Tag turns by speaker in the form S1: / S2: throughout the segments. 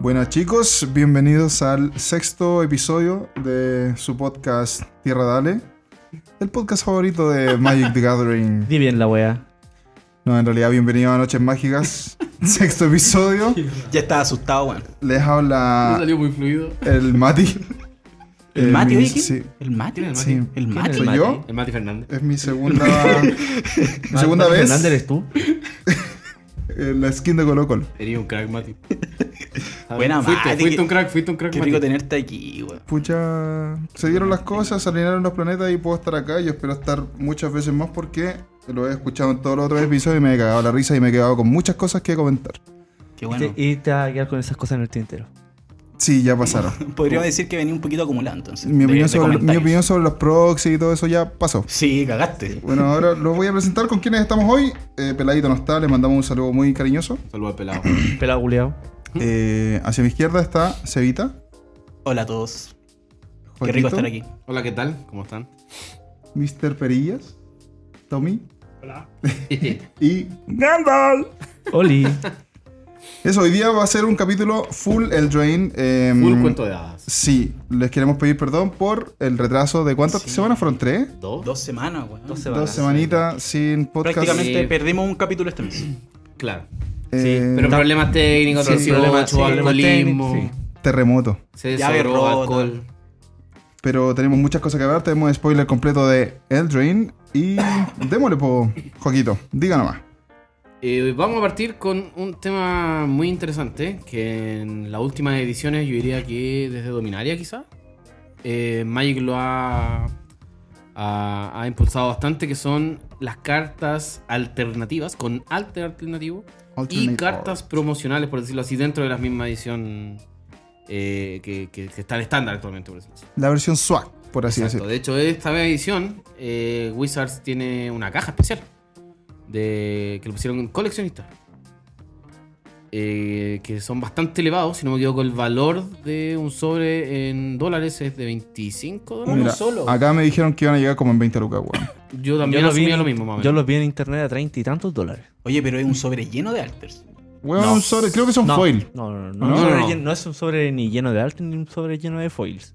S1: Buenas chicos, bienvenidos al sexto episodio de su podcast Tierra Dale, el podcast favorito de Magic the Gathering.
S2: Di bien la wea.
S1: No, en realidad, bienvenidos a Noches Mágicas, sexto episodio.
S3: Ya estaba asustado, weón.
S1: Les
S4: No
S1: habla
S4: salió muy fluido.
S1: el Mati.
S3: ¿El
S1: Eh,
S3: Mati,
S1: mi-
S3: oye? ¿quién?
S1: sí.
S3: ¿El Mati?
S4: ¿Quién es
S1: el Mati?
S3: ¿El Mati?
S1: ¿Soy
S3: Mati?
S1: yo?
S4: El Mati Fernández.
S1: Es mi segunda, mi segunda
S2: Mati
S1: vez
S2: Ah, Fernández eres tú.
S1: en la skin de Colo Colo.
S4: Sería un crack, Mati.
S3: Buena,
S4: fuiste,
S3: Mati,
S4: Fuiste
S3: qué-
S4: un crack, fuiste un crack,
S3: Qué
S4: Mati.
S3: rico tenerte aquí, weón.
S1: Pucha, se dieron las cosas, se alinearon los planetas y puedo estar acá. Yo espero estar muchas veces más porque lo he escuchado en todos los otros episodios y me he cagado la risa y me he quedado con muchas cosas que comentar.
S3: Qué bueno.
S2: Y te vas a quedar con esas cosas en el tintero.
S1: Sí, ya pasaron.
S3: Podríamos decir que venía un poquito acumulado, entonces.
S1: Mi
S3: de-
S1: opinión,
S3: de
S1: sobre, mi
S3: comentarios.
S1: opinión sobre los proxies y todo eso ya pasó.
S3: Sí, cagaste.
S1: Bueno, ahora los voy a presentar con quienes estamos hoy. Eh, Peladito no está, le mandamos un saludo muy cariñoso.
S4: Saludos al pelado.
S2: Pelado culeado.
S1: Eh, hacia mi izquierda está Cevita.
S3: Hola a todos. Qué
S1: Joaquito,
S3: rico estar aquí.
S4: Hola, ¿qué tal? ¿Cómo están?
S1: Mr. Perillas, Tommy y Gandalf.
S2: Oli.
S1: Eso, hoy día va a ser un capítulo full el drain. eh,
S4: Full cuento de hadas.
S1: Sí, les queremos pedir perdón por el retraso de cuántas
S3: Sí.
S1: semanas fueron tres.
S4: ¿Dos?
S3: Dos semanas, weón.
S2: Dos
S1: Dos
S2: semanas.
S1: semanitas sin podcast.
S3: Prácticamente
S4: Sí.
S3: perdimos un capítulo este mes.
S4: Claro.
S1: eh,
S4: Pero problemas técnicos,
S2: Sí,
S4: rocío,
S2: problemas-
S4: su
S2: sí,
S4: alcoholismo.
S2: problemas
S1: terremoto.
S4: Se
S3: Llave
S4: desobró
S3: rota.
S4: alcohol.
S1: Pero tenemos muchas cosas que hablar. Tenemos spoiler completo de Eldrain. Y démosle, po, Joaquito. Diga nomás.
S4: Eh, vamos a partir con un tema muy interesante que en las últimas ediciones yo diría que desde Dominaria quizá eh, Magic lo ha, ha- ha impulsado bastante que son las cartas alternativas con alter alternativo y
S1: Alternate
S4: cartas
S1: art.
S4: promocionales por decirlo así dentro de la misma edición eh, que, que- que está en estándar actualmente por decirlo así.
S1: La versión swag, por así decirlo.
S4: Exacto. De hecho, esta edición, eh, Wizards tiene una caja especial de que lo pusieron coleccionista. Eh, que son bastante elevados, si no me equivoco, el valor de un sobre en dólares es de 25 dólares.
S1: Mira,
S3: solo.
S1: Acá me dijeron que iban a llegar como en 20 lucas, weón.
S4: Yo también
S2: ah, Yo lo vi-
S4: asumía lo mismo, más o menos.
S2: Yo los vi en internet a treinta y tantos dólares.
S3: Oye, pero es un sobre lleno de alters.
S1: Weón,
S4: No.
S1: sobre, creo que son
S2: no,
S1: foil.
S2: No, no, no.
S4: No,
S2: No,
S4: no,
S2: sobre
S4: no.
S2: llen- no es un sobre ni lleno de arte ni un sobre lleno de foils.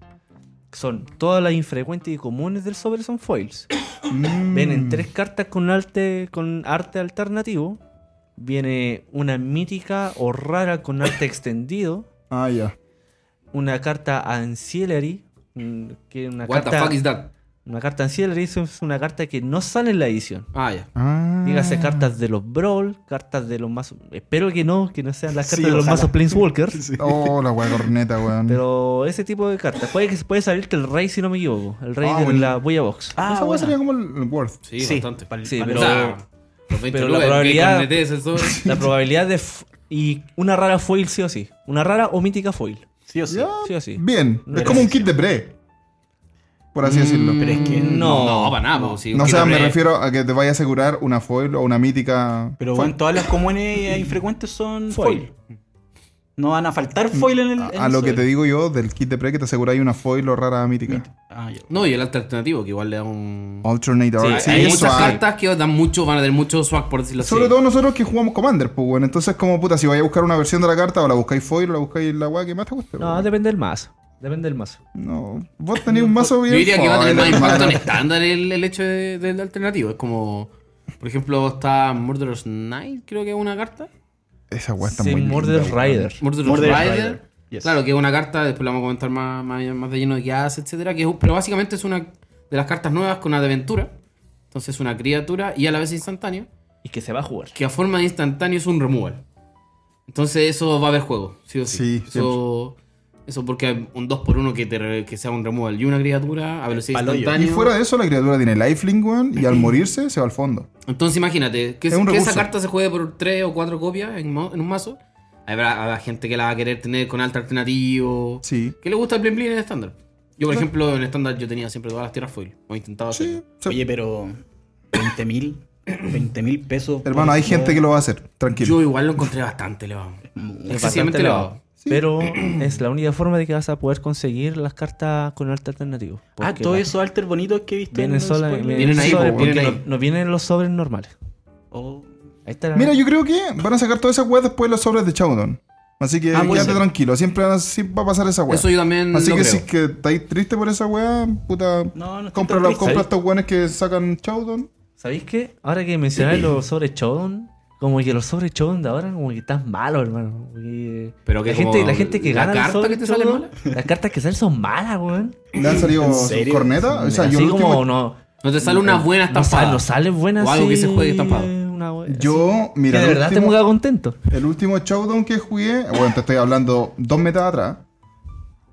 S2: Son todas las infrecuentes y comunes del sobre son foils.
S1: Mm.
S2: Vienen tres cartas con arte, con arte alternativo. Viene una mítica o rara con arte extendido.
S1: Ah, ya.
S2: Una carta ancillary. mm, Que una,
S4: What the
S2: carta,
S4: fuck is that?
S2: una carta ancillary es una carta que no sale en la edición.
S4: Ah, ya.
S1: Ah.
S2: Dígase cartas de los Brawl, cartas de los más. Espero que no, que no sean las cartas
S3: Sí,
S2: de los
S3: ojalá.
S2: mazos Planeswalkers.
S1: Oh, la weá corneta, weón.
S2: Pero ese tipo de cartas. Puede que puede salirte el rey, si no me equivoco. El rey
S1: Ah,
S2: de
S1: bueno.
S2: la Boya Box.
S4: Ah,
S1: Esa weá
S3: buena.
S1: sería como el el Worth.
S4: Sí,
S3: Sí,
S4: bastante.
S2: sí,
S4: Vale.
S2: pero-
S4: O sea, los 20
S2: pero la
S4: lucas, ¿qué
S2: probabilidad-
S4: cornete es el sobre?
S2: La probabilidad de. f- Y una rara foil, sí o sí. Una rara o mítica foil.
S3: Sí o sí.
S1: Ya,
S2: Sí o sí.
S1: Bien.
S2: No
S1: es
S2: era
S1: como un
S2: así.
S1: kit de pre. Por así decirlo.
S2: Mm,
S3: Pero es que
S2: no.
S4: No, para nada. pues, po, sí,
S1: No o
S4: Mm, un
S1: sea,
S4: kit de
S1: me
S4: pre-
S1: refiero a que te vaya a asegurar una foil o una mítica.
S3: Pero
S1: foil.
S3: bueno, todas las comunes e infrecuentes son
S2: Foil.
S3: foil. No van a faltar foil en el. en
S1: A, a
S3: el
S1: lo que
S3: sobre.
S1: te digo yo del kit de pre que te aseguráis una foil o rara mítica.
S3: Ah, ya.
S4: No, y el alternativo, que igual le da un.
S1: Alternate
S4: Sí,
S1: art. Sí,
S4: hay
S1: eso
S4: muchas
S1: hay.
S4: cartas que dan mucho, van a tener mucho swag, por decirlo
S1: Sobre
S4: así.
S1: todo nosotros que jugamos Commander, pues bueno. Entonces, como puta, si vais a buscar una versión de la carta, o la buscáis foil, o la buscáis la weá que más te guste.
S2: No,
S1: pues.
S2: depende del mazo. Depende del mazo.
S1: No, vos tenés un mazo
S4: Yo
S1: bien.
S4: diría que va a tener más
S1: foil,
S4: impacto en
S1: hermano.
S4: estándar el, el hecho de- del alternativo. Es como, por ejemplo, está Murderous Knight, creo que es una carta.
S1: Esa weá está
S2: Sí,
S1: muy.
S2: Murder
S1: linda, weón.
S2: Rider.
S4: Murderous
S3: Murderous
S4: Rider.
S3: Rider, yes.
S4: Claro, que es una carta, después la vamos a comentar más, más, más de lleno de qué hace, etcétera. Que es, un- pero básicamente es una de las cartas nuevas con una de aventura. Entonces es una criatura y a la vez instantánea.
S2: Y que se va a jugar.
S4: que a forma de instantáneo es un removal. Entonces eso va a haber juego, sí o sí.
S1: Sí,
S4: eso, eso porque un 2x1 que, te re- que sea un removal y una criatura a velocidad
S3: palo yo.
S1: Y
S4: instantánea.
S1: fuera de eso, la criatura tiene lifelink, weón, y al morirse se va al fondo.
S4: Entonces imagínate que,
S1: Es un
S4: que esa
S1: recurso.
S4: carta se juegue por 3 o 4 copias en, mo- en un mazo. Habrá, habrá gente que la va a querer tener con alta alternativo.
S1: Sí.
S4: Que le gusta el blin blin en estándar. Yo, por
S1: Claro.
S4: ejemplo, en estándar yo tenía siempre todas las tierras foil. O intentaba
S1: Sí.
S4: hacerlo.
S1: se-
S3: Oye, pero 20 mil. 20 mil pesos. por
S1: Hermano, hay
S3: juego.
S1: gente que lo va a hacer, tranquilo.
S4: Yo igual lo encontré bastante elevado.
S1: Ah,
S3: Ah,
S2: Es
S4: Excesivamente
S2: bastante
S4: elevado.
S2: elevado. Pero es la única forma de que vas a poder conseguir las cartas con arte alternativo.
S3: Ah,
S2: Porque
S3: todos
S2: va-
S3: esos alters bonitos que he visto. en
S2: Vienen
S3: los
S2: sola,
S3: spoilers.
S2: vienen
S4: Vienen ahí,
S2: sobres,
S4: po,
S2: porque
S4: vienen ahí.
S2: no, no vienen los sobres normales.
S3: Oh.
S2: Ahí está la-
S1: Mira, yo creo que van a sacar todas esas weas después de los sobres de Chowdown. Así que
S4: Ah, puede
S1: quédate
S4: ser.
S1: tranquilo, siempre van a- siempre va a pasar esa weá.
S4: Eso yo también
S1: Así
S4: lo
S1: que
S4: creo.
S1: si es que estáis triste por esa weá, puta,
S3: No, no estoy
S1: compra,
S3: tan
S1: los-
S3: triste.
S1: compra estos weones que sacan Chowdon.
S2: ¿Sabéis qué? Ahora que mencionáis los sobres Chodon, como que los sobres Chodon de ahora como que están malos, hermano. Como que-
S4: Pero que
S2: la gente,
S4: como
S2: la gente que
S4: la
S2: gana los
S4: carta
S2: sobres
S4: que te sale
S2: Chodon,
S4: mala.
S2: Las cartas que salen son malas, weón.
S1: ¿Le han salido
S3: ¿En
S1: sus
S3: serio?
S1: cornetas? O sea, yo,
S2: así
S1: el último-
S2: como no,
S4: No te sale una buena
S2: no,
S4: estampada.
S2: sale, no sale buena
S4: O algo que se juegue estampado.
S2: estampado. Una wea así.
S1: yo
S2: Que
S1: mira,
S2: de
S1: el
S2: verdad te
S1: último-
S2: muda contento.
S1: El último showdown que jugué, bueno, te estoy hablando dos metas atrás.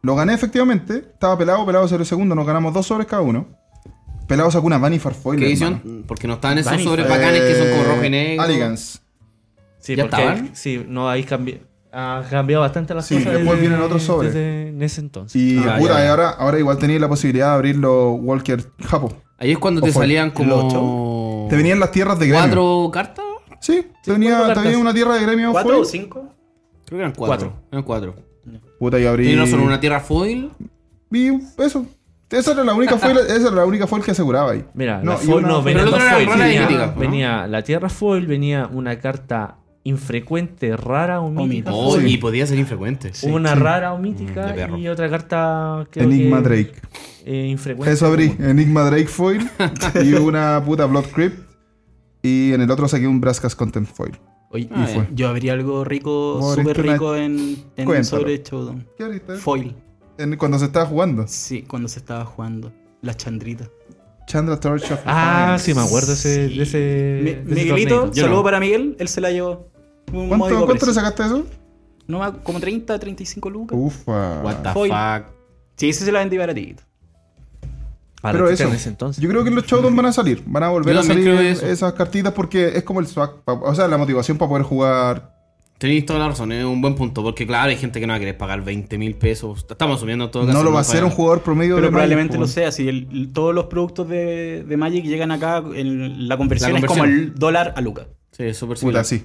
S1: Lo gané efectivamente. Estaba pelado, pelado salió segundo. Nos ganamos dos sobres cada uno. Pelado sacó una Bunny Farfoil.
S4: ¿Qué
S1: hermano.
S4: edición? Mm. Porque no estaban esos
S2: Bunny.
S4: sobres bacanes que son como rojo y
S1: Eh,
S4: negro.
S1: Alligance.
S2: Sí,
S4: ¿Ya
S2: porque hay-
S4: estaban?
S2: sí, no, ahí cambié. Ha cambiado bastante las
S1: Sí,
S2: cosas.
S1: después vienen otros sobres.
S2: desde en ese entonces.
S1: Y
S3: Ah,
S1: puta,
S3: ya, ya.
S1: y ahora, ahora igual tenías la posibilidad de abrir los Walker Japo.
S4: Ahí es cuando
S1: ¿O
S4: te
S1: fue?
S4: salían
S1: ¿Los
S4: como.
S1: Te venían este las tierras de gremio.
S4: ¿Cuatro cartas?
S1: Sí, te venía,
S2: cuatro
S1: te venía
S2: cartas.
S1: una tierra de gremio
S3: ¿Cuatro o
S1: foil.
S3: cinco?
S4: Creo que eran cuatro. Eran cuatro.
S1: Puta, y abrí.
S4: Y no solo una tierra foil.
S1: Y eso. Esa era la única foil, esa era la única foil que aseguraba ahí.
S2: Mira,
S1: No,
S2: la
S1: y
S2: foil
S1: una-
S2: no
S1: Pero
S2: venía
S4: el
S2: dos
S4: otro era
S2: foil.
S4: rara y
S2: Venía,
S4: crítica, ¿no?
S2: venía la tierra foil, venía una carta infrecuente, rara o mítica.
S1: mítica.
S4: Oh,
S1: foil.
S4: y podía ser infrecuente.
S2: una
S1: sí.
S2: rara o
S4: Mm, de
S2: mítica
S4: perro.
S2: y otra carta creo
S1: Enigma
S2: que,
S1: Drake.
S2: eh, infrecuente.
S1: Eso abrí, Enigma Drake Foil y una puta Blood Crypt. Y en el otro saqué un Brascas Content Foil.
S3: Oye,
S4: Ah,
S3: y
S1: fue.
S3: Yo habría algo rico,
S1: Moriste
S3: súper
S1: una-
S3: rico en, en
S1: Cuéntalo. ¿Eh?
S3: un sobre Showdown.
S1: ¿Qué ahorita?
S3: Foil.
S1: En- cuando se estaba jugando.
S3: Sí, cuando se estaba jugando. La chandrita.
S1: Chandra Torch of
S2: Ah, sí, me
S1: Defiance.
S2: acuerdo ese,
S3: Sí.
S2: de ese.
S3: Mi-
S2: de ese
S3: Miguelito,
S2: torneito.
S3: saludo
S4: no.
S3: para Miguel, él se la llevó. Un
S2: Oh
S3: módico
S1: ¿Cuánto, ¿Cuánto
S3: precio.
S1: le sacaste a eso?
S3: No, ma- como 30, 35 lucas.
S1: Ufa.
S4: What the
S3: Foil.
S4: fuck.
S3: Sí, ese se la vendí baratito.
S4: Ah,
S1: Pero
S2: Baratita
S1: eso,
S2: en ese entonces.
S1: yo creo que los showdowns van a salir, van a volver
S4: Yo
S1: a
S4: también
S1: salir
S4: creo eso.
S1: esas cartitas porque es como el swag, pa- o sea, la motivación para poder jugar.
S4: Tenéis toda la razón, es un buen punto. Porque, claro, hay gente que no va a querer pagar 20 mil pesos. Estamos asumiendo en todo caso.
S1: No lo va a
S4: pagan.
S1: hacer un jugador promedio
S3: Pero
S1: de
S3: probablemente
S1: Magic, pues,
S3: lo
S1: po.
S3: sea. Si el- todos los productos de, de Magic llegan acá, el- la, conversión
S4: La
S3: es como
S4: conversión.
S3: el dólar a lucas.
S4: Sí, es súper
S1: Puta,
S4: similar.
S1: sí.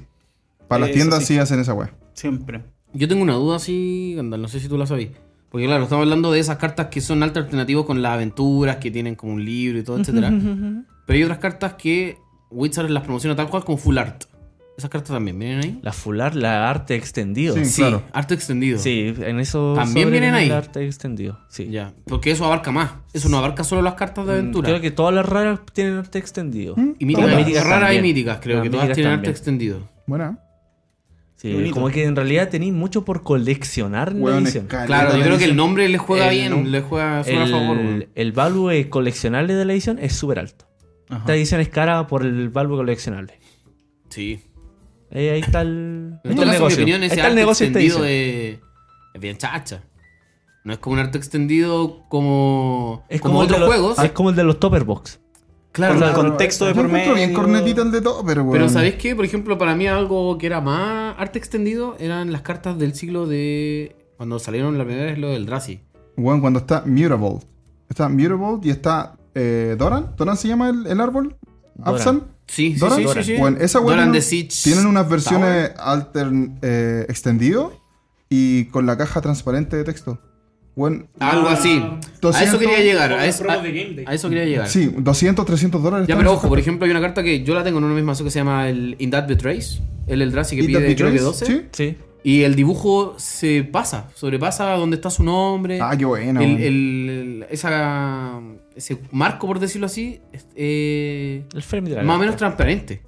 S1: Para las
S3: Eso
S1: tiendas
S3: sí.
S1: sí. hacen esa weá.
S3: Siempre.
S4: Yo tengo una duda así, Gandalf, no sé si tú la sabías. Porque claro, estamos hablando de esas cartas que son alta alternativas con las aventuras, que tienen como un libro y todo, etcétera. Pero hay otras cartas que Wizards las promociona tal cual como Full Art. Esas cartas también vienen ahí.
S2: La fular, la arte extendido.
S1: Sí.
S2: Sí,
S1: claro.
S4: arte extendido.
S2: en eso.
S4: También
S2: sobre el
S4: vienen ahí.
S2: arte extendido. Sí.
S4: Ya, porque eso abarca más. Eso no abarca solo las cartas de aventura.
S2: Mm, Creo que todas las raras tienen arte extendido.
S1: ¿Mm?
S4: Y míticas,
S2: Las míticas
S4: raras
S2: también.
S4: y míticas, creo
S2: Las
S4: que todas
S2: míticas
S4: tienen arte
S2: también.
S4: extendido.
S1: Bueno,
S2: Sí,
S3: Qué bonito.
S2: como que en realidad tenéis mucho por coleccionar en la
S1: weón,
S2: edición.
S4: Claro, yo creo que el nombre les juega
S2: El-
S4: bien, les juega súper a favor. weón.
S2: El, el value eh, coleccionable de la edición es súper alto.
S3: Ajá.
S2: Esta edición es cara por el value coleccionable.
S4: Sí.
S2: Eh, ahí está el, ahí
S4: En
S2: está el
S4: todo caso, en mi
S2: negocio.
S4: opinión,
S2: Ahí
S4: ese
S2: está el
S4: arte
S2: negocio este de esta
S4: extendido
S2: edición.
S4: es, es bien chacha. No es como un arte extendido como,
S2: Es
S4: como,
S2: como, Ah, el de
S4: otros
S2: los-
S4: juegos.
S2: Es como el de los Topper Box.
S4: claro,
S3: Por la-
S4: claro.
S3: contexto de
S1: Yo
S3: por
S1: encuentro bien
S3: medio.
S1: cornetita el de todo, pero weón.
S4: Pero ¿sabéis qué? Por ejemplo, para mí algo que era más arte extendido eran las cartas del siglo de... Cuando salieron la primera vez lo del Drazi.
S1: Weón, cuando está Mutable. Está Mutable y está eh, Doran. ¿Doran se llama el, el árbol?
S2: Doran.
S1: ¿Absan?
S4: Sí, sí,
S1: ¿Doran?
S4: sí, sí, sí.
S1: Weón, esa weá
S4: Doran
S1: tiene-
S4: the Siege
S1: Tienen unas versiones
S4: Tower.
S1: altern, eh, extendido y con la caja transparente de texto. Weón,
S4: Algo así. A
S1: 200
S4: eso quería llegar. A eso, a-
S5: Promos de Game Day.
S4: a eso quería llegar.
S1: sí, 200, 300 dólares.
S4: Ya,
S1: están
S4: pero
S1: esas
S4: ojo, por
S1: cartas.
S4: ejemplo, hay una carta que yo la tengo en un mismo mazo que se llama el In That Betrays. El Eldrazi que
S1: ¿Y
S4: pide
S1: Dark
S4: creo que
S1: Betrays?
S4: 12.
S1: ¿Sí?
S2: Sí.
S4: Y el dibujo se pasa, sobrepasa donde está su nombre.
S1: Ah, qué bueno.
S4: el,
S1: weón.
S4: el- esa, ese marco, por decirlo así, es- eh,
S2: El frame de la
S4: más o
S2: carta.
S4: menos transparente.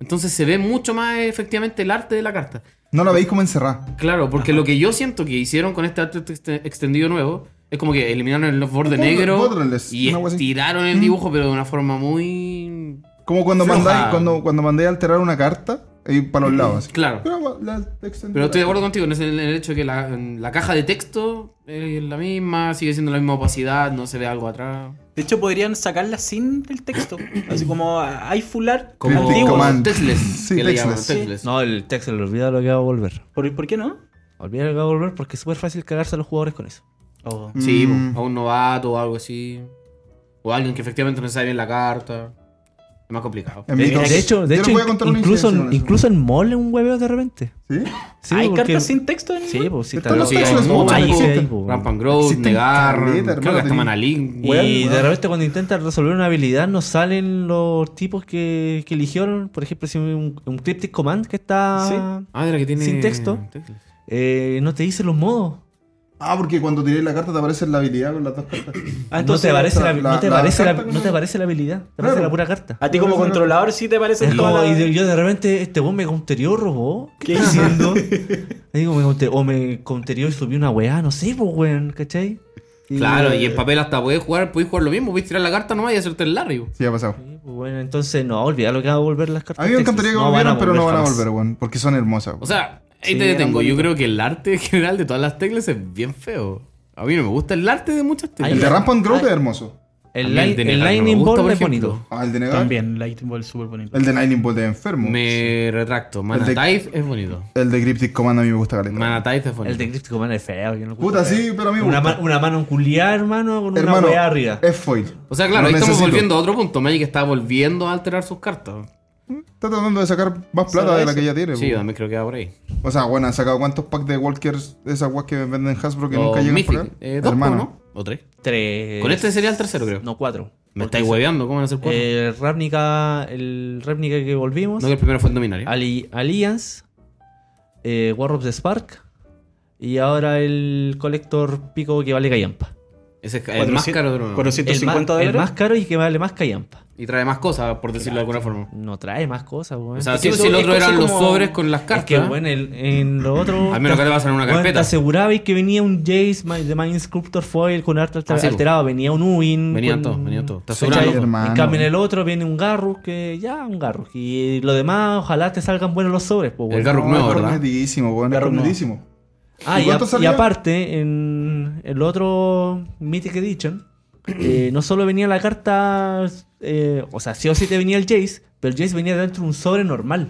S4: Entonces se ve mucho más efectivamente el arte de la carta.
S1: No la veis como encerrada.
S4: Claro, porque lo que yo siento que hicieron con este arte ext- extendido nuevo es como que eliminaron el borde
S1: Border-
S4: negro
S1: borderless,
S4: y
S1: una cosa así.
S4: estiraron el dibujo, pero de una forma muy.
S1: Como cuando
S4: Floja.
S1: mandáis cuando, cuando mandáis a alterar una carta y para los lados. así.
S4: Claro.
S1: Pero, la extendida-
S4: Pero estoy de acuerdo contigo en ese- en el hecho de que la, en la caja de texto es la misma, sigue siendo la misma opacidad, no se ve algo atrás.
S3: De hecho, podrían sacarla sin el texto. Así como ah, hay fular
S4: Como
S1: Cryptic
S3: antiguo.
S1: Command.
S4: textless.
S1: Sí,
S4: que le llaman,
S1: textless.
S4: textless.
S2: No, el texto, le olvida lo que va a volver.
S3: ¿Por, por qué no?
S2: Olvida lo que va a volver porque es súper fácil cagarse a los jugadores con eso.
S3: Oh.
S4: Sí,
S1: Mm.
S4: po, a un novato o algo así. O alguien que efectivamente no sabe bien la carta. Es más complicado.
S1: En
S2: De,
S1: mi caso.
S2: Eh, de hecho, de
S1: Yo les
S2: hecho
S1: voy a contar una
S2: incluso,
S1: incidencia con eso.
S2: incluso en mole un hueveo de repente.
S1: ¿Sí?
S2: Sí,
S3: ¿Hay
S2: porque-
S3: cartas sin texto? en
S2: Sí, pues sí,
S1: Están
S2: tal-
S1: los
S2: sí,
S1: textos,
S2: hay-
S1: muchos
S2: hay-
S1: que
S2: sí, pues,
S1: existen.
S2: hay, po.
S4: Ramp and Growth,
S1: Existen
S4: Negar,
S1: caleta, hermano,
S4: creo que hasta
S1: tenés-
S4: Manalín.
S2: Y
S1: Weón,
S2: de
S1: weón.
S2: repente cuando intentan resolver una habilidad no salen los tipos que, que eligieron. Por ejemplo, si un, un Cryptic Command que está...
S4: Ah, de la que tiene.
S2: Sin texto. eh, no te dice los modos.
S1: Ah, porque cuando tiréis la carta te aparece la habilidad con las dos cartas.
S3: Ah,
S2: no te
S3: entonces,
S2: aparece la,
S1: esa-
S2: no te
S1: la- la
S2: aparece la-
S1: carta que
S2: no te
S1: no-
S2: aparece la habilidad, te
S1: Claro. Ah,
S2: aparece la pura carta.
S3: a ti como controlador sí te parece
S2: Es
S3: toda
S2: como,
S3: la-
S2: y de- yo de repente, este vos me conterió, robó. ¿Qué,
S3: ¿Qué
S2: está
S3: hice?
S2: haciendo? Y digo, me conte- o me conterió y subí una weá, no sé, pues weón, ¿cachai?
S4: Claro, y en papel hasta podés jugar, podés jugar lo mismo, podés tirar la carta nomás y hacerte el larry.
S1: Sí, ha pasado.
S2: Sí, pues, bueno, entonces no, olvida lo que va a volver las cartas.
S1: A mí me encantaría que
S2: Texas. No
S1: volvieran, pero no van a
S2: jamás.
S1: volver, weón. Porque son hermosas.
S4: O
S1: weón.
S4: sea, ahí
S3: Sí,
S4: te
S3: eran
S4: detengo. Yo
S3: bonitas.
S4: creo que el arte en general de todas las teclas es bien feo. A mí no me gusta el arte de muchas teclas.
S1: el de
S2: Ay,
S1: Ramp and Growth
S2: ay.
S1: es hermoso.
S4: A
S2: El,
S4: mí el
S2: li-
S4: de
S2: el
S4: negar no me
S2: Lightning
S4: gusta,
S2: Ball
S4: por
S2: es
S4: ejemplo.
S2: bonito.
S1: Ah, el de Negar.
S3: También, Lightning Ball es súper bonito.
S1: El de Lightning Bolt es enfermo.
S4: Me retracto. Mana
S1: de-
S4: Tithe es bonito.
S1: El de Cryptic Command a mí me gusta caleta.
S4: Mana Tithe es bonito.
S2: El de Cryptic Command es feo. yo no lo
S1: Puta,
S2: encuentro
S1: sí,
S2: feo.
S1: pero a mí me
S2: Una,
S1: gusta.
S2: ma- una mano culiada, hermano, con una
S1: Hermano, eh,
S2: weá arriba.
S1: es foil.
S4: O sea, claro,
S1: Lo
S4: ahí estamos
S1: necesito.
S4: volviendo a otro punto. Magic está volviendo a alterar sus cartas.
S1: Está tratando de sacar más plata de la que ya tiene.
S4: Sí, yo
S1: weón.
S4: también creo que va por ahí.
S1: O sea, bueno, han sacado cuántos packs de Walkers, esas guas que venden en Hasbro que
S4: O
S1: nunca llegan
S4: Oh, Mythic.
S1: por acá.
S4: Eh, dos,
S1: Hermano.
S4: ¿no? O tres.
S2: Tres.
S4: Con este sería el tercero, creo.
S2: Eh, No, Eh, cuatro. Porque
S4: Me estáis
S2: se-
S4: hueveando, ¿cómo van a ser cuatro?
S2: El Ravnica, el Ravnica que volvimos.
S4: no, que el primero fue el Dominario.
S2: Ali- Alliance, eh, War of the Spark y ahora el Collector Pico que vale Callampa.
S4: Ese es el más caro de los-
S3: 450
S2: el, más, el
S3: dólares.
S2: más caro y que vale más Callampa.
S4: Y trae más cosas, por decirlo de alguna forma.
S2: No trae más cosas, weón.
S4: O sea,
S2: Es
S4: si,
S2: que
S4: si
S2: eso-
S4: el
S2: es
S4: otro
S2: que eso
S4: eran los
S2: como-
S4: sobres con las cartas.
S2: Es que, bueno, el- en lo otro.
S4: ¿eh? Al menos acá le vas a dar una
S2: Bueno,
S4: carpeta.
S2: te asegurabais que venía un Jace ma- de Mind Sculptor Foil con arte alter-
S4: Ah, sí, po.
S2: alterado, venía un Uin.
S4: Venían
S2: con-
S4: todos, venían todos. Te
S2: ¿cachai?
S4: aseguraba,
S1: hermano.
S2: En cambio, en el otro viene un Garrus que ya, un Garrus. Y lo demás, ojalá te salgan buenos los sobres, pues,
S4: El
S2: weón.
S4: Garruk
S1: No,
S4: nuevo,
S1: es
S4: ¿verdad?
S1: cornetísimo, weón. Es
S3: Garruk nuevo.
S1: cornetísimo.
S2: Ah,
S1: ¿Y
S2: y,
S1: cuánto
S2: a- y
S1: salía?
S2: aparte, en el otro Mythic Edition, eh, no solo venía la carta, eh, o sea, sí o sí te venía el Jace, pero el Jace venía dentro de un sobre normal.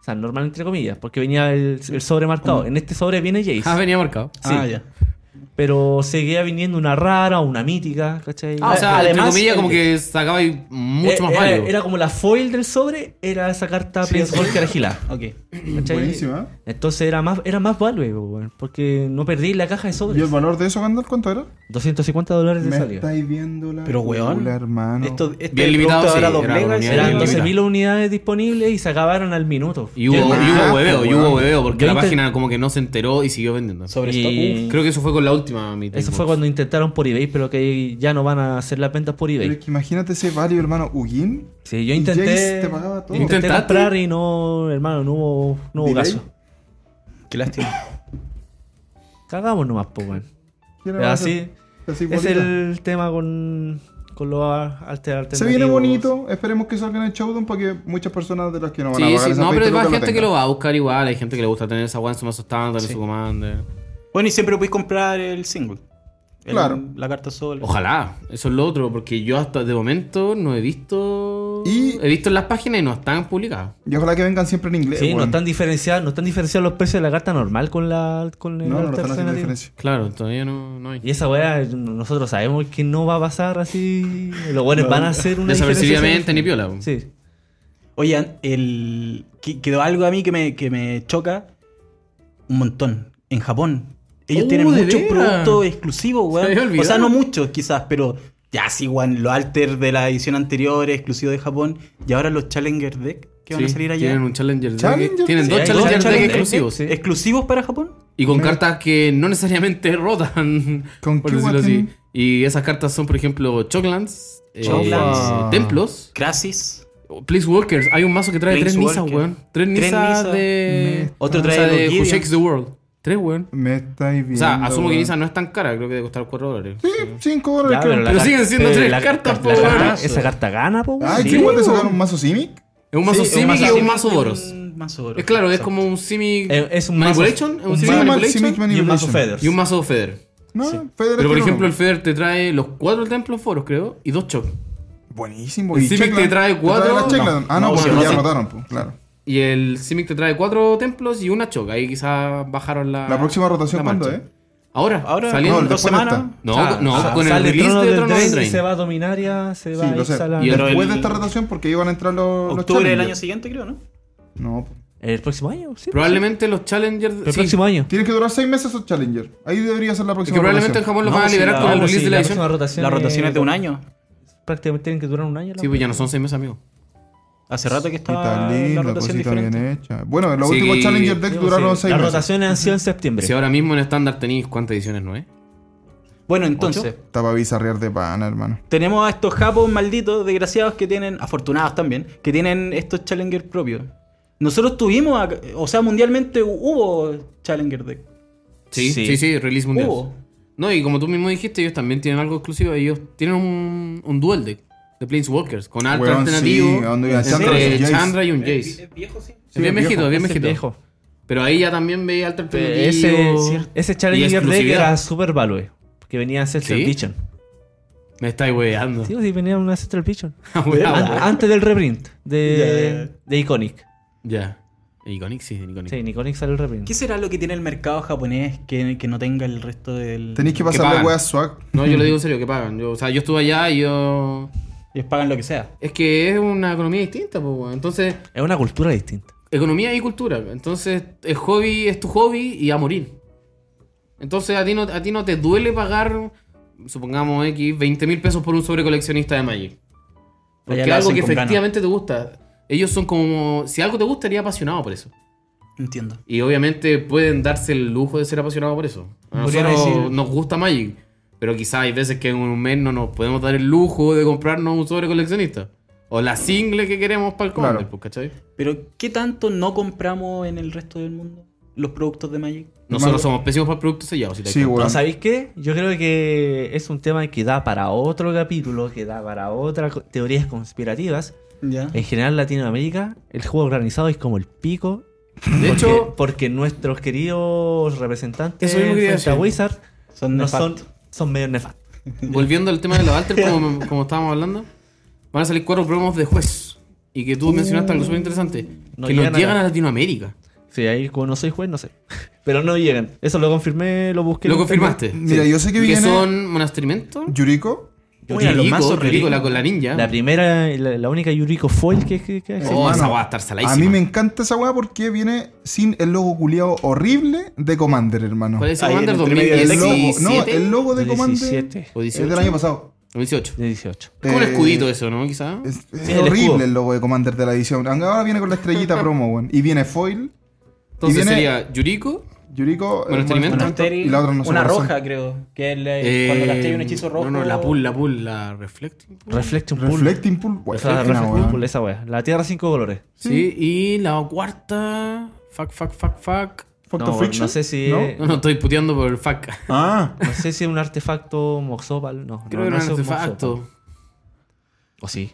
S2: O sea, normal entre comillas, porque venía el, el sobre
S4: Mm.
S2: marcado. En este sobre viene Jace.
S4: Ah, venía marcado.
S2: Sí.
S3: Ah, ya.
S2: Pero seguía viniendo una rara o una mítica, ¿cachai?
S4: Ah, o sea, entre
S3: además,
S4: comillas,
S3: el-
S4: como que sacaba y mucho
S2: Eh,
S4: más
S2: era,
S4: válido.
S2: era como la foil del sobre, era esa carta
S3: Sí,
S2: Prince
S3: sí.
S2: Walker agilada.
S3: Ok.
S2: ¿cachai?
S1: Buenísima. ¿eh?
S2: Entonces era más, era más value, weón, porque no perdí la caja de
S1: ¿Y el
S2: sobres.
S1: valor de eso, Gandalf, cuánto era?
S2: 250 dólares de
S1: Me
S2: salida.
S1: estáis viendo la.
S3: Pero, weón,
S1: película, hermano.
S3: Esto, este
S4: Bien limitado,
S3: producto
S4: sí,
S3: ahora
S4: era
S3: doblega
S4: una
S3: ese-
S4: unidad
S2: Eran
S4: bien limitada.
S2: 12.000 unidades disponibles y se acabaron al minuto.
S4: Y hubo, y
S1: Qué
S4: hubo
S1: majo,
S4: hueveo, y hubo
S1: weón.
S4: hueveo, porque
S2: Yo
S4: la
S2: intent-
S4: página como que no se enteró y siguió vendiendo.
S3: sobre
S2: Y-
S3: esto.
S4: Creo que eso fue con la última mitad.
S2: Eso fue cuando intentaron por eBay, pero que ya no van a hacer las ventas por
S1: Pero
S2: eBay.
S1: es que imagínate ese value, hermano. Ugin.
S2: Sí, yo
S1: Y
S2: intenté.
S1: Jace te pagaba todo.
S2: Intenté
S4: ¿Intentaste?
S2: comprar y no, hermano, no hubo, no hubo
S1: ¿Delay?
S2: caso.
S3: Uf, Qué lástima.
S2: Cagamos nomás, po, weón.
S1: ¿Quién
S2: Es
S1: era más
S2: Así
S1: así
S2: es
S1: bonita?
S2: el tema con, con los a- alter- alternativos.
S1: Se viene bonito. Esperemos que salga en el showdown para que muchas personas de las que no van a
S4: Sí,
S1: pagar
S4: sí,
S1: esas
S4: no,
S1: 20
S4: pero hay
S1: lucas
S4: gente que
S1: tengan.
S4: lo va a buscar igual. Hay gente que le gusta tener esa guan en su mazo estándar, en
S3: Sí.
S4: su commander.
S3: Bueno, y siempre puedes comprar el single. El-
S1: Claro.
S3: La carta sol.
S4: Ojalá, eso es lo otro, porque yo hasta de momento no he visto.
S1: Y-
S4: He visto en las páginas y no están publicadas.
S1: Y ojalá que vengan siempre en inglés.
S2: Sí, no,
S1: weón.
S2: están diferenciados, no están diferenciados los precios de la carta normal con la con el
S1: No, no, no están haciendo
S2: alternativo.
S1: diferencia.
S4: Claro, todavía no, no hay.
S2: Y esa weá, nosotros sabemos que no va a pasar así. Los weones van a hacer una
S4: Desapercibidamente ni piola.
S2: diferenciación. Sí.
S3: Oye, an- el... que- quedó algo a mí que me, que me choca un montón. En Japón. Ellos
S4: Uh,
S3: tienen
S4: ¿de
S3: muchos
S4: veras?
S3: productos exclusivos,
S4: Se
S3: weón.
S4: me había
S3: o sea,
S4: olvidado.
S3: no muchos quizás, pero ya sí, weón. Los alter de la edición anterior, exclusivo de Japón. Y ahora los Challenger Deck que van a
S4: Sí,
S3: salir allá.
S4: Tienen un Challenger Deck.
S1: Challenger
S4: Tienen
S1: Deck.
S4: dos
S2: Sí, hay
S4: Challenger
S2: dos
S4: Deck
S2: Challenger
S4: exclusivos.
S2: Deck,
S3: ¿Exclusivos para Japón?
S4: Y con cartas que no necesariamente rotan.
S1: ¿Con
S4: por
S1: qué
S4: decirlo
S1: guas
S4: así.
S1: tienen?
S4: Y esas cartas son, por ejemplo, Choglands, eh,
S3: Choglands.
S4: Templos,
S3: Crasis.
S4: Please Walkers. Hay un mazo que trae
S3: Place
S4: tres nisas,
S3: Walker.
S4: weón. Tres
S3: Tres
S4: nisas
S3: Nisas.
S4: de.
S3: Otro
S4: o sea,
S3: trae los
S4: de Who
S3: Gideon.
S4: Shakes the World. Tres, weón.
S1: Me estáis
S4: O
S1: viendo.
S4: sea, asumo que
S1: weón.
S4: Nisa no es tan cara, creo que debe costar 4 dólares.
S1: Sí, 5 dólares.
S2: Ya,
S1: creo.
S4: la- pero siguen siendo
S2: pero eh,
S4: tres
S2: la-
S4: cartas,
S2: la
S4: po,
S2: carta-
S4: weón.
S2: Esa carta gana, po. weón.
S1: Ay,
S3: Sí,
S1: qué guay te
S3: weón.
S1: sacaron un mazo Simic.
S4: Es un mazo
S3: un
S4: Simic y un mazo
S3: Simic
S4: Boros.
S3: un mazo Boros.
S4: Es claro, es
S3: Exacto.
S4: como un Simic.
S2: Eh, es un mazo-
S4: Manipulation, es un
S2: un mazo-
S4: Simic
S1: Simic
S4: Manipulation.
S1: Manipulation.
S2: Y un mazo Feathers.
S4: Y un mazo Feder.
S1: No, Federer
S4: Pero por
S1: tiene
S4: ejemplo,
S1: uno.
S4: el Feder te trae los cuatro templos foros, creo, y dos choc.
S1: Buenísimo.
S4: el
S1: y
S4: Simic
S1: Checklad.
S4: te trae cuatro-
S1: las Checklad?
S4: No.
S1: Ah, no,
S3: No,
S1: porque
S3: sí,
S1: ya
S3: sí.
S1: rotaron, pues, claro.
S4: Y el Simic te trae cuatro templos y una choc. Ahí quizás bajaron la.
S1: La próxima rotación,
S4: la
S1: ¿cuándo,
S4: Ah, marcha.
S1: eh?
S4: Ahora,
S3: Ahora,
S4: saliendo.
S1: No,
S3: en
S1: el de
S3: dos
S1: Japón
S3: semanas.
S4: No,
S3: Ah,
S4: no,
S3: ah,
S4: con el
S2: Sale
S4: release
S2: Trono
S4: de
S2: del
S4: Trono
S2: Drain
S4: del
S2: y
S4: Drain.
S2: se va a Dominaria, se va
S1: Sí,
S2: a
S1: lo
S2: ir
S1: sé.
S2: salando.
S4: Y
S3: Pero
S1: Después
S3: el-
S1: de esta rotación, porque iban a entrar los. los
S3: Octubre del año
S1: Challenger.
S3: siguiente, creo, ¿no?
S1: No, pues.
S2: El próximo año, sí.
S4: Probablemente los Challengers.
S2: El
S4: sí,
S2: próximo año.
S1: Tienen que durar 6 meses esos Challenger. Ahí debería ser la
S4: es
S1: próxima.
S4: que probablemente en
S1: rotación.
S4: Japón los
S3: No,
S4: van a
S3: si
S4: liberar
S3: la-
S4: con el
S3: no,
S4: release
S2: si
S4: de la
S2: la
S4: edición.
S2: próxima rotación.
S3: La rotación es de un año.
S2: Prácticamente tienen que durar un año. la
S4: Sí, pues ya
S2: weá.
S4: no son seis meses, amigo.
S3: Hace rato que
S1: está
S3: estaba
S1: lindo,
S3: la
S1: la
S3: rotación
S1: cosita
S3: diferente.
S1: bien hecha. Bueno, los
S4: Sí,
S1: últimos
S4: que-
S1: Challenger Decks
S2: Sí,
S1: duraron
S2: sí.
S1: seis
S2: Las
S1: meses.
S2: rotaciones han sido en septiembre.
S4: Si ahora mismo en estándar tenéis cuántas ediciones, ¿no es?
S3: Bueno, entonces,
S1: Está para bizarrear de pana, hermano.
S3: tenemos a estos japos malditos, desgraciados, que tienen, afortunados también, que tienen estos Challenger propios. Nosotros tuvimos, acá- o sea, mundialmente hubo Challenger Deck.
S4: Sí,
S2: Sí. Uh.
S4: sí, sí, release mundial.
S3: Hubo.
S4: No, y como tú mismo dijiste, ellos también tienen algo exclusivo. Ellos tienen un, un duel deck de Planeswalkers con arte
S1: Weón, sí,
S4: alternativo
S1: donde iba Chandra y
S4: entre
S1: Jace.
S4: Chandra y un Jace.
S3: viejo, sí.
S1: Sí,
S4: bien
S1: es viejo.
S4: viejito, bien
S2: Ese
S4: viejito.
S2: viejo.
S4: Pero ahí ya también veía arte
S3: Eh,
S2: Pe-
S4: alternativo.
S2: Ese, ese
S4: y
S2: Challenger Deck
S4: exclusividad.
S2: era Super Value. Que venía Ancestral
S4: ¿Sí?
S2: Vision.
S4: Me estáis weando.
S2: Sí, sí, venía un Ancestral Vision.
S4: Ah, weá,
S2: An-
S4: weá.
S2: antes del reprint de, de Iconic.
S4: Ya. Iconic, sí, Iconic.
S2: Sí, en Iconic salió el reprint.
S3: ¿Qué será lo que tiene el mercado japonés que, que no tenga el resto del.
S1: Tenéis que
S4: Que
S1: pasarle
S4: pagan.
S1: weas swag.
S4: No, yo lo digo en serio, que pagan. Yo, o sea, yo estuve allá y yo.
S3: Ellos pagan lo que sea.
S4: Es que es una economía distinta, pues, weón. Entonces,
S2: Es una cultura distinta.
S4: economía y cultura. Entonces, el hobby es tu hobby y a morir. Entonces, a ti no, a ti no te duele pagar, supongamos X, 20 mil pesos por un sobrecoleccionista de Magic. Porque
S3: Allá Pues lo
S4: es algo
S3: hacen
S4: que
S3: con ganas.
S4: efectivamente te gusta. Ellos son como. Si algo te gusta, eres apasionado por eso.
S3: Entiendo.
S4: Y obviamente pueden darse el lujo de ser apasionados por eso. A
S3: Podría
S4: nosotros
S3: decir-
S4: nos gusta Magic, pero quizás hay veces que en un mes no nos podemos dar el lujo de comprarnos un sobre coleccionista. O la single que queremos para el
S1: Claro.
S4: Commander, pues, ¿cachai?
S3: Pero, ¿qué tanto no compramos en el resto del mundo los productos de Magic?
S4: Nosotros
S1: Hermano-
S4: somos pésimos para productos sellados. Si te das
S1: Sí,
S4: cuenta.
S1: weón.
S2: No, ¿sabéis qué? Yo creo que es un tema que da para otro capítulo, que da para otras co- teorías conspirativas.
S3: Ya.
S2: En general, Latinoamérica, el juego organizado es como el pico.
S4: De
S2: porque-
S4: hecho,
S2: porque nuestros queridos representantes
S4: Eso mismo quería
S2: frente a
S4: decir.
S2: Wizard
S3: Son
S2: no son,
S3: nefastos.
S2: son medio nefastos.
S4: volviendo al tema de la Walter, como, como estábamos hablando, van a salir cuatro promos de juez. Y que
S1: Uh.
S4: tú mencionaste algo súper interesante.
S2: No
S4: que nos
S2: llegan
S4: llegan
S2: acá.
S4: a Latinoamérica.
S2: Sí, ahí como no soy juez, no sé. Pero no llegan. Eso lo confirmé, lo busqué.
S4: ¿Lo
S2: en internet.
S4: confirmaste?
S1: Mira,
S4: Sí.
S1: yo sé que
S4: ¿Y
S1: viene-
S4: son Monastrimento?
S1: Yuriko.
S3: Bueno, los mazos
S4: Yuriko,
S3: rellenos.
S4: la con la ninja.
S2: La primera, la, la única Yuriko Foil que, que, que existe.
S4: Oh,
S1: Hermano,
S4: esa va a estar saladísima.
S1: A mí me encanta esa wea porque viene sin el logo culiado horrible de Commander, hermano.
S4: ¿Cuál es
S3: Ahí
S4: el
S3: en
S4: Commander?
S3: el intermedio del
S1: El logo,
S4: 2017?
S1: no, el
S4: Oh.
S1: logo de
S2: De
S1: Commander
S2: 17.
S4: ¿O
S1: es
S4: 18?
S1: del año pasado.
S4: 2018.
S2: De 18.
S4: Es como un
S1: Eh,
S4: escudito eso, ¿no? Quizá.
S1: Es, es
S2: Sí, el escudo.
S1: horrible el logo de Commander de la edición. Ahora viene con la estrellita promo, weón. Y viene Foil,
S4: Entonces
S1: viene-
S4: sería Yuriko.
S1: Yuriko,
S4: Bueno,
S1: eh,
S4: experimento.
S1: Monastery, y la otra no sé
S3: una
S1: cuáles son.
S3: roja, creo. Que es la-
S4: eh,
S3: cuando gasté un hechizo rojo.
S4: No, no, la pool, la pool, la Reflecting. Pool.
S2: Reflection Pool.
S1: Reflecting Pool, weón.
S2: O sea,
S1: es una
S2: Reflecting
S1: weá.
S2: Pool, esa wea. La Tierra cinco colores.
S4: Sí, y la cuarta. Fuck, fuck, fuck, fuck.
S1: Fuck the
S2: No,
S1: friction,
S2: no sé si-
S1: ¿no?
S4: No, no, estoy puteando por el fuck.
S1: Ah,
S2: No sé si es un artefacto Moxopal. No,
S4: Creo
S2: no,
S4: que
S2: no
S4: era
S2: es
S4: un
S2: un Moxopal.
S4: artefacto.
S2: O sí.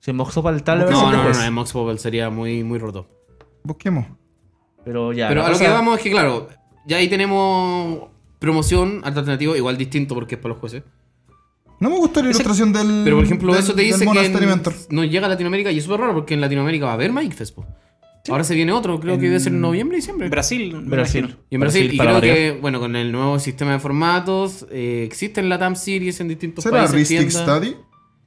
S2: Si es Moxopal tal vez.
S4: No, no,
S2: es
S4: no,
S2: juez.
S1: pues.
S4: no, el Mox Bubble sería muy, muy roto.
S1: busquemos.
S2: Pero ya.
S4: Pero
S2: la
S4: a lo
S2: cosa-
S4: que vamos es que, claro, ya ahí tenemos promoción, arte alternativo, igual distinto porque es para los jueces.
S1: No me gustó la
S4: Ese-
S1: ilustración del.
S4: Pero por ejemplo,
S1: Mm, del-
S4: eso te
S1: del
S4: dice que
S1: Monastery
S4: en-
S1: Mentor.
S4: no llega a Latinoamérica y es súper raro porque en Latinoamérica va a haber Magic Fest. po. Ahora se viene otro, creo que debe ser en noviembre, diciembre.
S3: Brasil. me
S2: Brasil.
S3: imagino.
S4: Y en Brasil, y
S2: para
S4: creo
S2: variar.
S4: que, bueno, con el nuevo sistema de formatos, eh, existen la TAM Series en distintos
S1: ¿Será
S4: países.
S1: Ristic
S4: tiendas.
S1: Study?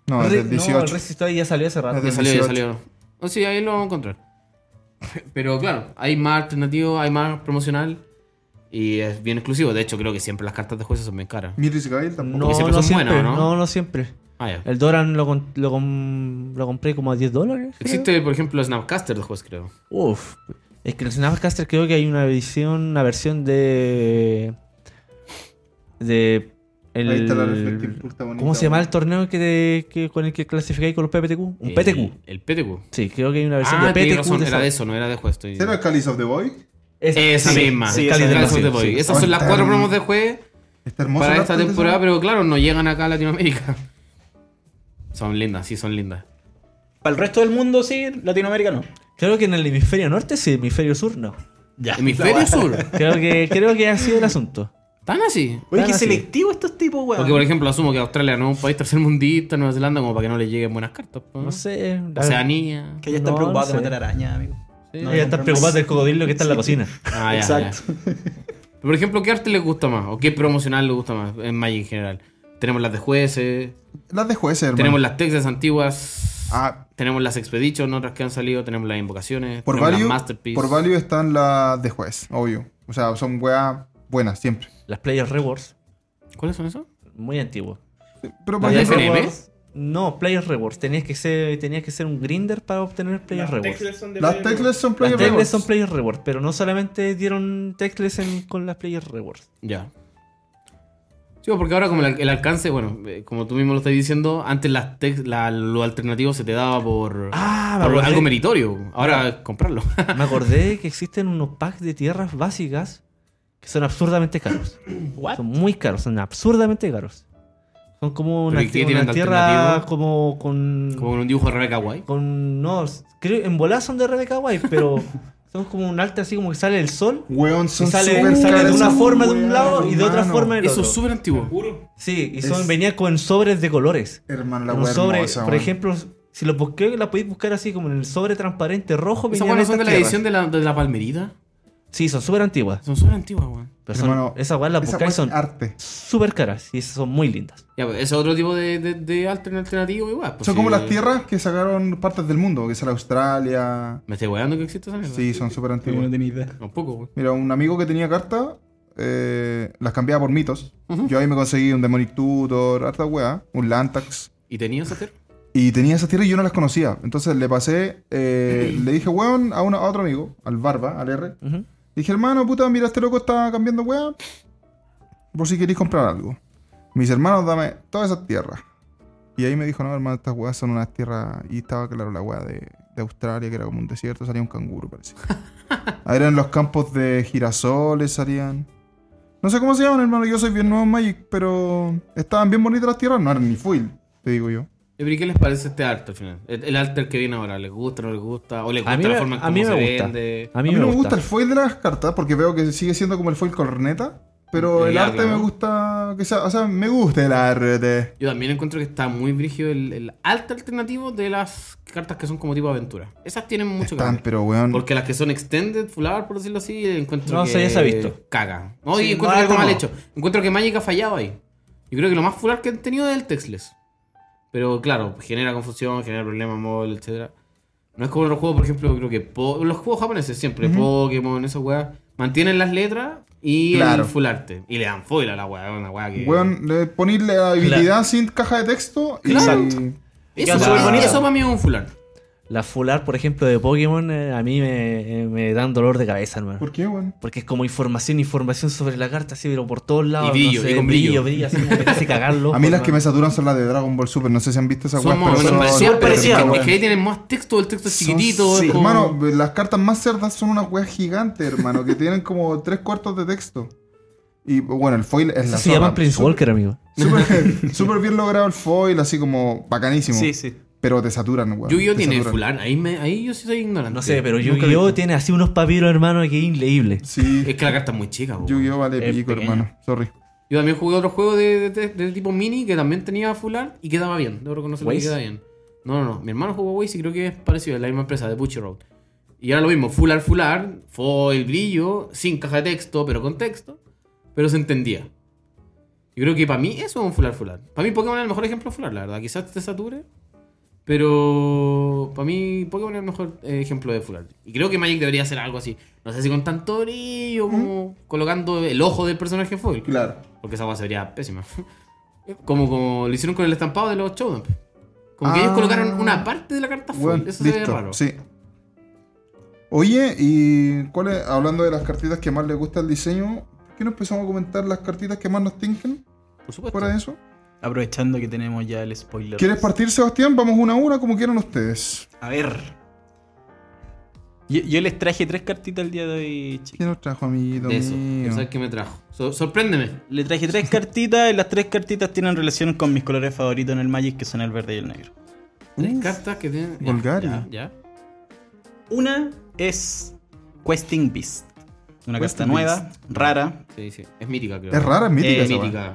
S1: No, es
S2: Re-
S1: del 18.
S2: No, el Resist Study ya salió hace rato.
S1: Es
S4: Ya
S1: del
S4: salió, ya
S1: 18.
S4: salió. No, sí, ahí lo vamos a encontrar. Pero claro, hay más alternativo, hay más promocional y es bien exclusivo. De hecho, creo que siempre las cartas de jueces son bien caras.
S1: Mirror's Gale tampoco.
S2: No,
S4: Porque siempre
S2: no
S4: son buenas,
S2: siempre.
S4: ¿no?
S2: No, no siempre.
S4: Ah, ya.
S2: El Doran lo, con- lo, com- lo compré como a 10 dólares. creo.
S4: Existe, por ejemplo, Snapcaster de juez, creo.
S2: Uf. Es que en Snapcaster creo que hay una versión, una versión de. De. el-
S1: Ahí está la Reflecting Pool, está bonita,
S2: ¿Cómo se llama
S1: weón.
S2: el torneo que te- que- con el que clasificáis con los PPTQ? Un
S4: El-
S2: PTQ.
S4: El PTQ.
S2: Sí, creo que hay una versión
S4: Eh. Ah,
S2: de
S4: tenés
S2: PTQ.
S4: razón,
S2: de
S4: era
S2: esa-
S4: de eso, no era de juez. Estoy...
S1: ¿Será el Calice of the Boy?
S2: Esa,
S4: Esa
S2: sí,
S4: misma.
S2: sí,
S4: el
S2: esa
S4: Cali
S2: misma,
S4: Dragon
S2: sí,
S4: de Boy.
S2: sí.
S4: Esas son las
S1: Ahorita-
S4: cuatro promos de juez
S1: Está hermoso.
S4: para
S1: el
S4: esta
S1: arte de esa
S4: temporada,
S1: wea.
S4: pero claro, no llegan acá a Latinoamérica. Son lindas, sí, son lindas.
S3: Para el resto del mundo, sí. Latinoamérica no.
S2: Creo que en el hemisferio norte sí, hemisferio sur no.
S3: Ya.
S4: Hemisferio sur.
S2: Creo que, creo que ha sido el asunto.
S4: Tan así.
S3: Oye,
S2: Tan
S3: qué
S2: así.
S3: selectivo estos tipos, weón.
S4: Porque, por ejemplo, asumo que Australia no es un país tercermundista, Nueva Zelanda, como para que no le lleguen buenas cartas. po,
S2: No sé. la-
S4: Oceanía.
S3: que ya están
S2: No,
S3: preocupados
S2: no
S3: de
S2: sé.
S3: matar araña, amigo.
S4: Sí.
S3: No,
S2: Ella está preocupada del cocodrilo que está en la cocina.
S4: Ah, ya,
S3: Exacto.
S4: ya. Pero, Por ejemplo, ¿qué arte les gusta más? ¿O qué promocional les gusta más en Magic en general? Tenemos las de jueces,
S1: Las de jueces, hermano.
S4: tenemos las Texas antiguas,
S1: Ah,
S4: tenemos las Expedition, otras que han salido, tenemos las invocaciones,
S1: por
S4: tenemos
S1: value,
S4: las Masterpiece.
S1: por value están las de juez, obvio. O sea, son weas buenas siempre.
S2: Las Players Rewards,
S4: ¿Cuáles son esos?
S2: muy antiguo.
S1: Pero
S4: ¿Las
S1: por
S4: de
S1: ejemplo,
S4: FNM?
S2: Rewards, No, Player Rewards. Tenías que ser, tenías que ser un grinder para obtener Player Rewards.
S5: teclas son de
S1: Las
S5: Playboy.
S1: teclas son
S2: Las
S1: player
S2: Techless
S1: rewards.
S2: son Player Rewards, pero no solamente dieron Techless en- con las Player Rewards.
S4: Ya. Sí, porque ahora como el, al- el alcance, bueno, eh, como tú mismo lo estás diciendo, antes las tex- la- lo alternativo se te daba por,
S2: Ah,
S4: por
S2: me acordé.
S4: algo meritorio. Ahora
S1: Ah.
S4: comprarlo.
S2: Me acordé que existen unos packs de tierras básicas que son absurdamente caros.
S3: ¿What?
S2: Son muy caros, son absurdamente caros. Son como
S4: ¿Pero
S2: una,
S4: y qué tienen
S2: una
S4: de
S2: tierra
S4: alternativo?
S2: como con...
S4: como con un dibujo de Rebecca White.
S2: con no, creo en bolas son de Rebecca White, pero son como un arte así como que sale el sol
S1: Weón, son
S2: y sale,
S1: súper
S2: sale de
S1: caras
S2: una
S1: esas
S2: forma de un
S1: weas,
S2: lado y de otra
S1: hermano.
S2: forma del
S4: Eso
S2: otro.
S4: es súper antiguo.
S1: Uh,
S5: Juro.
S2: Sí, y son
S1: Es-
S2: venía con sobres de colores.
S1: Hermano, la
S2: Un
S1: wea
S2: sobre,
S1: hermosa,
S2: por
S1: weón.
S2: ejemplo, si lo busqué, la podéis buscar así como en el sobre transparente rojo.
S4: Esas
S2: venían
S4: weas no son de
S2: estas
S4: la
S2: tierras.
S4: edición de la, de la palmerita.
S2: Sí, son súper antiguas.
S4: Son súper antiguas, weón.
S2: Pero son,
S1: Hermano,
S2: esas weas las
S1: Esa
S2: buscáis
S1: wea
S2: son
S4: ah.
S1: es arte.
S2: súper caras y son muy lindas.
S4: Ya, pues, ese es otro tipo de, de, de altern- alternativo igual. pues,
S1: son
S4: sí.
S1: como las tierras que sacaron partes del mundo, que es la Australia.
S4: Me estoy weando que existe esa mierda.
S1: Sí, son súper
S3: Yo
S1: antiguas.
S3: no tenía idea.
S4: Tampoco, weón.
S1: Mira, un amigo que tenía cartas, eh, las cambiaba por mitos. Yo ahí me conseguí un Demonic Tutor, harta weá, un Lantax.
S4: ¿Y tenía esa tierra?
S1: Y tenía esas tierras y yo no las conocía. Entonces le pasé, eh, le dije, weón, a, una- a otro amigo, al Barba, al R.
S2: Ujú.
S1: Dije, hermano, puta, mira, este loco está cambiando weá. Por si queréis comprar algo. Mis hermanos, dame todas esas tierras. Y ahí me dijo, no, hermano, estas weas son unas tierras. Y estaba claro la weá de, de Australia, que era como un desierto, salía un canguro, parece. Ahí eran los campos de girasoles, salían. No sé cómo se llaman, hermano, yo soy bien nuevo en Magic, pero estaban bien bonitas las tierras, no eran ni full, te digo yo.
S4: Eh, pero ¿y qué les parece este arte al final? El, el alter que viene ahora, ¿les gusta o no les gusta? ¿O les gusta
S2: A mí,
S4: la
S2: me,
S4: forma en
S2: a mí
S4: cómo
S2: me
S4: se
S2: gusta.
S4: vende?
S2: A
S1: A
S2: mí me gusta.
S1: el foil de las cartas porque veo que sigue siendo como el foil corneta, pero el
S4: Ya,
S1: arte
S4: claro.
S1: me gusta, que sea, o sea, me gusta el arte.
S4: Yo también encuentro que está muy brígido el, el arte alternativo de las cartas que son como tipo aventura. Esas tienen mucho que
S1: Están,
S4: ver.
S1: pero weón.
S4: Porque las que son extended, flower, por decirlo así, encuentro
S2: No,
S4: que...
S2: eso ya se ha visto.
S4: Caga. No,
S2: Sí,
S4: y encuentro
S2: no,
S4: algo
S2: no.
S4: mal hecho. Encuentro que Magic ha fallado ahí. Yo creo que lo más fular que han tenido es el Textless. Pero claro, genera confusión, genera problemas móvil, etcétera. No es como otros juegos, por ejemplo, creo que po- los juegos japoneses siempre, Pokémon, esas weas, mantienen las letras y
S1: Claro.
S4: el full arte. Y le dan foil a la wea, una wea que...
S1: Weón, le ponerle la habilidad sin caja de texto y.
S4: Exacto.
S2: Queda
S4: Eso,
S2: súper bonito.
S4: eso para mí es un full art.
S2: La full art, por ejemplo, de Pokémon, eh, a mí me, eh, me dan dolor de cabeza, hermano.
S1: ¿Por qué, weón?
S2: Porque es como información, información sobre la carta, así, pero por todos lados.
S4: Y brillo, y con brillo.
S2: brilla, así, como que te hace cagarlo.
S1: A mí las que me saturan son las de Dragon Ball Super, no sé si han visto esas weas,
S4: Son más
S1: pero son.
S4: o menos parecidas,
S1: son-
S4: pero
S3: parecidas,
S1: son-
S4: es que ahí tienen más texto, el texto es chiquitito.
S1: sí.
S4: es como-
S1: Hermano, las cartas más cerdas son unas weas gigantes, hermano, que tienen como tres cuartos de texto. Y bueno, el foil es la
S2: Eso se
S1: zorra.
S2: llama Prince Walker, amigo.
S1: Súper súper bien logrado el foil, así como bacanísimo.
S3: Sí, sí.
S1: Pero te saturan, weón.
S4: Yu-Gi-Oh
S1: Te
S4: tiene
S1: saturan.
S4: full art, ahí, me- ahí yo sí soy ignorante.
S2: No sé, pero
S1: nunca he
S2: Yu-Gi-Oh!
S1: visto.
S2: tiene así unos papiros, hermano, que es increíble.
S1: Sí.
S4: Es que la carta es muy chica, po.
S1: Yu-Gi-Oh vale
S4: Es
S1: pico,
S4: pequeña.
S1: hermano. Sorry.
S4: Yo también jugué otro juego de, de- de tipo mini que también tenía full art y quedaba bien. Debo reconocerlo que
S2: ¿Waze?
S4: queda bien. No, no, no. Mi hermano jugó Waze y creo que es parecido, es la misma empresa, de Butcher Road. Y ahora lo mismo, full art, full art, foil, brillo, sin caja de texto, pero con texto. Pero se entendía. Yo creo que para mí eso es un full art, full art. Para mí Pokémon es el mejor ejemplo full art, la verdad. Quizás te sature, pero para mí Pokémon es el mejor eh, ejemplo de full art. Y creo que Magic debería hacer algo así. No sé si con tanto brillo, como colocando el ojo del personaje en foil.
S1: Claro.
S4: Porque esa hueá sería pésima. Como, como lo hicieron con el estampado de los Showdown. Como que ellos
S1: Ah.
S4: colocaron una parte de la carta Ah, full.
S1: Bueno,
S4: Eso se ve
S1: listo.
S4: raro.
S1: Sí. Oye, y cuál es- hablando de las cartitas que más le gusta el diseño, ¿por ¿qué no empezamos a comentar las cartitas que más nos tincan
S4: Por supuesto.
S1: fuera de eso?
S3: Aprovechando que tenemos ya el spoiler.
S1: ¿Quieres partir, Sebastián? Vamos una a una, como quieran ustedes.
S3: A ver. Yo, yo les traje tres cartitas el día de hoy, chicos.
S1: ¿Quién nos trajo, amiguito
S4: De eso.
S1: mío?
S4: ¿Sabes qué me trajo? So- sorpréndeme.
S3: Le traje tres cartitas y las tres cartitas tienen relación con mis colores favoritos en el Magic, que son el verde y el negro.
S4: Tres
S1: Uf,
S4: cartas que tienen. ya,
S1: Golgari.
S4: Ya, ya.
S3: Una es Questing Beast. Una carta
S1: Questing
S3: nueva,
S1: Beast.
S3: rara.
S4: Sí, sí. Es mítica, creo.
S1: Es rara, es mítica. esa
S3: Eh,
S4: Es
S1: weá.
S4: mítica.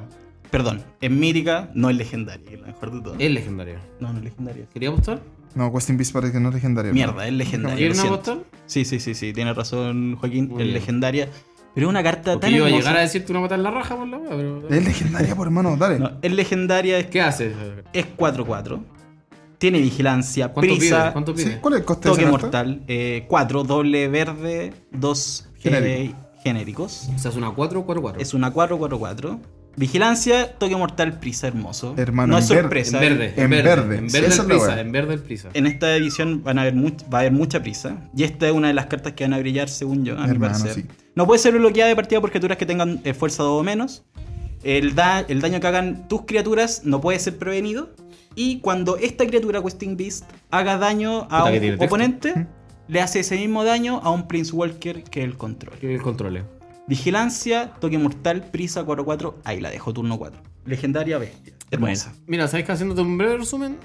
S3: Perdón, es mítica, no es legendaria, que es la mejor de todas.
S4: Es legendaria.
S3: No, no es legendaria.
S4: ¿Quería apostar?
S1: No, Questing Beast parece que no es legendario.
S3: Mierda, es legendaria. lo
S4: ¿Quieren
S3: siento.
S4: apostar?
S3: Sí, sí, sí, sí, tiene razón Joaquín,
S4: Muy
S3: es
S4: bien.
S3: legendaria. Pero es una carta
S4: Porque
S3: tan
S4: yo iba a
S3: hermosa.
S4: llegar a decirte una patada en la raja por la wea, pero.
S1: Es legendaria, por hermano, dale.
S3: No, es legendaria, es,
S4: ¿Qué haces?
S3: es 4-4. Tiene vigilancia,
S4: ¿Cuánto
S3: prisa,
S4: pide? ¿Cuánto
S1: Sí,
S4: pide?
S1: ¿Cuál es el coste de
S3: toque
S1: esa carta?
S3: mortal. 4, doble verde, 2
S1: Genérico.
S3: genéricos.
S4: o sea, es una 4 4 4.
S3: Es una 4-4-4. Vigilancia, toque mortal, prisa, hermoso.
S1: Hermano,
S3: no
S1: en
S3: es
S1: ver-
S4: En
S3: sorpresa.
S4: verde.
S1: En verde,
S4: En
S1: sí, esa
S4: verde el
S1: es la
S4: prisa.
S1: weá.
S4: En verde el prisa.
S3: En esta edición van a haber much- va a haber mucha prisa. Y esta es una de las cartas que van a brillar, según yo, a mi
S1: Hermano,
S3: parecer.
S1: sí.
S3: No puede ser bloqueada de partida por criaturas que tengan eh, fuerza 2 o menos. El, da- el daño que hagan tus criaturas no puede ser prevenido. Y cuando esta criatura, Questing Beast, haga daño a
S4: Puta, que tiene
S3: un
S4: texto.
S3: oponente, le hace ese mismo daño a un Prince Walker que el control.
S4: Que el controle.
S3: Vigilancia, toque mortal, prisa 4-4. Ahí la dejo, turno 4. Legendaria bestia. Hermosa.
S4: Mira, ¿sabes que haciéndote un breve resumen?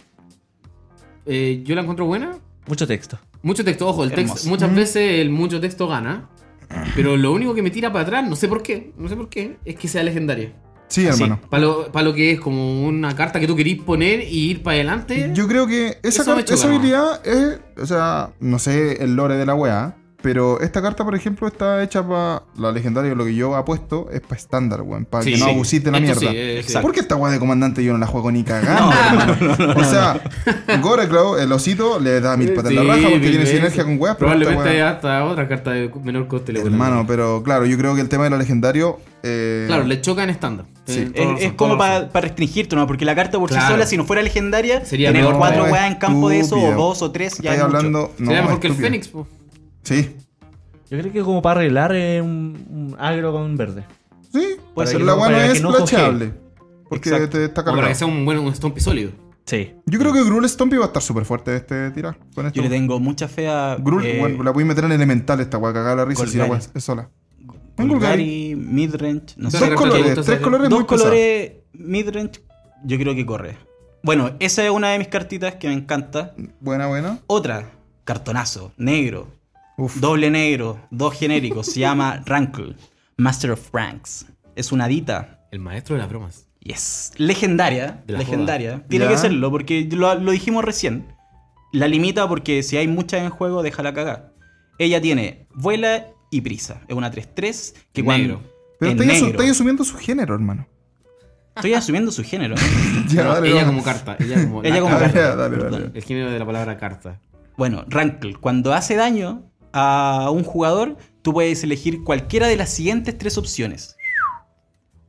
S4: eh, yo la encuentro buena.
S2: Mucho texto.
S4: Mucho texto, ojo, el texto.
S3: Hermoso.
S4: Muchas veces el mucho texto gana.
S1: Ah.
S4: Pero lo único que me tira para atrás, no sé por qué, no sé por qué, es que sea legendaria.
S1: Sí, hermano.
S4: Para lo, pa' lo que es como una carta que tú querís poner y ir para adelante.
S1: Yo creo que esa,
S4: Eso me
S1: car-
S4: choca,
S1: esa
S4: ¿no?
S1: habilidad es. O sea, no sé el lore de la weá. Pero esta carta, por ejemplo, está hecha para. La legendaria, lo que yo apuesto, es para estándar, weón. Para
S4: Sí,
S1: que no
S4: sí.
S1: abusís de la
S4: Esto sí,
S1: mierda.
S4: eh, sí.
S1: ¿Por qué esta weá de comandante yo no la juego ni cagando? hermano? o sea, Goreclaw, el osito, le da mil patas en
S4: Sí,
S1: la raja porque
S4: mil
S1: tiene
S4: veces.
S1: sinergia con weas. pero esta
S4: Probablemente
S1: weá-
S4: haya hasta otra carta de menor coste. le vuelan.
S1: Hermano, pero claro, yo creo que el tema de lo legendario. eh,
S4: Claro, le choca en estándar.
S1: Sí.
S4: Tienes toda
S3: Es,
S4: razón,
S3: es
S4: toda
S3: como
S4: la razón.
S3: para restringirte, ¿no? Porque la carta por
S4: Claro.
S3: sí sola, si no fuera legendaria,
S4: Sería
S3: tener
S4: mejor.
S3: cuatro
S1: No,
S3: weas en campo de eso, o
S1: estúpido.
S3: dos o tres,
S1: Estáis
S3: ya es mucho.
S1: hablando. no,
S4: Sería mejor que el
S1: estúpido.
S4: Fénix, po.
S1: Sí.
S2: Yo creo que como para arreglar eh, un, un agro con verde.
S1: Sí.
S2: Para
S1: pero
S2: que
S1: la
S2: no-
S1: weá no
S2: para que
S1: es
S2: no
S1: bloqueable. Porque
S3: Exacto.
S1: te está
S4: O para
S1: cargado.
S4: que sea un buen un Stompy sólido.
S2: Sí.
S1: Yo creo que Gruul Stompy va a estar súper fuerte de este tirar. Con esto.
S3: Yo le tengo mucha fe a
S1: Gruul,
S3: eh,
S1: bueno, la voy a meter en elemental esta weá, cagada la risa si la weá
S3: Golgari.
S1: es sola. Un Golgari.
S3: Golgari, Midrange, no sé.
S1: Dos
S4: Entonces,
S1: colores,
S4: entonces,
S1: tres colores
S3: Dos
S1: muy pesados.
S3: colores Midrange, yo creo que corre. Bueno, esa es una de mis cartitas que me encanta.
S1: Buena, buena.
S3: Otra, cartonazo, negro,
S1: Uf.
S3: doble negro, dos genéricos, se llama Rankle, Master of Ranks. Es una dita,
S4: El maestro de las bromas.
S3: Yes. Legendaria.
S4: De la
S3: legendaria. Tiene
S1: Ya.
S3: que serlo, porque lo, lo dijimos recién. La limita porque si hay muchas en juego, déjala cagar. Ella tiene vuela y prisa. Es una 3-3 que cuando.
S4: Negro.
S1: Pero
S3: en
S1: estáis asu-
S3: negro.
S1: estáis asumiendo su género, hermano.
S3: Estoy asumiendo su género.
S1: Ya,
S4: No,
S1: dale,
S4: ella
S1: vamos.
S4: como carta. Ella como,
S3: Ella
S4: la
S3: como
S1: Ah,
S3: carta.
S1: ya, dale,
S3: Perdón.
S1: dale.
S4: El género de la palabra carta.
S3: Bueno, Rankle, cuando hace daño a un jugador, tú puedes elegir cualquiera de las siguientes tres opciones.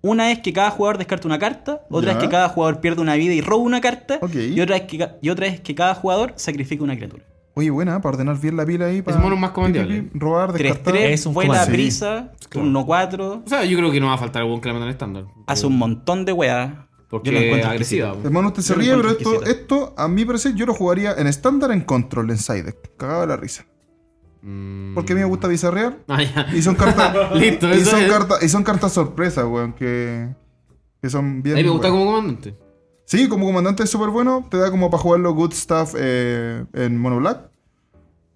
S3: Una es que cada jugador descarta una carta, otra
S1: Ya.
S3: es que cada jugador pierde una vida y roba una carta,
S1: Ok.
S3: y, otra es que, ca- y otra es que cada jugador sacrifica una criatura.
S1: Oye, buena, para ordenar bien la pila ahí. Para
S4: mono más comandeable.
S1: pi, pi, Robar, descartar.
S3: 3-3,
S2: Es un
S3: fue la
S2: comando.
S3: prisa, turno 4,
S4: O sea, yo creo que no va a faltar algún que la meta en estándar.
S3: hace un montón de weas.
S4: Porque
S3: Yo lo encuentro
S4: agresiva.
S3: exquisito.
S1: Hermano, usted se
S3: Yo lo
S1: ríe, pero
S3: encuentro
S1: esto,
S3: exquisito.
S1: esto, a mi parecer, yo lo jugaría en estándar, en control, en side deck. Cagaba la risa.
S4: Mm.
S1: Porque a mí me gusta bizarrear.
S4: Ah, ya.
S1: Y son cartas.
S4: Listo,
S1: y
S4: eso
S1: son
S4: es.
S1: cartas. Y son cartas sorpresa, weón. Que, que son bien.
S4: A mí me gusta
S1: weón.
S4: como comandante.
S1: Sí, como comandante es súper bueno. Te da como para jugarlo good stuff eh, en mono black.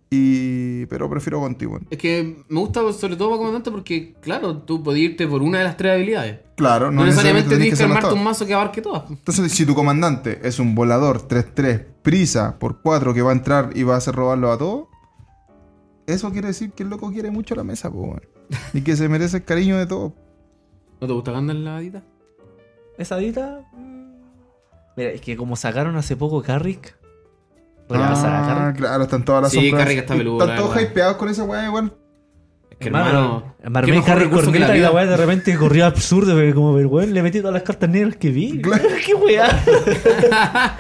S1: Y. Pero prefiero contigo, weón.
S4: Es que me gusta sobre todo para comandante porque, claro, tú podías irte por una de las tres habilidades.
S1: Claro,
S4: No, necesariamente
S1: tenés
S4: tienes que
S1: hacerlas
S4: armarte
S1: todas.
S4: un mazo que abarque todas.
S1: Entonces, si tu comandante es un volador 3-3, prisa por 4 que va a entrar y va a hacer robarlo a todos, eso quiere decir que el loco quiere mucho la mesa, po, weón. Y que se merece el cariño de todos.
S4: ¿No te gusta Gandalf la dita?
S2: Esa dita. mm, Mira, es que como sacaron hace poco Carrick. Reemplazar a
S1: Ah,
S2: Carrick.
S1: claro, están todas las
S4: Sí,
S1: sombras.
S4: Carrick está
S1: Y
S4: peludo,
S1: Están
S4: la
S1: todos
S4: verdad.
S1: hypeados con esa weá, igual.
S4: Es que hermano.
S2: Hermano,
S4: qué
S2: Marvel
S4: mejor
S2: Harry
S4: recurso que la
S2: Corneta y la
S4: vida.
S2: weá de repente corrió absurdo, porque como el weón le metí todas las cartas negras que vi.
S1: Claro.
S2: qué weá.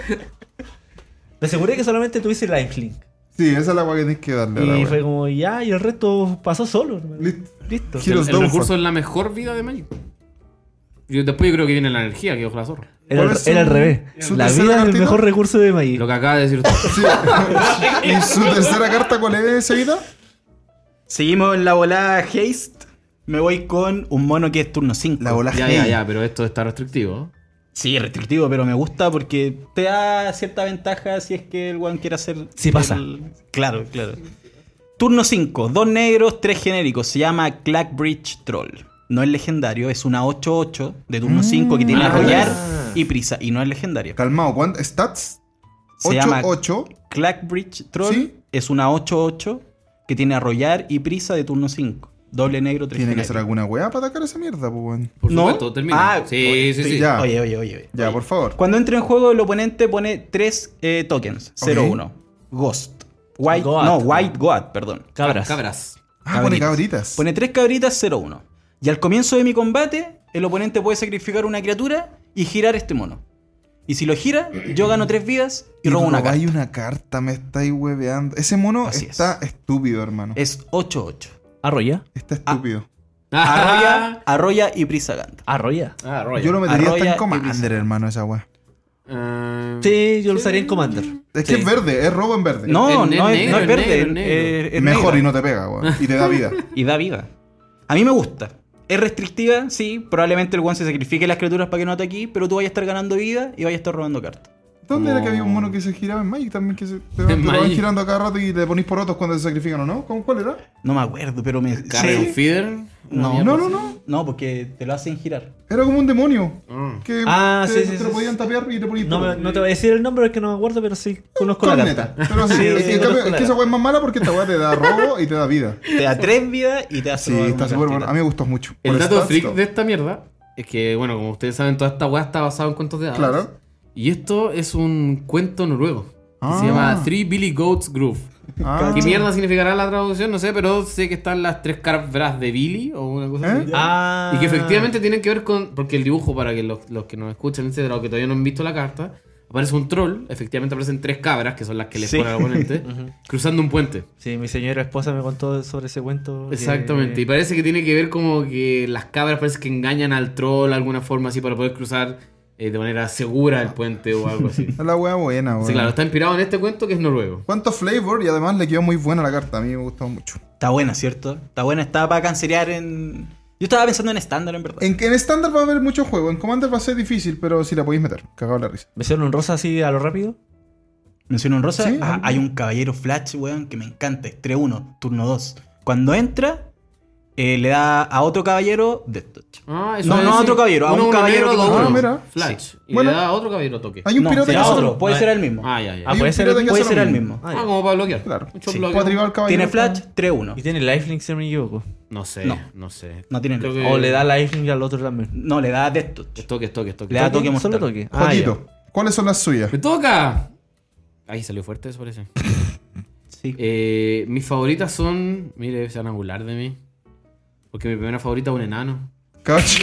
S2: Me aseguré que solamente tuviese el Link.
S1: Sí, esa es la weá que tienes que darle. a la
S2: Y
S1: weá.
S2: fue como ya, y el resto pasó solo. hermano.
S1: Listo.
S2: Listo.
S1: Giro- Heroes
S4: el, el
S1: Downfall.
S4: recurso es la mejor vida de Magic. Y después yo creo que viene la energía que ojo la zorra.
S2: Era,
S1: ¿Cuál
S2: al-
S1: es
S2: era al
S1: su-
S2: revés.
S1: su
S2: La
S1: tercera
S2: vida es el
S1: cartita?
S2: mejor recurso de Magic.
S4: Lo que acaba de decir usted.
S1: Sí. ¿Y su tercera carta cuál es, Sevita?
S3: Seguimos en la volada Haste. Me voy con un mono que es turno 5.
S1: La volada.
S4: ya, ya, ya, pero esto está restrictivo.
S3: Sí, restrictivo, pero me gusta porque te da cierta ventaja si es que el one quiere hacer.
S2: Sí pasa.
S3: el- Claro, claro. Turno 5, dos negros, tres genéricos. Se llama Clackbridge Troll. No es legendario, es una 8-8 de turno 5 que tiene
S1: ah.
S3: arrollar y prisa. Y no es legendario.
S1: Calmado, ¿cuánto? ¿Stats?
S3: Se llama
S1: 8-8.
S3: Clackbridge Troll
S1: Sí.
S3: es una 8-8 que tiene arrollar y prisa de turno 5. Doble negro, tres
S1: Tiene que
S3: genéricos.
S1: ser alguna weá para atacar esa mierda, pues, weón.
S4: Por
S3: No.
S4: supuesto, termina.
S3: Ah,
S4: sí, sí, sí.
S1: ya.
S3: Oye, oye, oye. oye.
S1: Ya, por favor.
S3: Cuando entra en juego, el oponente pone 3 tokens:
S1: Ok.
S3: 0-1. Ghost. White,
S2: Goat.
S3: no, White Goat, perdón.
S2: Cabras.
S4: Cabras.
S1: Ah, pone
S3: Cabritas.
S1: cabritas.
S3: Pone 3 cabritas, 0-1. Y al comienzo de mi combate, el oponente puede sacrificar una criatura y girar este mono. Y si lo gira, yo gano tres vidas y, robo una carta.
S1: Hay una carta, me estáis hueveando. Ese mono
S3: Así Eh,
S1: está estúpido, hermano.
S3: Es 8-8.
S2: Arroya.
S1: Está
S3: ah,
S1: estúpido.
S3: Arroya, Arroya y Prisa Gandhi.
S2: Arroya.
S4: Ah, Arroya.
S1: Yo lo metería hasta
S3: Arroya
S1: en
S3: y
S1: Commander,
S3: Blizzard.
S1: hermano, esa weá.
S4: Ah,
S1: Mm.
S2: Sí, yo lo usaría en Commander.
S1: Es que
S4: Sí.
S1: es verde, es robo en verde.
S3: No,
S4: el- el
S3: no, es,
S4: negro,
S3: no es
S4: el
S3: verde. eh,
S4: negro, el negro.
S3: es- es
S1: Mejor
S3: negra.
S1: y no te pega, weón. Y te da vida.
S3: Y da vida. A mí me gusta. Es restrictiva, sí. Probablemente el one se sacrifique las criaturas para que no aquí, pero tú vayas a estar ganando vida y vayas a estar robando cartas.
S1: ¿Dónde era que había un
S4: Como-
S1: mono que se giraba en Magic también? Que se te, te lo van
S4: Magic.
S1: girando a cada rato y le ponís por otros cuando se sacrifican o no. ¿Cómo, ¿Cuál era?
S3: No me acuerdo, pero me.
S4: Carry
S3: Sí.
S4: on feeder.
S3: No,
S1: No, no, no.
S3: No, porque te lo hacen girar.
S1: Era como un demonio.
S4: Ah.
S1: Que
S2: Ah,
S1: te,
S2: sí, sí,
S1: te
S2: sí,
S1: lo
S2: sí.
S1: podían tapear y te ponías
S2: No,
S1: por-
S2: me- no te voy a decir el nombre, es que no me acuerdo, pero sí conozco la
S1: Corneta.
S2: carta.
S1: Pero sí,
S2: Sí,
S1: es,
S2: sí,
S1: que en
S2: conozco
S1: cambio- es
S2: la
S1: que esa
S2: carta.
S1: weá es más mala porque esta weá te da robo y te da vida.
S3: Te da tres vidas y te hace
S1: Sí,
S3: robar
S1: está
S3: una
S1: súper
S3: cartita.
S1: bueno. A mí me gustó mucho.
S4: El
S1: Por
S4: dato
S1: stats,
S4: freak
S1: todo.
S4: de esta mierda es que, bueno, como ustedes saben, toda esta weá está basada en cuentos de hadas.
S1: Claro.
S4: Y esto es un cuento noruego. que
S1: Ah.
S4: Se llama Three Billy Goats Groove.
S1: Ah,
S4: ¿Qué mierda significará la traducción? No sé, pero sé que están las tres caras de Billy o una cosa
S1: ¿Eh?
S4: así.
S2: Ah.
S4: Y que efectivamente tienen que ver con. Porque el dibujo, para que los, los que nos escuchan, etcétera, o que todavía no han visto la carta, aparece un troll. Efectivamente aparecen tres cabras, que son las que le
S3: Sí.
S4: ponen al oponente, cruzando un puente.
S2: Sí, mi señora esposa me contó sobre ese cuento. que-
S4: Exactamente. Y parece que tiene que ver como que las cabras parece que engañan al troll de alguna forma así para poder cruzar eh, de manera segura el puente o algo
S3: Ah,
S4: así.
S1: Es la weá buena, weón.
S4: Sí, claro, está inspirado en este cuento que es noruego.
S1: Cuánto flavor y además le quedó muy buena la carta. A mí me gustó mucho.
S3: Está buena, ¿cierto? Está buena, estaba para cancerear en. Yo estaba pensando en estándar, en verdad.
S1: En, en estándar va a haber mucho juego. En Commander va a ser difícil, pero si la podéis meter. Cagado la risa.
S2: ¿Me hicieron un rosa así a lo rápido?
S3: Menciono un rosa.
S1: Sí,
S3: Ah,
S1: algo.
S3: hay un caballero flash, weón, que me encanta. Es 3-1, turno 2. Cuando entra, eh, le da a otro caballero de
S4: Ah,
S3: No,
S4: es
S3: no a
S4: decir,
S3: otro caballero, a
S4: uno,
S3: un
S4: uno
S3: caballero
S4: negro,
S3: que
S4: dos,
S1: no-
S4: uno.
S1: Ah, mira.
S4: Flash. Y
S1: Bueno.
S4: le da a otro caballero toque.
S1: Hay un
S3: no,
S1: pirata
S3: será
S1: que hace
S3: otro,
S1: lo-
S3: puede
S2: no,
S3: ser
S2: eh.
S3: el mismo.
S4: Ah, ya, ya.
S1: Hay
S2: Ah,
S1: un
S2: puede ser,
S1: pirata que
S2: puede
S1: hace
S2: ser
S1: lo
S2: el
S1: mismo.
S2: mismo.
S4: Ah,
S2: Ah, ya.
S4: como para bloquear.
S1: Claro.
S4: Mucho
S3: Sí.
S4: bloqueo.
S1: Cuadrigado al caballero.
S3: Tiene flash,
S2: Y
S3: 3-1.
S2: tiene lifelink, si no me equivoco.
S4: No sé,
S3: No.
S4: no, sé.
S3: No tiene
S4: Creo
S3: luz.
S4: que-
S2: O le da lifelink al otro también.
S3: No, le da Death Touch.
S4: Es toque, es toque, es toque.
S3: Le da
S4: Toque.
S3: toque mortal.
S2: Solo toque. Ah,
S1: Joaquito, ¿cuáles son las suyas?
S4: ¡Me toca! Ahí salió fuerte eso, parece.
S2: ya. Sí.
S4: Eh, mis favoritas son. Mire, se van a burlar de mí. Porque mi primera favorita es un enano.
S1: Couch.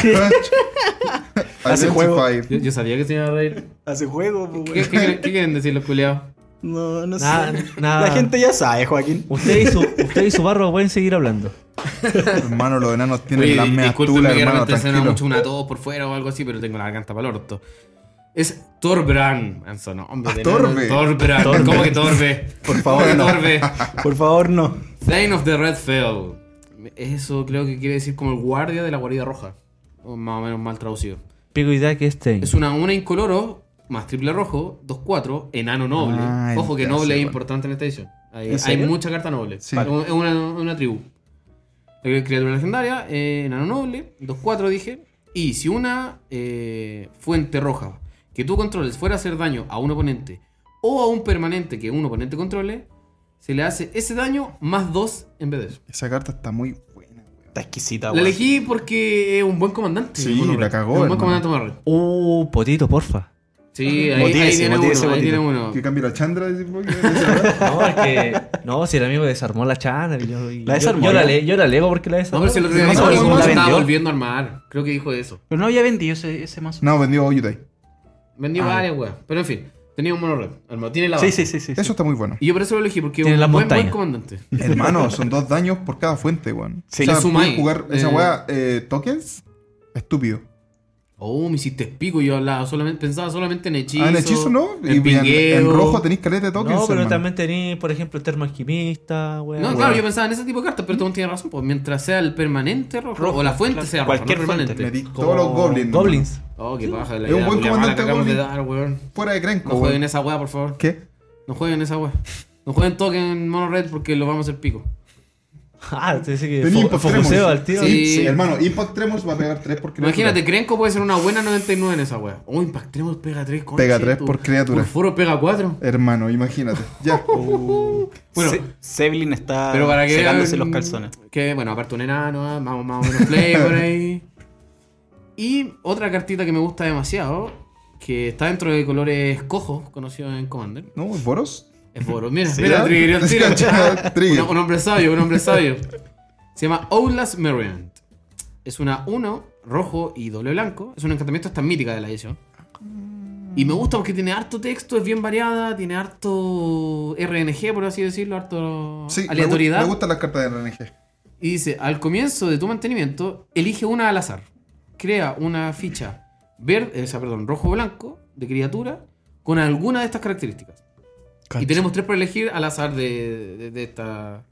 S1: Couch.
S3: Hace juego.
S1: Identified.
S4: Yo, yo sabía que se iba a reír.
S3: Hace juego, pues,
S4: ¿Qué, qué quieren- qué quieren decir los culiados?
S3: No, no
S2: Nada, nada.
S3: La gente ya sabe, Joaquín.
S2: Usted y su, usted y su barro pueden seguir hablando.
S1: Hermano, los enanos tienen
S4: Oye,
S1: las meas
S4: discúlpenme
S1: tulas,
S4: que
S1: hermano,
S4: realmente suena
S1: tranquilo.
S4: mucho una tos por fuera o algo así, pero tengo la garganta para el orto. Es Torbran. Anso, no, hombre.
S1: Ah,
S4: de nano,
S1: Torbe.
S4: Torbran.
S2: Torbe.
S4: ¿Cómo que Torbe?
S3: Por favor, no.
S4: Torbe.
S3: Por favor, no.
S4: Thane of the Red Fell. Eso creo que quiere decir como el guardia de la guarida roja. O más o menos mal traducido.
S2: Pico y este. Dak es Tain.
S4: Es una una incoloro más triple rojo, 2-4, enano noble.
S1: Ah,
S4: Ojo que
S1: ya
S4: noble
S1: sé,
S4: es
S1: bueno.
S4: importante en esta edición. Hay,
S3: ¿En
S4: hay
S3: serio?
S4: mucha carta noble.
S1: Sí.
S4: Es una, una tribu. Eh, Criatura legendaria, eh, enano noble, 2-4 dije. Y si una eh, fuente roja que tú controles fuera a hacer daño a un oponente o a un permanente que un oponente controle, se le hace ese daño más 2 en vez de eso.
S1: Esa carta está muy buena, weón.
S3: Está exquisita,
S4: La
S3: weón.
S4: elegí porque es un buen comandante.
S1: Sí,
S4: Mono
S1: la
S4: Red.
S1: cagó,
S4: Es Un buen
S1: hermano.
S4: comandante Mono Red.
S2: Uh, potito, porfa.
S4: Sí, ahí,
S3: Motívese,
S4: ahí tiene
S3: motívese,
S4: uno, ahí
S3: Botito.
S4: tiene uno.
S1: Que cambie la chandra. dice, ¿por qué? Esa,
S2: No, es que. No, si el amigo desarmó la chana. Yo, y- yo-
S3: ¿La desarmó
S2: Yo, la
S3: ya?
S2: le, yo la leo porque la
S4: No,
S2: desarmó.
S4: pero si el otro día
S1: No,
S4: dijo
S1: no,
S4: que
S1: no,
S4: como
S1: la
S4: se estaba
S3: vendió.
S4: volviendo a armar. Creo que dijo eso.
S3: Pero no había vendido ese, ese mazo.
S1: no, vendió Oyutai.
S4: Vendió
S2: Ah.
S4: varias, weas. Pero en fin, tenía un mono red. Armado. Tiene la
S3: sí,
S4: base.
S3: sí, sí, sí. sí.
S1: Eso está muy bueno.
S4: Y yo por eso lo elegí, porque es
S2: Tiene
S4: un
S2: la
S4: buen,
S2: montaña.
S4: buen comandante.
S1: Hermano, son dos daños por cada fuente, weón.
S3: Sí,
S1: o sea,
S4: le
S1: puedes
S4: sumáis,
S1: jugar esa
S4: eh,
S1: weá eh, tokens. Estúpido.
S4: Oh, me hiciste pico. Yo hablaba solamente, pensaba solamente en hechizo.
S1: ah, en hechizo no.
S4: En,
S1: Y en,
S4: pingueo.
S1: en rojo tenéis caleta de
S2: No,
S1: tokens.
S2: pero
S1: hermano.
S2: también tenía, por ejemplo, termo alquimista,
S4: No,
S2: weón.
S4: claro, yo pensaba en ese tipo de cartas, pero tú tienes razón. Pues mientras sea el permanente rojo,
S3: Rojo,
S4: o la fuente
S3: claro.
S4: sea roja,
S3: Cualquier
S4: no el
S3: fuente.
S4: permanente.
S1: Metí todos los goblins.
S2: Goblins.
S4: Oh, qué paja. La
S1: Es un
S4: idea
S1: buen
S4: culia mala
S1: comandante
S4: que acabamos de
S1: goblin.
S4: dar, weón.
S1: hermano. Fuera de Crenco,
S4: No jueguen
S1: weón.
S4: esa wea, por favor.
S1: ¿Qué?
S4: No jueguen esa wea. No jueguen token mono red porque lo vamos a hacer pico.
S2: Ah, te dice que
S1: Tenía
S2: fo-
S1: hipotremos.
S2: focuseo al tío.
S4: Sí.
S1: Sí, hermano, Impact Tremors va a pegar 3 por criatura.
S4: Imagínate, Krenko puede ser una buena 99 en esa wea. Oh, Impact Tremors pega 3 con
S1: Pega tres por criatura.
S4: Por foro pega 4.
S1: Hermano, imagínate. Ya.
S4: Bueno,
S3: Se- Seblin está
S4: pero para que.
S3: secándose
S4: vean
S3: los calzones.
S4: Que bueno, aparte un enano, ah, más, más o menos play por ahí. Y otra cartita que me gusta demasiado, que está dentro de colores cojos, conocidos en Commander.
S1: ¿No? ¿Boros?
S4: Es Boros. Mira,
S1: Sí,
S4: mira,
S1: ¿verdad?
S4: trigger,
S1: Sí,
S4: trigger.
S1: cachai, trigger.
S4: Un, un hombre sabio, un hombre sabio. Se llama Oulas Meriant. Es una 1, rojo y doble blanco. Es un encantamiento tan mítica de la edición. Y me gusta porque tiene harto texto, es bien variada, tiene harto RNG, por así decirlo, harto
S1: Sí, me gu-
S4: aleatoriedad.
S1: Me gustan las cartas de RNG.
S4: Y dice, al comienzo de tu mantenimiento, elige una al azar. Crea una ficha verde, o sea, perdón, rojo o blanco de criatura con alguna de estas características. Y tenemos tres para elegir al azar de, de- de esta.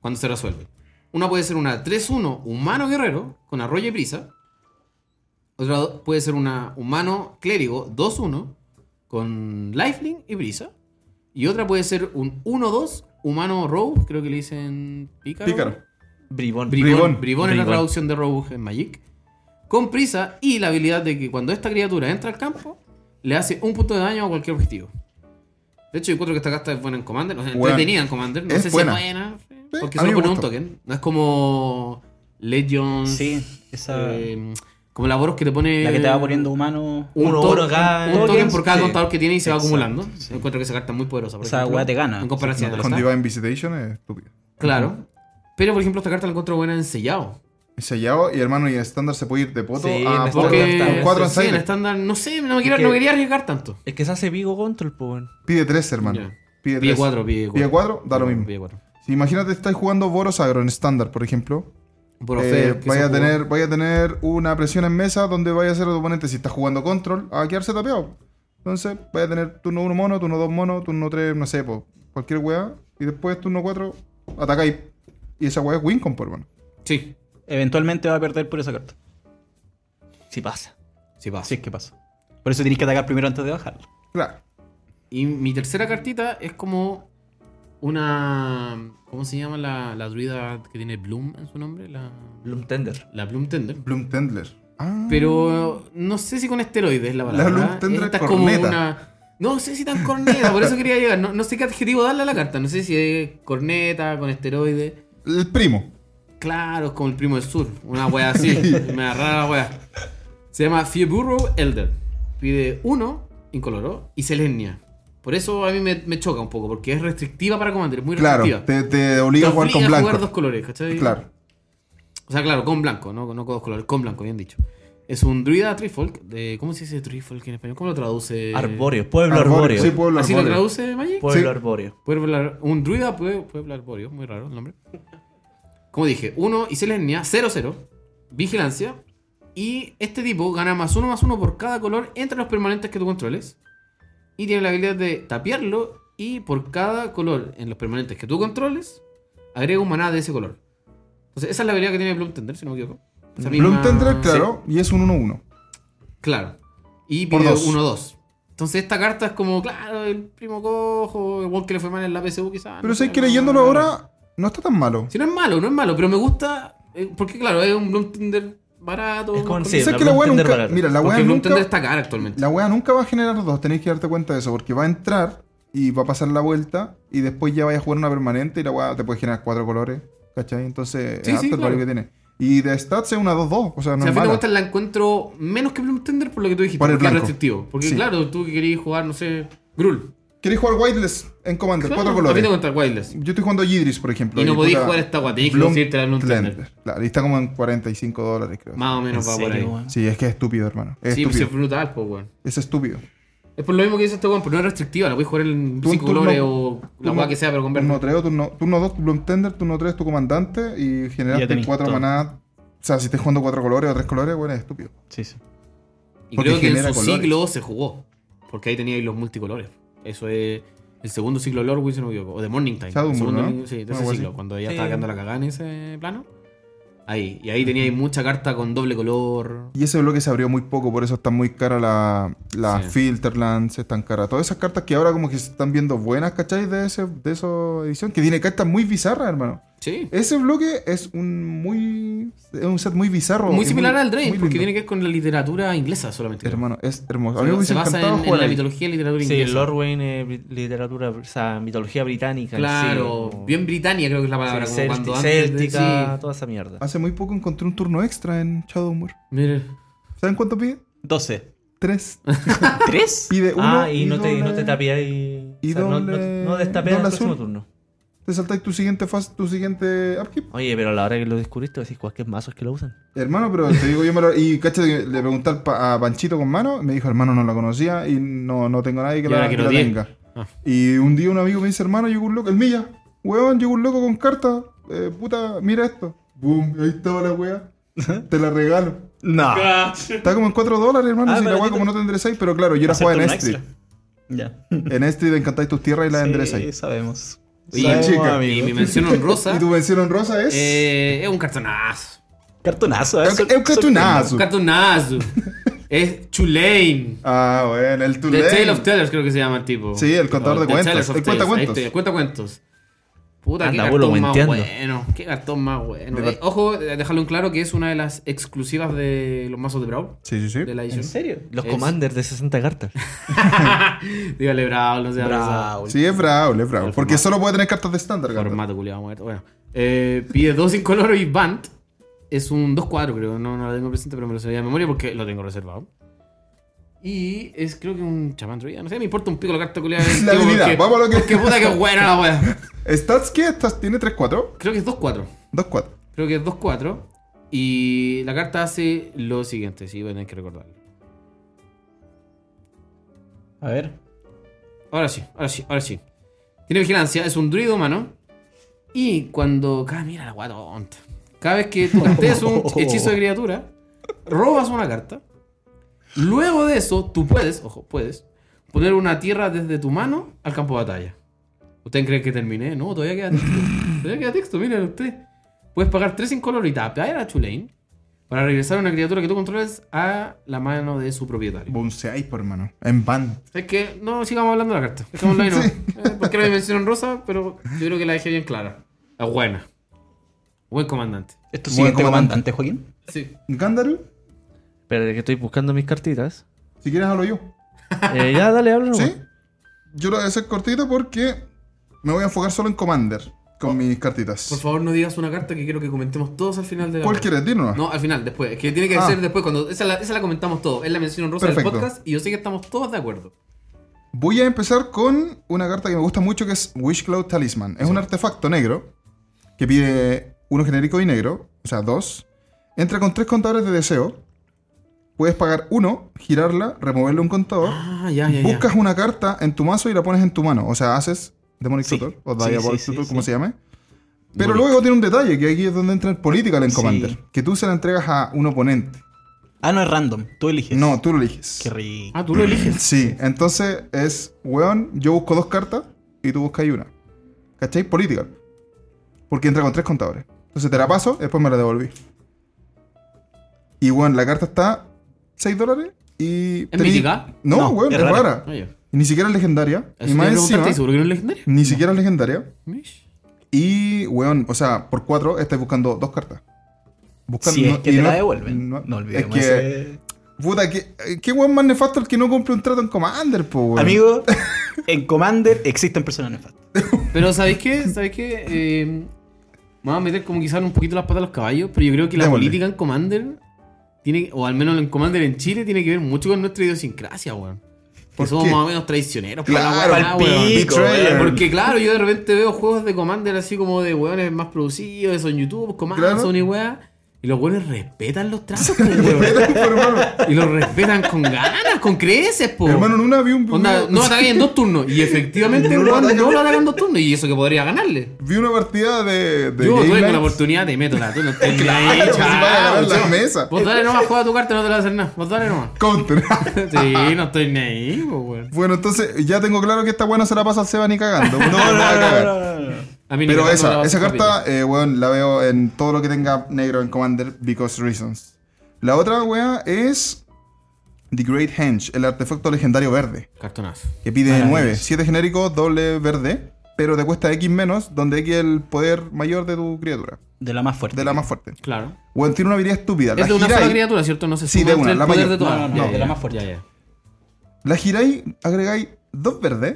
S4: cuando se resuelve. Una puede ser una 3-1 humano guerrero con arroyo y prisa. Otra do- puede ser una humano clérigo 2-1 con lifelink y prisa. Y otra puede ser un 1-2 humano rogue, creo que le dicen pícaro.
S1: Pícaro.
S2: Bribón.
S4: Bribón.
S1: Bribón.
S4: Bribón, es la
S2: Bribón.
S4: traducción de Rogue en Magic. Con prisa y la habilidad de que cuando esta criatura entra al campo, le hace un punto de daño a cualquier objetivo. De hecho, yo encuentro que esta carta es buena en Commander. O sea,
S1: Buena.
S4: entretenida en Commander. No
S1: Es
S4: sé
S1: buena.
S4: si es buena. Porque
S1: a mí
S4: solo
S1: me
S4: pone un
S1: gustó.
S4: token. No es como Legends.
S3: Sí, esa.
S4: eh, como la Boros que te pone.
S3: la que te va poniendo humano.
S4: Un,
S2: Uno,
S4: to-
S2: oro cada-
S4: un- un token
S2: tokens,
S4: por cada
S2: sí.
S4: contador que tiene y se va
S3: Exacto,
S4: acumulando. Encuentro que esa carta es muy poderosa. por
S3: Esa
S4: ejemplo,
S3: weá te gana.
S4: En comparación a
S1: Con
S4: la
S1: Divine Visitation es estúpido.
S4: Claro. Pero, por ejemplo, esta carta la encuentro buena en sellado.
S1: Sellado y hermano, y en estándar se puede ir de poto
S2: Sí,
S1: a
S2: en
S1: poto.
S2: estándar está-
S1: Con
S4: Porque
S1: cuatro
S4: sí, en
S1: Insiders.
S4: estándar, no sé, no, me quiero,
S2: que-
S4: no quería arriesgar tanto.
S2: Es que se hace Vigo Control, pues, weón.
S1: Pide tres, hermano.
S4: Ya.
S1: Pide
S4: Pie
S1: tres.
S4: 4, pie 4.
S1: Pide cuatro, da lo mismo.
S4: Pie 4.
S1: Si imagínate, estás jugando Boros Agro en estándar, por ejemplo. eh, vaya, a tener, vaya a tener una presión en mesa donde vaya a ser el oponente, si estás jugando control, a quedarse tapeado. Entonces, vaya a tener turno 1 mono, turno 2 mono, turno 3, no sé, po, cualquier weá. Y después, turno 4, atacáis. Y esa weá es Wincom, por hermano.
S4: Sí,
S3: Eventualmente va a perder por esa carta.
S2: Si pasa.
S4: sí pasa.
S3: Así es que pasa. Por eso tienes que atacar primero antes de bajarlo.
S1: Claro.
S4: Y mi tercera cartita es como una. ¿Cómo se llama la, la druida que tiene Bloom en su nombre? La,
S2: Bloom Tender.
S4: la Bloom Tender.
S1: Bloom Tendler. Ah,
S4: Pero no sé si con esteroides la palabra.
S1: Bloom Tender
S4: Esta
S1: es
S4: es como
S1: corneta.
S4: una. No sé si tan corneta, por eso quería llegar. No, no sé qué adjetivo darle a la carta. No sé si es corneta, con esteroides.
S1: el primo.
S4: Claro, es como el primo del sur. Una wea así. me agarra la wea. Se llama Fieburrow Elder. Pide uno, incoloro, y Selenia. Por eso a mí me, me choca un poco, porque es restrictiva para Commander, es muy
S1: Claro,
S4: restrictiva.
S1: te, te
S4: Te
S1: obliga a jugar
S4: obliga
S1: con
S4: a jugar dos
S1: blanco.
S4: colores, ¿cachai?
S1: Claro.
S4: O sea, claro, con blanco, no, no con dos colores, con blanco, bien dicho. Es un druida Trifolk. De, ¿Cómo se dice Trifolk en español? ¿Cómo lo traduce?
S2: Arbóreo. Pueblo
S1: Arbóreo,
S2: arbóreo.
S1: Eh, Sí, pueblo
S4: ¿Así lo
S1: arbóreo.
S4: traduce Magic?
S2: Pueblo
S1: sí.
S2: arbóreo.
S4: Pueblo Ar- un druida pue- Pueblo Arbóreo, muy raro el nombre. Como dije, 1 y Selenia, 0-0, vigilancia. Y este tipo gana más 1 más 1 por cada color entre los permanentes que tú controles. Y tiene la habilidad de tapearlo. Y por cada color en los permanentes que tú controles, agrega un maná de ese color. Entonces, esa es la habilidad que tiene Bloom Tender, si no me equivoco. Esa
S1: Bloom
S4: misma- Ah,
S1: Tendler, claro, y es un 1-1.
S4: Sí, claro. Y
S1: Por
S4: pide
S1: dos.
S4: 1-2. Entonces, esta carta es como, claro, el primo cojo, igual que le fue mal en la PSU, quizás.
S1: Pero
S4: no
S1: sé que
S4: no,
S1: leyéndolo
S4: no, no.
S1: ahora, no está tan malo.
S4: Si no es malo, no es malo, pero me gusta. eh, porque, claro, es un Bloom Tinder barato.
S2: Es con-
S4: porque-
S2: sí,
S1: ¿Sabes
S2: la
S1: que la
S2: Bloom
S1: weá
S2: Tender
S1: nunca.
S2: barata.
S1: Mira, la
S4: porque
S1: weá
S4: Bloom Tinder
S1: nunca.
S4: está cara actualmente.
S1: La wea nunca va a generar dos, tenéis que darte cuenta de eso, porque va a entrar y va a pasar la vuelta y después ya vaya a jugar una permanente y la wea te puede generar cuatro colores, ¿cachai? Entonces
S4: Sí,
S1: es harto
S4: sí,
S1: el valor
S4: claro.
S1: que tiene. Y de stats es una 2-2, o sea, no
S4: O sea, a
S1: es
S4: fin de
S1: mala.
S4: cuentas la encuentro menos que Bloom Tender por lo que tú dijiste,
S1: Por el
S4: porque es
S1: blanco.
S4: restrictivo. Porque,
S1: Sí.
S4: claro, tú que querías jugar, no sé, Grul.
S1: ¿Queréis jugar Whiteless en Commander?
S4: Claro,
S1: cuatro
S4: A fin de
S1: colores.
S4: cuentas, Wilders.
S1: Yo estoy jugando Yidris, por ejemplo.
S4: Y no podéis
S1: podéis
S4: jugar esta guata, tenéis que conseguirte la Bloom Tender.
S1: Claro, y está como en 45 dólares, creo.
S4: Más o menos
S3: ¿En
S4: va por
S3: serio,
S4: ahí.
S3: weón?
S1: Sí, es que es estúpido, hermano. Es
S4: Sí, pues es
S1: estúpido.
S4: brutal, pues, weón.
S1: Es estúpido.
S4: Es por lo mismo que dice este weón, pero no es restrictiva, la puedes jugar en
S1: Tú un
S4: 5
S1: turno-
S4: colores o la
S1: turno-
S4: weá que sea, pero con verde.
S1: Turno 3, turno, turno 2 tu Bloom Tender, turno 3 tu comandante y
S3: Ya
S1: generaste
S3: tenés
S1: 4
S3: todo.
S1: manadas. O sea, si estás jugando 4 colores o 3 colores, bueno, es estúpido.
S3: Sí, sí.
S4: Y
S1: Porque
S4: creo que en su
S1: genera colores.
S4: ciclo se jugó. Porque ahí teníais los multicolores. Eso es el segundo ciclo de Lord Wilson O de Morning Time.
S1: Shadow
S4: el
S1: Moon,
S4: segundo,
S1: ¿no?
S4: Sí, tercer
S1: Una hueá así.
S4: ciclo. Cuando ella
S2: Sí.
S4: estaba quedando la cagada en ese plano. Ahí. Y ahí teníais mucha carta con doble color.
S1: Y ese bloque se abrió muy poco, por eso están muy caras la, las
S4: Sí.
S1: Filterlands, están caras. Todas esas cartas que ahora como que se están viendo buenas, ¿cachai? De, ese, de esa edición, que tiene cartas muy bizarras, hermano.
S4: Sí.
S1: Ese bloque es un muy es un set muy bizarro.
S4: Muy similar al Drain,
S1: Drain,
S4: porque tiene que ver con la literatura inglesa solamente. creo.
S1: Hermano, es hermoso. A
S4: Se-
S1: mí me
S4: se
S1: hubiese
S4: basa
S1: encantado
S4: en, en
S1: jugar
S4: la
S1: ahí.
S4: mitología y literatura
S2: Sí,
S4: inglesa.
S2: Lord Wayne, eh, bri- literatura, o sea, mitología británica. en
S4: Claro,
S2: sí, como-
S4: bien británica creo que es la
S2: sí,
S4: palabra. como
S2: celti-
S4: cuando antes de-
S2: céltica,
S4: sí.
S2: toda esa mierda.
S1: Hace muy poco encontré un turno extra en Shadowmoor.
S4: Mire.
S1: ¿Saben cuánto pide?
S3: 12.
S1: Tres.
S3: ¿Tres?
S1: Pide uno
S2: Ah, y, no, te, y no
S1: doble-
S2: te tapeáis.
S1: y
S2: o sea, no-
S1: doble-
S2: no, no destapeas
S1: doble
S2: el próximo
S1: azul.
S2: turno.
S1: Entonces te saltáis tu siguiente fase, tu siguiente upkeep.
S2: Oye, pero a la hora que lo descubriste, decís cualquier mazo es que lo usan.
S1: Hermano, pero te digo yo me lo... Y cacha, que le pregunté al pa- a Panchito con mano, me dijo, hermano, no la conocía y no, no tengo nadie que
S4: Y ahora
S1: la, que
S4: quiero
S1: la
S4: 10.
S1: tenga.
S4: Ah.
S1: Y un día un amigo me dice, hermano, llegó un loco, el Milla, weón, llegó un loco con carta, eh, puta, mira esto. Boom, ahí estaba la weá, te la regalo.
S3: No.
S1: Está como en 4 dólares, hermano,
S3: Ah,
S1: si la weá
S3: baratito.
S1: como no te enderezáis, pero claro, yo era
S3: Acepto
S1: jugaba en
S3: un
S1: Street.
S3: extra. Ya.
S1: En Street encantáis tus tierras y las
S3: Sí,
S1: enderezáis.
S3: sabemos.
S4: Y,
S1: Sabemos,
S4: chica,
S1: amigo.
S4: y mi mención honrosa
S1: Y tu mención honrosa es...
S4: eh, es un cartonazo.
S3: Cartonazo, ¿eh?
S1: es
S3: Sor-
S1: es un
S4: Un
S1: cartonazo.
S4: cartonazo. es Chulain.
S1: Ah, bueno, el
S4: The Tale
S1: Tulane.
S4: of Tellers creo que se llama el tipo.
S1: Sí, el contador
S4: O
S1: de
S4: The
S1: cuentos.
S4: Tellers of
S1: El cuenta
S4: Tales. Ahí
S1: cuentos.
S4: estoy, el cuenta cuentos. Puta,
S2: Anda,
S4: qué
S2: abuelo,
S4: cartón más
S2: cuenteando.
S4: bueno. Qué cartón más bueno.
S1: De
S4: Eh, ojo, eh, dejarlo en claro que es una de las exclusivas de los mazos de Brawl.
S1: Sí, sí, sí.
S4: De la
S3: ¿En
S4: edición.
S3: serio?
S2: Los
S4: Es-
S2: commanders de 60 cartas.
S4: Dígale Brawl, no sea
S3: Bravo.
S1: Sí, es Brawl, es Brawl.
S4: El
S1: Porque
S4: formato.
S1: solo puede tener cartas de estándar,
S4: Formato,
S1: Gandalf.
S4: Formato culiado muerto. Bueno. Eh, pide dos incoloro y Bant. Es un 2-4, creo. No, no lo tengo presente, pero me lo sabía de memoria porque lo tengo reservado. Y es, creo que un chamán druida. No sé, me importa un pico la carta culiada. del
S1: La
S4: tipo
S1: habilidad,
S4: porque-
S1: vamos a lo que-
S4: Porque puta que buena la wea.
S1: ¿Stats qué? ¿Stats tiene 3-4?
S4: Creo que es 2-4.
S1: 2-4.
S4: Creo que es 2-4. Y la carta hace lo siguiente, sí, voy a tener que recordarlo.
S3: A ver.
S4: Ahora sí, ahora sí, ahora sí. Tiene vigilancia, es un druido humano. Y cuando. Ah, mira la guatón. Cada vez que tú castees un hechizo de criatura, robas una carta. Luego de eso, tú puedes, ojo, puedes, poner una tierra desde tu mano al campo de batalla. ¿Ustedes creen que terminé? No, todavía queda texto. todavía queda texto, miren usted. Puedes pagar 3 sin color y tapear a Chulain para regresar una criatura que tú controles a la mano de su propietario.
S1: Bonseáis, por hermano. En band.
S4: Es que no sigamos hablando de la carta. Dejémosla ahí, ¿no? Eh, porque era mi mención rosa, pero yo creo que la dejé bien clara. La buena. Buen comandante.
S3: ¿Es tu
S1: Buen
S3: siguiente
S1: comandante.
S3: comandante, Joaquín?
S4: Sí.
S1: Gandalf,
S2: Pero de que estoy buscando mis cartitas.
S1: si quieres hablo yo.
S2: Eh, ya, dale, habla.
S1: ¿Sí?
S2: nomás.
S1: Yo lo voy a hacer cortito porque me voy a enfocar solo en Commander con mis cartitas.
S4: Oh. Por favor, no digas una carta que quiero que comentemos todos al final de la.
S1: ¿Cuál quieres? Dinos.
S4: No, al final, después. Es que tiene que
S1: Ah.
S4: ser después. cuando Esa la, esa la comentamos todos. Es la mención rosa
S1: Perfecto.
S4: del podcast y yo sé que estamos todos de acuerdo.
S1: Voy a empezar con una carta que me gusta mucho que es Wish Cloud Talisman. Es un artefacto negro que pide uno genérico y negro, o sea, dos. Entra con tres contadores de deseo. Puedes pagar uno, girarla, removerle un contador.
S4: Ah, ya, ya, ya.
S1: Buscas una carta en tu mazo y la pones en tu mano. O sea, haces Demonic
S3: Sí.
S1: Tutor o
S3: Sí,
S1: Diabolic
S3: sí, sí,
S1: Tutor,
S3: sí.
S1: como se llame. Pero luego tiene un detalle, que aquí es donde entra en política el Commander.
S3: Sí.
S1: Que tú se la entregas a un oponente.
S3: Ah, no, es random. Tú eliges.
S1: No, tú lo eliges.
S3: Qué rico.
S4: Ah, tú lo eliges.
S1: Sí, entonces es, weón, yo busco dos cartas y tú buscas una. ¿Cachai? Political. Porque entra con tres contadores. Entonces te la paso, después me la devolví. Y, weón, la carta está 6 dólares y...
S4: ¿Es
S1: tení-
S4: mítica?
S1: No,
S3: No,
S1: weón,
S3: es
S1: es rara.
S3: rara.
S4: Oye.
S1: Y ni siquiera es legendaria.
S4: Eso
S1: y más
S4: quería preguntarte,
S1: encima,
S4: ¿y seguro que no es legendario?
S1: ni siquiera es legendaria.
S4: Mish.
S1: Y, weón, o sea, por 4 estás buscando dos cartas. Buscando,
S3: Si es que
S1: y
S3: te la
S1: no-
S3: devuelven.
S1: no-
S3: No,
S1: es
S3: olvidemos
S1: que,
S3: ese-
S1: puta, que- qué weón más nefasto el que no cumple un trato en Commander, po, weón.
S3: Amigo, en Commander existen personas nefastas.
S4: Pero ¿sabéis qué? ¿Sabéis qué? Eh, me voy a meter como quizás un poquito las patas a los caballos, pero yo creo que la
S1: Démosle.
S4: política en Commander, tiene, o al menos en Commander en Chile, tiene que ver mucho con nuestra idiosincrasia, weón.
S1: ¿Por
S4: Que somos
S1: qué?
S4: más o menos traicioneros
S1: Claro,
S4: para la weá,
S1: pal
S4: weón.
S3: ¿eh?
S1: pico,
S4: Betrayer.
S1: weón.
S4: Porque claro, yo de repente veo juegos de Commander así como de weones más producidos, son YouTube, Commander,
S1: Claro.
S4: son y weá. Y los weones respetan los tratos, po, weón.
S1: hermano.
S4: Y los respetan con ganas, con creces, po.
S1: Hermano, en una vi un, vi
S4: Onda,
S1: una-
S4: Oh. no ataque en dos turnos. Y efectivamente,
S1: No
S4: no,
S1: lo
S4: no,
S1: ataca.
S4: lo ataca en dos turnos. Y eso que podría ganarle.
S1: vi una partida de. de
S4: Yo
S1: Game
S4: tú tengo
S1: Night.
S4: la oportunidad, te meto la. Tú no te
S1: Claro, pues, si va a ganar la mesa.
S4: Vos dale nomás, juega tu carta, no te la vas a hacer nada. Vos dale nomás.
S1: Counter.
S4: Sí, no estoy ni ahí, po, weón.
S1: bueno, entonces ya tengo claro que esta buena se la pasa al Seba ni cagando. No, no,
S4: A mí ni
S1: Pero
S4: cagando la
S1: esa,
S4: vas a
S1: esa
S4: hacer,
S1: carta, eh, weón, la veo en todo lo que tenga negro en Commander because reasons. La otra wea es. The Great Henge, el artefacto legendario verde.
S4: papito. Cartonazo.
S1: Que pide 9, 7 genéricos, doble verde. Pero te cuesta X menos, donde X es el poder mayor de tu criatura.
S3: De la más fuerte.
S1: De la más fuerte.
S4: Claro.
S1: Weón, tiene una habilidad estúpida. La
S4: Es de una
S1: giráis-
S4: sola criatura, ¿cierto? No se
S1: Sí,
S4: suma
S1: de una,
S4: entre el
S1: la
S4: poder
S1: mayor.
S4: de tu
S3: No, no, no,
S4: Ya, ya,
S3: de la
S4: ya.
S3: más fuerte.
S4: Ya, ya.
S1: La giráis, agregáis dos verdes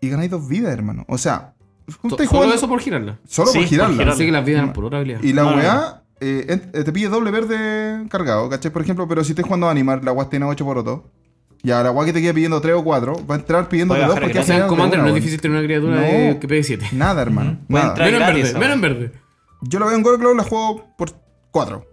S1: y ganáis dos vidas, hermano. O sea,
S4: To-
S1: juntáis
S4: Solo
S1: jugando
S4: eso por girarla.
S1: solo
S3: Sí,
S1: por
S3: por
S1: girarla.
S3: girarla.
S4: Pensé que las vidas eran por otra habilidad.
S1: Y la
S3: No, no,
S1: weá eh, en- eh, te pide doble verde cargado, ¿cachai? Por ejemplo, pero si estés jugando a animar, la weá tiene 8 por 2. Y ahora, guay, que te queda pidiendo 3 o 4, va a entrar pidiendo
S3: Voy a
S1: 2
S3: bajar
S1: porque
S3: a
S1: al
S4: O sea, en
S1: final
S4: Commander
S1: de
S4: no es
S1: una,
S4: difícil tener una criatura
S1: No.
S4: de- que pegue 7.
S1: weón. Nada, hermano.
S3: Puede
S1: nada.
S3: entrar-
S4: Menos en
S3: gratis,
S4: verde,
S3: esa
S4: menos en verde.
S1: Yo lo veo en Gore Glow, la juego por 4.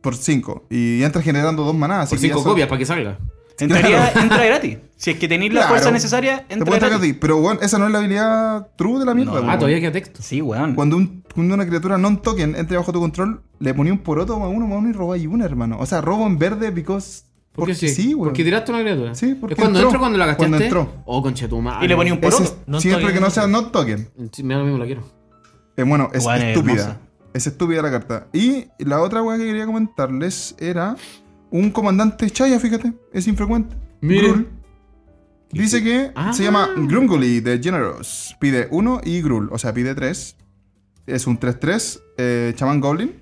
S1: Por 5. Y entra generando 2 manadas. así
S4: Por
S1: que ya
S4: 5
S1: son-
S4: copias, para que salga. Ah,
S3: En teoría, entra gratis. Si es que tenéis la
S1: Claro.
S3: fuerza necesaria,
S1: Te puede
S3: entra
S1: entrar a
S3: gratis.
S1: ti. Pero, weón, esa no es la habilidad true de la mierda,
S3: No.
S1: weón.
S4: Ah, todavía queda texto.
S3: Sí, weón.
S1: Cuando, un- cuando una criatura non-token entre bajo tu control, le ponía un poroto más uno más uno y robáis una, hermano. O sea, robo en verde because.
S4: Porque sí,
S1: weón.
S4: porque tiraste una criatura.
S1: Sí, porque
S4: ¿Es cuando
S1: entró.
S4: entró cuando la gastaste?
S1: Cuando entró.
S4: Oh, conchetuma.
S3: Y le ponía un
S1: Ese
S3: poroto.
S1: es-
S2: Non-token.
S1: siempre que no sea non-token.
S4: Sí, me da lo mismo, la quiero.
S1: Eh, bueno, es
S3: Weón, es hermosa.
S1: estúpida. Es estúpida la carta. Y la otra weá que quería comentarles era un comandante Chaya, fíjate. Es infrecuente.
S4: Mire.
S1: Grul. Dice que
S4: Ah.
S1: se llama Grumguli de Generous. Pide 1 y Grul, o sea, pide 3. Es un 3-3, eh, chamán goblin.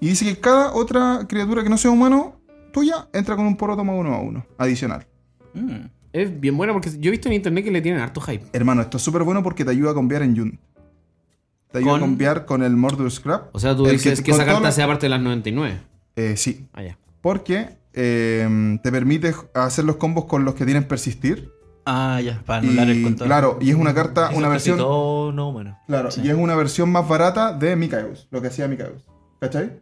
S1: Y dice que cada otra criatura que no sea humano tuya entra con un poroto más uno a uno, adicional.
S3: Mm.
S4: Es bien buena porque yo he visto en internet que le tienen harto hype.
S1: Hermano, esto es súper bueno porque te ayuda a conviar en Yun. Te ayuda
S3: Con-
S1: a conviar con el Mordor Scrap.
S4: O sea, tú
S1: El
S4: dices que,
S1: con
S4: esa
S1: todo
S4: carta
S1: lo-
S4: sea parte de las 99.
S1: Eh, sí,
S4: Ah, ya.
S1: porque eh, te permite hacer los combos con los que tienen persistir.
S3: Ah, ya, para
S1: Y,
S3: anular el control.
S1: claro, y es una carta,
S2: Eso
S1: Ah, una
S2: casi
S1: versión
S2: todo no humano.
S1: Claro,
S3: Sí.
S1: y es una versión más barata de Mikaeus, lo que hacía Mikaeus. ¿Cachai?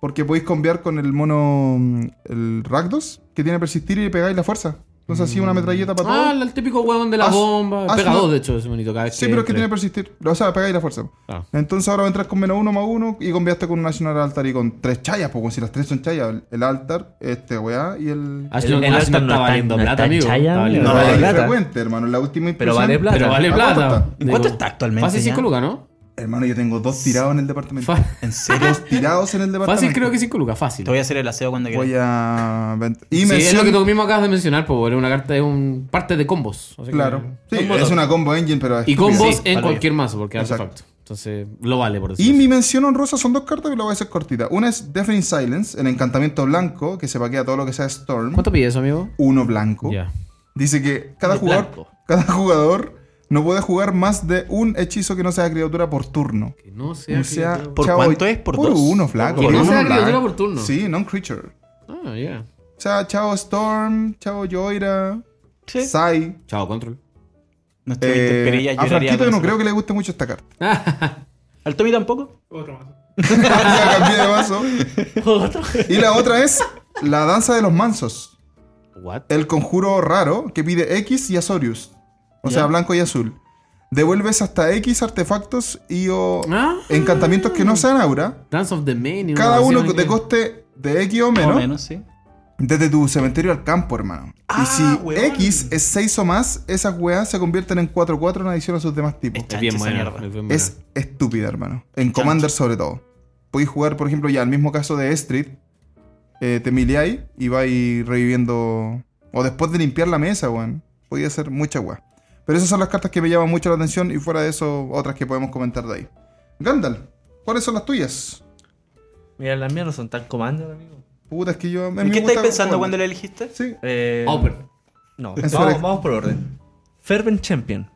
S1: Porque podéis cambiar con el mono, mm, el Rakdos, que tiene persistir y le pegáis la fuerza. Entonces hacía una metralleta para
S4: Ah,
S1: todo.
S4: el típico huevón de la
S1: Haz-
S4: bomba.
S1: haz
S4: Pega
S1: una-
S4: dos, de hecho, ese bonito. Cada vez
S1: Sí, pero es que
S4: entre.
S1: tiene persistir. O sea, pegáis la fuerza.
S4: Ah.
S1: Entonces ahora entras con menos uno más uno y conviaste con un National Altar y con tres chayas, porque si las tres son chayas, el, el altar, este weá y el.
S4: Ah, sí,
S2: El-
S4: no,
S2: el
S4: ah, sí, no
S2: altar no
S4: está
S2: está-
S4: valiendo
S2: no está
S4: plata,
S2: en
S4: amigo.
S2: Chaya,
S4: Está valiendo
S2: amigo.
S1: no,
S2: vale
S1: es
S2: plata.
S1: frecuente, hermano. La última
S2: Pero
S1: impresión.
S2: vale plata.
S4: Pero vale
S1: ¿A
S4: plata.
S1: cuánto
S3: ¿En cuánto está actualmente?
S4: Fácil
S3: ya?
S4: 5 lucas, ¿no?
S1: Hermano, yo tengo dos tirados en el departamento.
S4: Fa-
S3: ¿En serio?
S1: tirados en el departamento.
S4: Fácil creo que 5 lucas, fácil.
S3: Te voy a hacer el aseo cuando
S1: Voy
S3: quieras.
S1: a. vent- Y
S4: Sí, es
S1: mención-
S4: lo que tú mismo acabas de mencionar, pues, bueno, una carta es un parte de combos. así que-
S1: Claro. Sí,
S4: Combo
S1: es
S4: dos.
S1: una combo engine, pero.
S4: Y
S1: estúpida.
S4: combos
S3: Sí,
S4: en
S3: vale.
S4: cualquier mazo, porque hace
S1: Exacto.
S4: facto. Entonces, lo vale, por
S1: Y
S4: decirlo.
S1: mi mención honrosa son dos cartas que la voy a hacer cortita. Una es Deafening Silence, el encantamiento blanco, que se paquea todo lo que sea Storm.
S4: ¿Cuánto pide eso, amigo?
S1: Uno blanco.
S4: Ya.
S1: Dice que cada
S4: De
S1: jugador,
S4: blanco.
S1: cada jugador no puede jugar más de un hechizo que no sea criatura por turno.
S4: Que no sea.
S1: O sea,
S4: criatura.
S3: ¿Por cuánto es? ¿Por dos?
S1: uno, flaco.
S4: Que
S1: por
S4: no
S1: uno
S4: sea
S1: blanco.
S4: criatura por turno.
S1: Sí, non-creature.
S4: Ah, ya.
S1: O sea, chao Storm, chao Joira,
S3: Sí.
S1: Sai.
S4: Chao, control.
S3: Nuestro Víctor Perilla
S1: Eh, a
S3: lloraría
S1: Franquito
S3: con
S1: no
S3: eso.
S1: creo que le guste mucho esta carta.
S3: ¿Al Tommy tampoco?
S1: Ya cambié de vaso.
S2: Otro.
S1: Y la otra es la danza de los mansos.
S4: What?
S1: el conjuro raro que pide X y Azorius. O sea, blanco y azul. Devuelves hasta X artefactos y o
S4: Ah.
S1: encantamientos que no sean aura.
S4: Dance of the Menu.
S1: Cada uno de
S4: cosas
S1: coste de X o
S3: Más o
S1: menos,
S3: menos, sí.
S1: Desde tu cementerio al campo, hermano.
S3: Ah,
S1: y si
S3: weón.
S1: X es 6 o más, esas weas se convierten en 4-4 en adición a sus demás tipos.
S4: Es bien
S3: Chancha esa
S4: buena.
S3: mierda.
S4: Es bien buena.
S1: Es estúpida, hermano. En Commander sobre todo. Podéis jugar, por ejemplo, ya el mismo caso de Street. Eh, te miliáis y vais reviviendo... O después de limpiar la mesa, weón. Podía ser mucha weá. Pero esas son las cartas que me llaman mucho la atención y fuera de eso, otras que podemos comentar de ahí. Gandalf, ¿cuáles son las tuyas?
S2: Mira, las mías no son tan comandas, amigo.
S1: Puta, es que yo... a mí me
S3: ¿En qué estáis
S1: gusta-
S3: pensando
S1: bueno,
S3: cuando la elegiste?
S1: Sí.
S2: Eh,
S4: Open.
S2: No,
S1: En
S2: vamos,
S1: su elección.
S2: vamos por orden. Fervent Champion.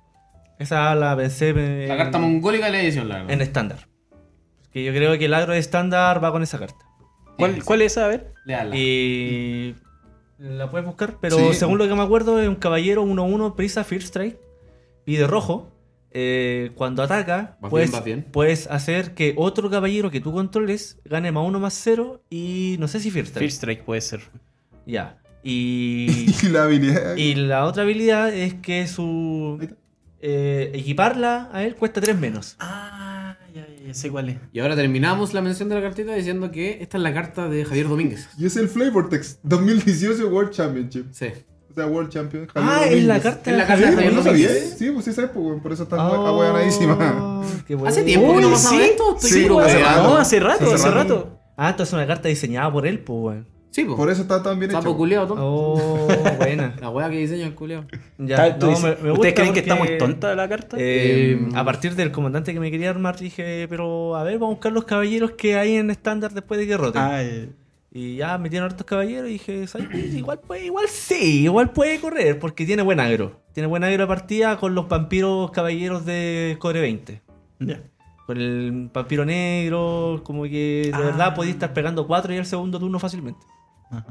S2: Esa la pensé en,
S4: La carta mongólica de la edición, la verdad.
S2: Eh, en estándar. Que yo creo que el agro de estándar va con esa carta.
S3: ¿Cuál, cuál es esa? A ver.
S4: Leala.
S2: Y la puedes buscar, pero
S1: Sí.
S2: según lo que me acuerdo, es un caballero 1-1, prisa, first strike, y de rojo. eh, cuando ataca,
S4: bien,
S2: puedes,
S4: vas bien.
S2: puedes hacer que otro caballero que tú controles gane más 1 más 0 y no sé si first strike.
S3: First Strike puede ser.
S2: Ya. Y,
S1: Y la habilidad...
S2: y la otra habilidad es que su...
S1: Ahí está.
S2: eh, equiparla a él cuesta 3 menos.
S3: Ah, ya, ya, ya sé cuál es.
S4: Y ahora terminamos la mención de la cartita diciendo que esta es la carta de Javier Domínguez.
S1: Y es el Flavortex 2018 World Championship.
S4: Sí.
S1: O sea, World Champion.
S2: Ah,
S1: Javier
S2: es la
S1: Domínguez.
S2: carta.
S4: Es la
S1: Sí,
S4: carta de
S1: pues,
S4: Javier
S1: ¿no sabías?
S4: Domínguez.
S1: Sí, pues sí sabes, pues, por eso está
S2: Ah,
S1: ahueonadísima.
S2: qué
S4: Hace
S2: bueno.
S4: tiempo que no
S3: Uy,
S4: pasaba
S3: sí.
S4: esto. Estoy
S1: Sí,
S4: seguro
S1: hace
S4: que-
S1: rato.
S3: No, hace rato,
S1: Hace
S3: hace
S1: rato.
S3: rato.
S2: Ah, entonces es una carta diseñada por él, pues, weón.
S4: Sí, po.
S1: Por eso está tan bien hecha.
S4: Sapo culiao, tonto.
S2: Oh, buena.
S4: La wea que diseña el culiao.
S2: Ya,
S3: Tú
S2: no,
S3: dices-
S2: me- me
S3: ¿Ustedes
S2: gusta
S3: creen que está
S2: porque,
S3: muy tonta Em. la carta?
S2: eh,
S4: Mm.
S2: a partir del comandante que me quería armar, dije, pero a ver, vamos a buscar los caballeros que hay en estándar después de que
S3: Ah,
S2: roten.
S3: Ay.
S2: Y ya metieron hartos caballeros y dije, "Ay, igual puede, igual sí, igual puede correr, porque tiene buen agro. Tiene buen agro a partida con los vampiros caballeros de Core 20.
S3: Ya.
S2: Con el vampiro negro, como que de
S3: Ah.
S2: verdad podía estar pegando 4 y el segundo turno fácilmente.
S3: Ajá.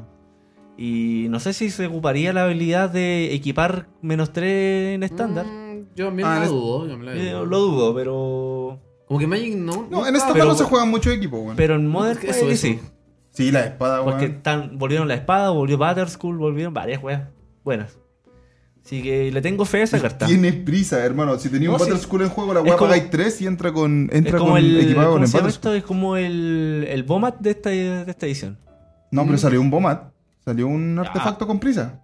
S2: Y no sé si se ocuparía la habilidad de equipar menos 3 en estándar.
S4: Mm, yo me
S1: Ah,
S4: la
S1: es-
S4: dudo. Yo me la
S2: Eh,
S4: dudo.
S2: lo dudo, pero.
S4: Como que Magic no.
S1: No, en
S4: está-
S1: esta
S4: pero-
S1: no se juegan muchos equipos, weón.
S2: Pero en Modern
S4: Eso,
S2: puede que
S4: eso.
S2: sí.
S1: Sí, la espada,
S2: Porque
S1: weón.
S2: están, volvieron la espada, volvió Battleschool, volvieron varias weas buenas. Así que le tengo fe a esa carta.
S1: Tienes prisa, hermano. Si tenía un
S2: No, sí.
S1: Battle School en juego, la
S2: Es
S1: weá
S2: como-
S1: pagáis 3 y entra con.
S2: Es
S1: Entra
S2: como
S1: con
S2: el.
S1: equipado con
S2: ¿cómo
S1: el
S2: se llama
S1: Battle
S2: esto? Es como el, el Bomat de esta, de esta edición.
S1: No, pero salió un Bomat. Salió un
S2: Ah.
S1: artefacto con prisa.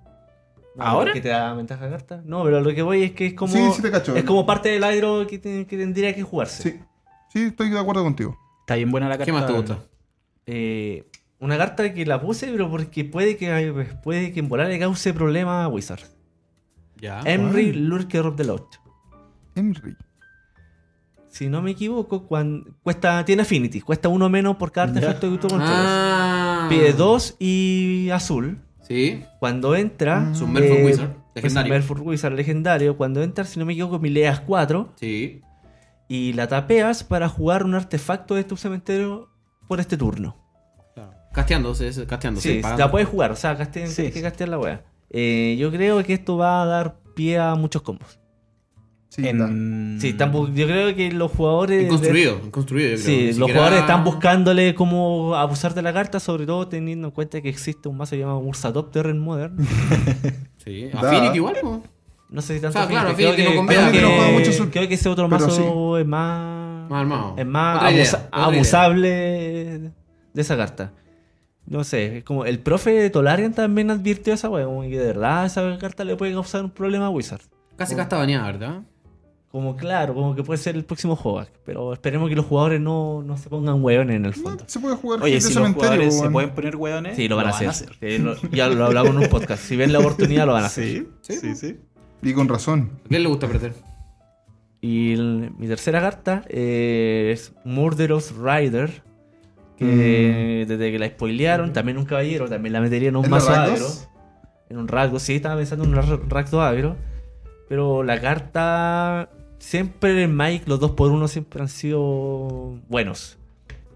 S2: No,
S3: ¿Ahora?
S2: Que te da ventaja de carta. No, pero lo que voy es que es como.
S1: Sí, sí te cacho.
S2: es como parte del aire que, te- que tendría que jugarse.
S1: Sí. Sí, estoy de acuerdo contigo.
S3: Está bien buena la carta.
S4: ¿Qué más te gusta?
S2: Eh, una carta que la puse, pero porque puede que puede que en volar le cause problema a Wizard.
S4: Ya.
S2: Emry
S1: ¿cuál?
S2: Lurker of the Lost.
S1: Henry.
S2: Si no me equivoco, cuan- cuesta, tiene Affinity. Cuesta uno menos por cada artefacto que tú controlas.
S4: Ah.
S2: Pide dos y azul.
S4: Sí.
S2: Cuando entra. eh,
S1: Mm.
S4: Submerfed Wizard, legendario.
S2: Submerfed Wizard legendario. Cuando entra, si no me equivoco, mileas 4.
S4: Sí.
S2: Y la tapeas para jugar un artefacto de tu cementerio por este turno.
S4: Casteando, sí, sí, casteando.
S2: Sí,
S4: pagando.
S2: la puedes jugar, o sea, caste-
S3: Sí,
S2: tienes que
S3: sí.
S2: castear la wea. Eh, yo creo que esto va a dar pie a muchos combos.
S1: Sí, da.
S4: Mm.
S2: Sí, tampoco, yo creo que los jugadores.
S4: En construido, en construido, yo creo.
S2: Sí,
S4: Ni
S2: los
S4: siquiera-
S2: jugadores están buscándole cómo abusar de la carta, sobre todo teniendo en cuenta que existe un mazo llamado Ursatopter en Modern.
S4: Sí,
S1: Da.
S4: Affinity igual, ¿no?
S2: No sé si tanto.
S4: O sea, Ah, claro,
S2: creo
S4: Affinity no
S2: que,
S4: conviene,
S2: creo
S1: pero no juega
S2: que-
S1: mucho azul.
S2: creo que ese otro
S1: Pero
S2: mazo es más.
S4: Más armado.
S2: Es más
S4: Otra idea,
S2: abusa-
S4: otra idea.
S2: abusable de esa carta. No sé, es como el profe de Tolarian también advirtió esa wea, como que de verdad esa carta le puede causar un problema a Wizard.
S4: Casi casta bañada, ¿verdad?
S2: Como claro, como que puede ser el próximo Hogak, pero esperemos que los jugadores no, no se pongan hueones en el fondo.
S1: Se puede jugar
S3: Oye,
S1: gente
S3: si los
S1: cementerio,
S3: jugadores se
S1: weón.
S3: pueden poner hueones.
S2: Sí, lo van a hacer. Sí, lo- ya lo hablamos en un podcast. Si ven la oportunidad, lo van a hacer.
S3: Sí, sí, sí.
S1: Y con razón.
S4: ¿A quién le gusta perder?
S2: Y el- mi tercera carta eh, es Murderous Rider. Que desde que la spoilearon, también un caballero, también la metería en un
S1: ¿En los
S2: mazo agro.
S1: rangos?
S2: En un rasgo, sí, estaba pensando en un ra- rasgo agro. Pero la carta. Siempre en Mike, los dos por uno siempre han sido buenos.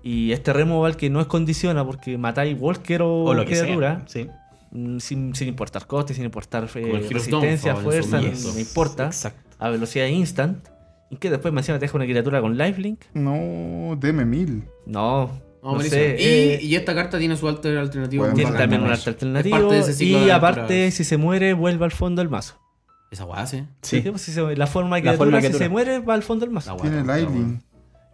S2: Y este removal que no es condiciona porque matáis Walker o,
S3: O lo que
S2: criatura,
S3: sea. Sí.
S2: mm, sin, sin importar coste, sin importar eh,
S4: Como el Heroes
S2: resistencia,
S4: Downfall en su
S2: fuerza, no,
S4: momento.
S2: no importa
S3: Exacto.
S2: a velocidad instant. Y que después me encima te deja una criatura con lifelink.
S1: No, deme mil.
S2: No, no,
S4: Vamos,
S2: sé.
S4: y,
S2: eh,
S4: y esta carta tiene su alter alternativo.
S1: Bueno,
S4: muy
S2: tiene
S1: vale,
S2: también
S4: bacán.
S2: un
S1: vamos.
S2: arte
S4: Es
S2: alternativo.
S4: parte de ese ciclo
S2: Y
S4: de
S2: aparte,
S4: aventuras.
S2: si se muere, vuelve al fondo del mazo.
S4: Esa guada, sí.
S3: Sí.
S2: Sí, pues, si se- la forma de
S3: La
S2: criatura,
S3: forma de
S2: si
S3: criatura.
S2: se
S3: Ah,
S2: muere, va al fondo del
S4: La
S2: mazo.
S4: guada,
S1: Tiene
S4: la guada.
S1: Lightning.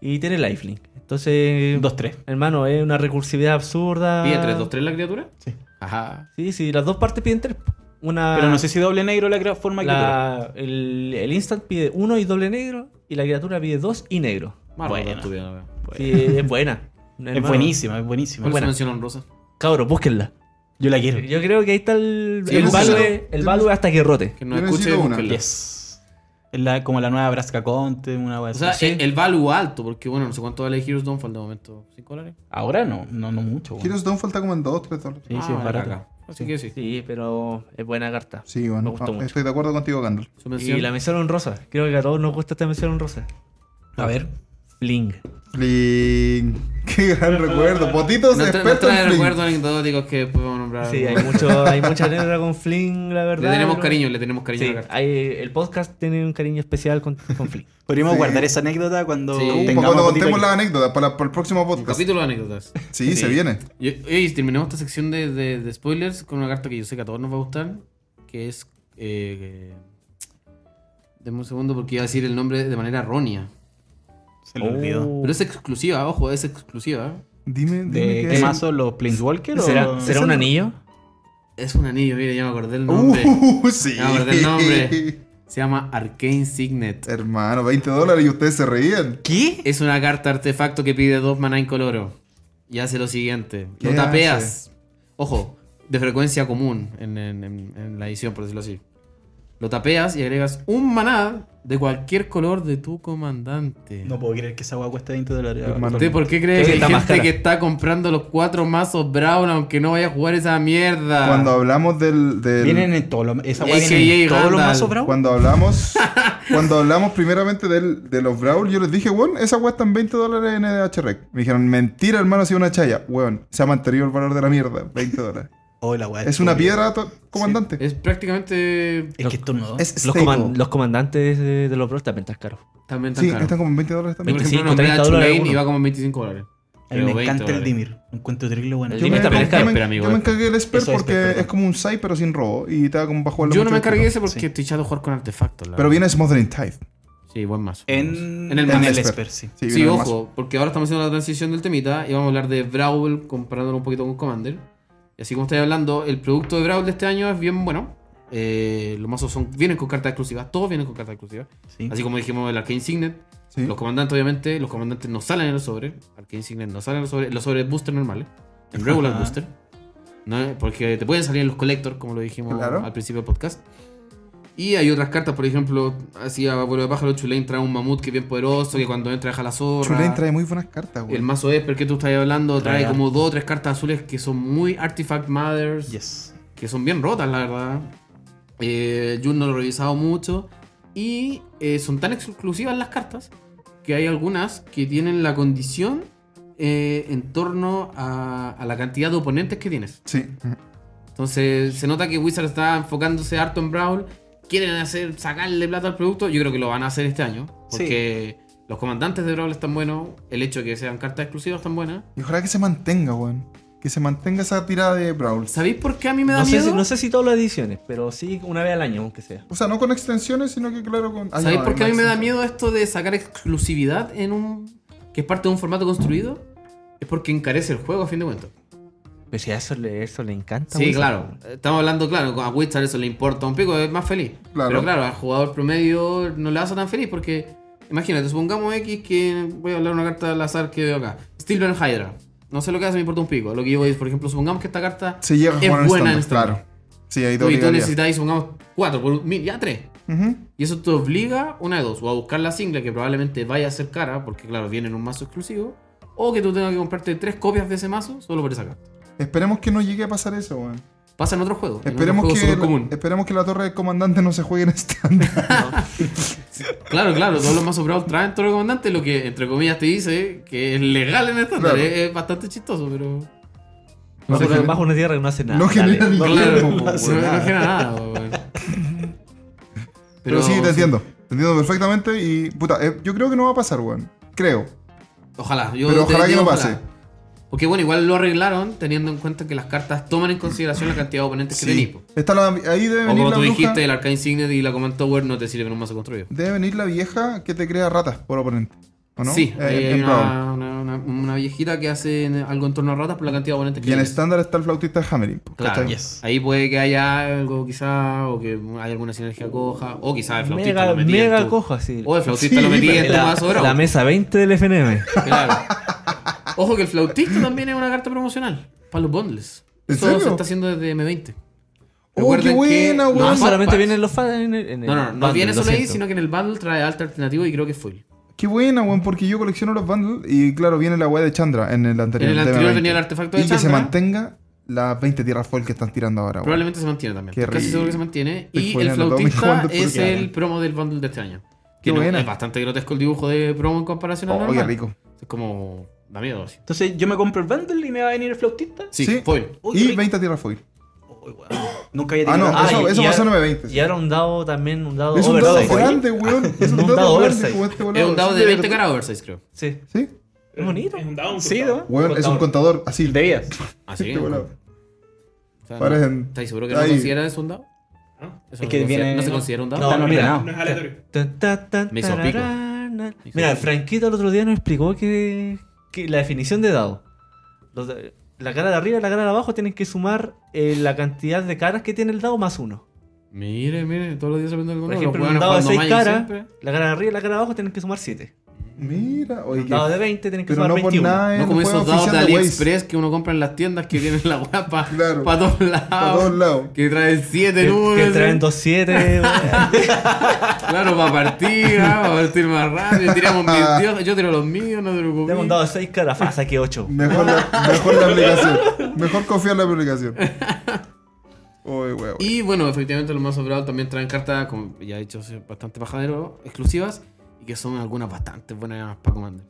S2: Y tiene lifelink. Entonces,
S3: 2-3.
S2: hermano, es una recursividad absurda.
S4: ¿Pide 3, 2, 3 la criatura?
S3: Sí.
S4: Ajá.
S2: Sí, sí, las dos partes piden tres. Una,
S3: Pero no sé si doble negro la crea- forma que dura.
S2: Ah. la- el, el instant pide uno y doble negro. Y la criatura pide dos y negro.
S4: Más
S3: Buena.
S4: rota estuviera, la verdad.
S2: Sí, es buena.
S3: Es buenísima, es buenísima.
S4: ¿Cuál se
S2: buena.
S4: mencionan rosa?
S2: Cabros, búsquenla.
S3: Yo la quiero.
S2: Yo creo que ahí está el,
S1: Sí,
S2: el
S1: no sé.
S2: value, el
S1: Sí,
S2: value
S1: no sé.
S2: hasta que rote.
S4: Que nos
S1: Yo
S4: escuche
S1: necesito una.
S4: búsquenla.
S3: Yes. Es la, como la nueva Brasca Conte, una wea
S4: O sea,
S3: así.
S4: el, el value alto, porque bueno, no sé cuánto vale Heroes Downfall de momento. ¿5 dólares?
S3: Ahora no, no, no mucho. weón.
S1: Heroes Down falta como en 2, 3 dólares.
S3: Sí, sí, es
S4: vale,
S3: barato.
S4: acá. Así que sí.
S2: Sí, pero es buena carta.
S1: Sí, bueno.
S2: Me gustó
S1: Ah,
S2: mucho.
S1: Estoy de acuerdo contigo, Gandalf.
S4: Su
S2: Y
S4: mención.
S2: la mención honrosa. Creo que a todos nos gusta esta mención honrosa.
S3: A ver.
S2: Fling.
S1: Fling. Qué gran recuerdo. Botitos
S4: Nos tra- nos
S1: expertos
S4: trae
S1: en Fling.
S4: recuerdos anecdóticos que después vamos a nombrar.
S2: Sí, hay, mucho, hay mucha anécdota con Fling, la verdad.
S4: Le tenemos
S2: pero-
S4: cariño, le tenemos cariño
S2: Sí,
S4: a la carta.
S2: hay- el podcast tiene un cariño especial con, con Fling.
S3: Podríamos
S1: Sí.
S3: guardar esa anécdota cuando
S4: Sí.
S1: Para
S3: tengamos
S1: cuando
S3: ratito
S1: contemos
S3: aquí.
S1: las anécdotas para, para el próximo
S4: Un
S1: podcast.
S4: capítulo de anécdotas.
S1: Sí, se viene.
S4: Y, oye, terminamos esta sección de, de- de spoilers con una carta que yo sé que a todos nos va a gustar, que es... Eh, Deme un segundo porque iba a decir el nombre de manera errónea.
S3: Se lo olvidó.
S2: Oh.
S4: Pero es exclusiva, ojo, es exclusiva.
S1: Dime, dime
S3: ¿De
S1: qué
S3: qué
S1: es.
S3: mazo? ¿Los Planeswalker o...?
S2: ¿Será, será un anillo?
S4: Es un anillo, mira, ya me acordé el nombre.
S1: Uh, sí.
S4: Me acordé el nombre. Se llama Arcane Signet.
S1: Hermano, 20 dólares y ustedes se reían.
S3: ¿Qué?
S4: Es una carta artefacto que pide dos maná incoloro. Y hace lo siguiente. Lo
S1: ¿Qué
S4: tapeas. Ojo, de frecuencia común en, en- en- en la edición, por decirlo así. Lo tapeas y agregas un maná de cualquier color de tu comandante.
S3: No puedo creer que esa agua cueste 20 dólares.
S1: Hermano.
S4: ¿Usted por qué cree
S2: Creo
S4: que
S2: que
S4: hay
S2: está más
S4: gente
S2: cara.
S4: que está comprando los cuatro mazos Brown aunque no vaya a jugar esa mierda?
S1: Cuando hablamos del. del-
S3: Vienen en todos los... Esa agua
S4: AKA
S3: viene en todos los
S4: Gandalf.
S3: mazos, bravo.
S1: Cuando hablamos, cuando hablamos primeramente del- de los Brawl, yo les dije, weón, esa weá está en 20 dólares en HREC. Me dijeron, mentira, hermano, ha sido una chaya. Weón, se ha mantenido el valor de la mierda, 20 dólares.
S3: Oh, la weá.
S1: Es una piedra, to- comandante.
S4: Es prácticamente
S3: Es que estornudó.
S1: Es
S2: Los,
S1: stable.
S2: coman- los comandantes de, de los bros también están caros.
S4: también tan
S1: Sí,
S4: caro.
S1: están como en 20 dólares
S4: Yo,
S1: también.
S4: por
S2: 25,
S4: ejemplo, nombré
S2: 30
S4: a
S2: dólares
S4: Tulane y
S2: uno.
S4: va como en 25 dólares.
S3: A mí me
S4: Pero 20
S3: encanta el
S4: dólares.
S3: Dimir. Lo encuentro terrible bueno.
S2: El
S1: Yo
S2: Dimir
S1: me,
S2: está también es caro,
S1: yo me-
S4: pero, amigo,
S1: yo me
S4: bueno.
S1: encargué del Esper
S3: Eso es Esper,
S1: porque
S3: perdón.
S1: es como un Psy pero sin robo y estaba como para jugarlo
S4: Yo
S1: mucho
S4: no me encargué
S1: tiempo.
S4: ese porque
S3: Sí.
S4: estoy echado a jugar con artefactos. la
S1: Pero
S4: verdad.
S1: viene Smothering Tide.
S4: Sí, buen mazo.
S3: En,
S4: En el
S3: en
S1: mazo.
S3: el Esper, sí.
S1: Sí,
S4: Sí,
S1: viene
S4: ojo,
S1: más.
S4: porque ahora estamos haciendo la transición del temita y vamos a hablar de Brawl comparándolo un poquito con Commander. Y así como estáis hablando, el producto de Brawl de este año es bien bueno. Eh, los mazos son, vienen con cartas exclusivas, todos vienen con cartas exclusivas.
S3: sí.
S4: Así como dijimos el Arcane Signet,
S1: Sí.
S4: los comandantes obviamente, los comandantes no salen en los sobres, Arcane Signet no salen en los sobres, los sobres booster normales, en regular
S3: Ajá.
S4: booster. ¿no? Porque te pueden salir en los collector, como lo dijimos
S1: Claro.
S4: al principio del podcast. Y hay otras cartas, por ejemplo, así a vuelo de pájaro, Chulain trae un mamut que es bien poderoso, que cuando entra deja la zorra.
S1: Chulain trae muy buenas cartas, güey.
S4: El mazo Esper que tú estás hablando trae
S3: Trae
S4: como dos o tres cartas azules que son muy Artifact Mothers,
S3: Yes.
S4: que son bien rotas, la verdad. Eh, Jun no lo he revisado mucho. Y eh, son tan exclusivas las cartas que hay algunas que tienen la condición eh, en torno a, a la cantidad de oponentes que tienes.
S1: Sí.
S4: Entonces se nota que Wizard está enfocándose harto en Brawl. Quieren hacer sacarle plata al producto. Yo creo que lo van a hacer este año.
S3: Sí.
S4: Porque los comandantes de Brawl están buenos. El hecho de que sean cartas exclusivas tan buenas.
S1: Y ojalá que se mantenga, weón. Que se mantenga esa tirada de Brawl.
S4: ¿Sabéis por qué a mí me da
S2: No sé,
S4: miedo?
S2: si, no sé si todas las ediciones, pero sí una vez al año, aunque sea.
S1: O sea, no con extensiones, sino que claro con. Ah,
S4: ¿Sabéis
S1: no,
S4: por qué a mí me da
S1: extensión.
S4: miedo esto de sacar exclusividad en un. que es parte de un formato construido? Es porque encarece el juego a fin de cuentas.
S2: Pero Pues si a eso le, eso le encanta.
S4: Sí,
S2: weón.
S4: claro. Estamos hablando, claro, a Wizard eso le importa un pico, es más feliz.
S1: Claro.
S4: Pero claro, al jugador promedio no le hace tan feliz porque, imagínate, supongamos X que voy a hablar una carta al azar que veo acá. Steelburn Hydra. No sé lo que hace, me importa un pico. Lo que yo voy a decir, por ejemplo, supongamos que esta carta
S1: Se llega a
S4: es
S1: jugar
S4: buena en
S1: en
S4: estándar.
S1: standard, Claro. Sí, ahí te
S4: Y tú
S1: obligaría.
S4: necesitáis, supongamos, cuatro, por, un- ya tres.
S1: Ujú.
S4: Y eso te obliga, una de dos, o a buscar la single que probablemente vaya a ser cara, porque claro, viene en un mazo exclusivo, o que tú tengas que comprarte tres copias de ese mazo solo por esa carta. Llegue a pasar eso, weón. Pasa en otro juego. en
S1: Esperemos
S4: otro juego
S1: que,
S4: súper común.
S1: esperemos que la torre del comandante no se juegue en este estándar.
S4: Claro, claro, todos los mazos Brawl traen todo comandante, lo que entre comillas te dice que es legal en estándar,
S1: Claro.
S4: es, es bastante chistoso, pero.
S1: No
S2: Bajo,
S1: se genera-
S2: bajo una tierra que no hace nada.
S1: no
S2: dale.
S1: genera ni
S4: No,
S1: mierda,
S4: claro,
S1: po,
S4: no
S1: weón.
S4: se me refiere a nada, po, weón.
S1: Pero sí, te entiendo. Te entiendo perfectamente y. Puta, eh, yo creo que no va a pasar, weón. Creo.
S4: Ojalá, yo
S1: Pero
S4: te
S1: ojalá que
S4: digo
S1: no
S4: ojalá.
S1: pase.
S4: Porque bueno, igual lo arreglaron teniendo en cuenta que las cartas toman en consideración la cantidad de oponentes que
S1: Sí.
S4: tenéis. po.
S1: Está la, ahí debe venir
S4: O como
S1: la
S4: tú
S1: bruja.
S4: dijiste, el Arcane Signet y la Command Tower no te sirven un mazo construido.
S1: Debe venir la vieja que te crea ratas por oponente. ¿O no?
S4: Sí,
S1: Eh,
S4: ahí hay
S1: en Brawl.
S4: una, una- una- una viejita que hace algo en torno a ratas por la cantidad de oponentes que
S1: Y en
S4: tienes.
S1: estándar está el flautista de Hammering. po,
S4: Claro,
S1: ¿cachai?
S3: yes.
S4: ahí puede que haya algo quizá, o que haya alguna sinergia coja, o quizá el flautista
S2: Mega,
S4: lo metí en
S2: mega
S4: tu-
S2: coja, sí.
S4: O el flautista
S1: Sí,
S4: lo metí en tu
S2: la,
S4: mazo bravo.
S2: la mesa 20 del FNM.
S4: Claro. Ojo que el flautista también es una carta promocional para los bundles.
S1: ¿En
S4: Eso
S1: serio?
S4: se está haciendo desde
S1: ¡Oh,
S4: M20.
S1: qué
S4: Recuerden
S1: buena,
S4: que-
S2: No,
S1: weón!
S4: Fat
S2: solamente
S4: Packs.
S2: vienen los fans. En el, en el
S4: No, no, no,
S2: bundle,
S4: viene
S2: lo
S4: solo ahí,
S2: siento.
S4: sino que en el bundle trae alta alternativo y creo que es foil.
S1: Qué buena, weón, porque yo colecciono los bundles y claro, viene la weá de Chandra en el
S4: En
S1: anterior.
S4: el
S1: tema
S4: anterior
S1: 20.
S4: venía el artefacto
S1: Y
S4: de
S1: que se
S4: Chandra.
S1: mantenga las 20 tierras foil que están tirando ahora, weón.
S4: Probablemente se mantiene también.
S1: Ah, Qué
S4: Casi
S1: rico.
S4: seguro que se mantiene.
S1: Estoy
S4: Y el
S1: spoileando todo mi
S4: flautista
S1: bundle,
S4: es
S1: porque-
S4: el promo del bundle de este año.
S1: Qué
S4: Que no-
S1: buena.
S4: es bastante grotesco el dibujo de promo en comparación al
S1: Oh, qué
S4: normal.
S1: rico.
S4: Es como. da miedo. así.
S3: Entonces yo me compro el bundle y me va a venir el flautista.
S4: Sí,
S1: Sí.
S4: foil.
S3: Uy,
S1: Y
S3: qué
S1: 20 tierras foil.
S3: Uy, weón. Nunca había
S1: Ah,
S3: tenido.
S1: no,
S3: Ah,
S1: eso,
S2: y-
S1: eso
S2: y
S1: pasó en
S2: ahora-
S1: M20.
S2: Y ahora un dado también, un dado
S1: Es un dado
S2: oversize.
S1: grande, weón. Es un
S2: Oh, Un
S1: dado
S2: dado
S1: grande,
S2: oversize.
S1: como este, weón.
S4: Es un dado de 20 caras oversize, creo.
S2: Sí,
S1: Sí,
S2: es bonito.
S5: Es un
S1: Ah,
S5: down.
S3: Sí, ¿no?
S1: weón, es un contador así.
S3: De vidas.
S4: Así.
S1: Este volado.
S4: O sea,
S1: Parecen-
S4: no- ¿Estáis seguro que no
S1: ahí.
S4: considera eso un dado?
S5: ¿No?
S4: Eso
S3: Es
S4: no
S3: que
S4: se considera-
S3: viene-
S4: ¿No se
S3: no.
S4: considera un dado?
S2: No,
S3: Está
S2: mira.
S3: nominado.
S5: No es aleatorio.
S2: Tan, tan, tan,
S4: Me hizo pico.
S2: tararana.
S4: hizo
S2: Mira,
S4: pico.
S2: Franquito el otro día nos explicó que, que la definición de dado. Los de- la cara de arriba y la cara de abajo tienen que sumar eh, la cantidad de caras que tiene el dado más uno.
S4: Mire, mire, todos los días aprendo algo
S2: Por
S4: nuevo.
S2: ejemplo,
S4: Los
S2: un
S4: hueones
S2: dado de
S4: jugando
S2: 6
S4: Magic
S2: caras,
S4: siempre.
S2: la cara de arriba y la cara de abajo tienen que sumar 7.
S1: Mira, oye.
S2: Un
S1: qué-
S2: dado de 20 tienen que
S1: Pero
S2: sumar
S1: no por
S2: 21.
S1: nada, eh,
S4: No
S1: no
S4: como
S1: juega
S4: esos dados
S1: oficial
S4: de
S1: de Waze.
S4: AliExpress que uno compra en las tiendas que tienen la weá
S1: Claro.
S4: para todos lados.
S1: Para todos lados.
S4: Que traen 7
S2: Que,
S4: nubes.
S2: que
S1: ¿eh?
S2: traen 2-7. weón.
S4: Claro, para partir, para partir más rápido. Tiramos mis dios, yo tiro los míos, no te preocupes.
S2: Tenemos un dado de 6 caras. Fa, saqué 8.
S1: Mejor la, mejor la aplicación. Mejor confiar en la aplicación. Oye, weón.
S4: Y bueno, efectivamente los mazos Brawl también traen cartas, como ya he dicho, sí, bastante bajadero, exclusivas, y que son algunas bastante buenas para Commander.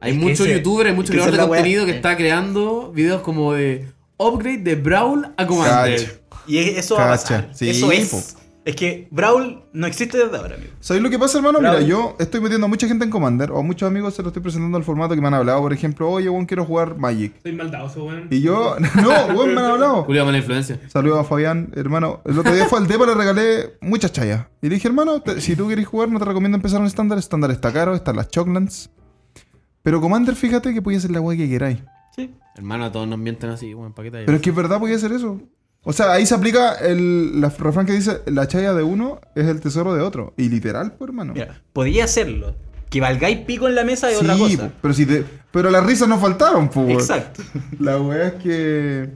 S4: Hay
S2: Es que
S4: muchos
S2: ese-
S4: youtubers, hay muchos
S3: es que esa
S4: creadores de
S3: es la
S4: contenido
S3: wea.
S4: que está creando videos como de upgrade de Brawl a Commander.
S3: Y eso va a pasar.
S1: Cacha, sí,
S3: eso es.
S1: po.
S3: Es que Brawl no existe desde ahora, amigo.
S1: ¿Sabéis lo que pasa, hermano? Mira,
S3: Bravo.
S1: yo estoy metiendo a mucha gente en Commander, o a muchos amigos se lo estoy presentando al formato que me han hablado, por ejemplo, oye, weón, quiero jugar Magic.
S5: Soy maldadoso, weón.
S1: Y yo, no, weón, me han hablado.
S4: Julio mala influencia.
S1: Saludos a Fabián, hermano. El otro día fue al depa, le regalé muchas chayas. Y le dije, hermano, te- si tú querés jugar, no te recomiendo empezar un estándar. Estándar está caro, están las Choclands. Pero Commander, fíjate que podía hacer la weá que queráis.
S3: Sí.
S4: Hermano, a todos nos mienten así, weón, ¿para qué te
S1: Pero es que es verdad, podía hacer eso. O sea, ahí se aplica el la refrán que dice, la chaya de uno es el tesoro de otro. Y literal, pues, hermano.
S3: Mira, podía hacerlo. Que valgáis pico en la mesa es otra
S1: Sí,
S3: cosa.
S1: po, pero si te- pero las risas no faltaron, pues. weón.
S3: Exacto.
S1: La weá es que.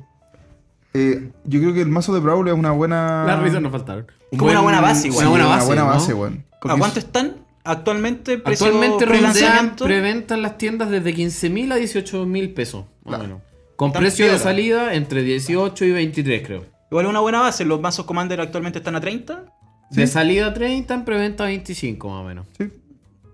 S1: eh, yo creo que el mazo de Brawl es una buena.
S4: Las risas nos faltaron.
S3: Es como una buena base, igual.
S4: Una buena
S1: Sí, Una
S4: base,
S1: buena
S4: ¿no?
S1: base, weón.
S3: ¿A
S1: Porque
S3: cuánto están? Actualmente, precio
S4: Actualmente rondean
S3: pre-lanzamiento.
S4: preventa en las tiendas desde 15.000 a 18.000 pesos. Más o menos. Con
S3: Tan
S4: precio de
S3: piola.
S4: salida entre 18 y 23, creo.
S3: Igual es una buena base. Los mazos Commander actualmente están a 30.
S4: De salida 30, en preventa 25, más o menos.
S1: Sí.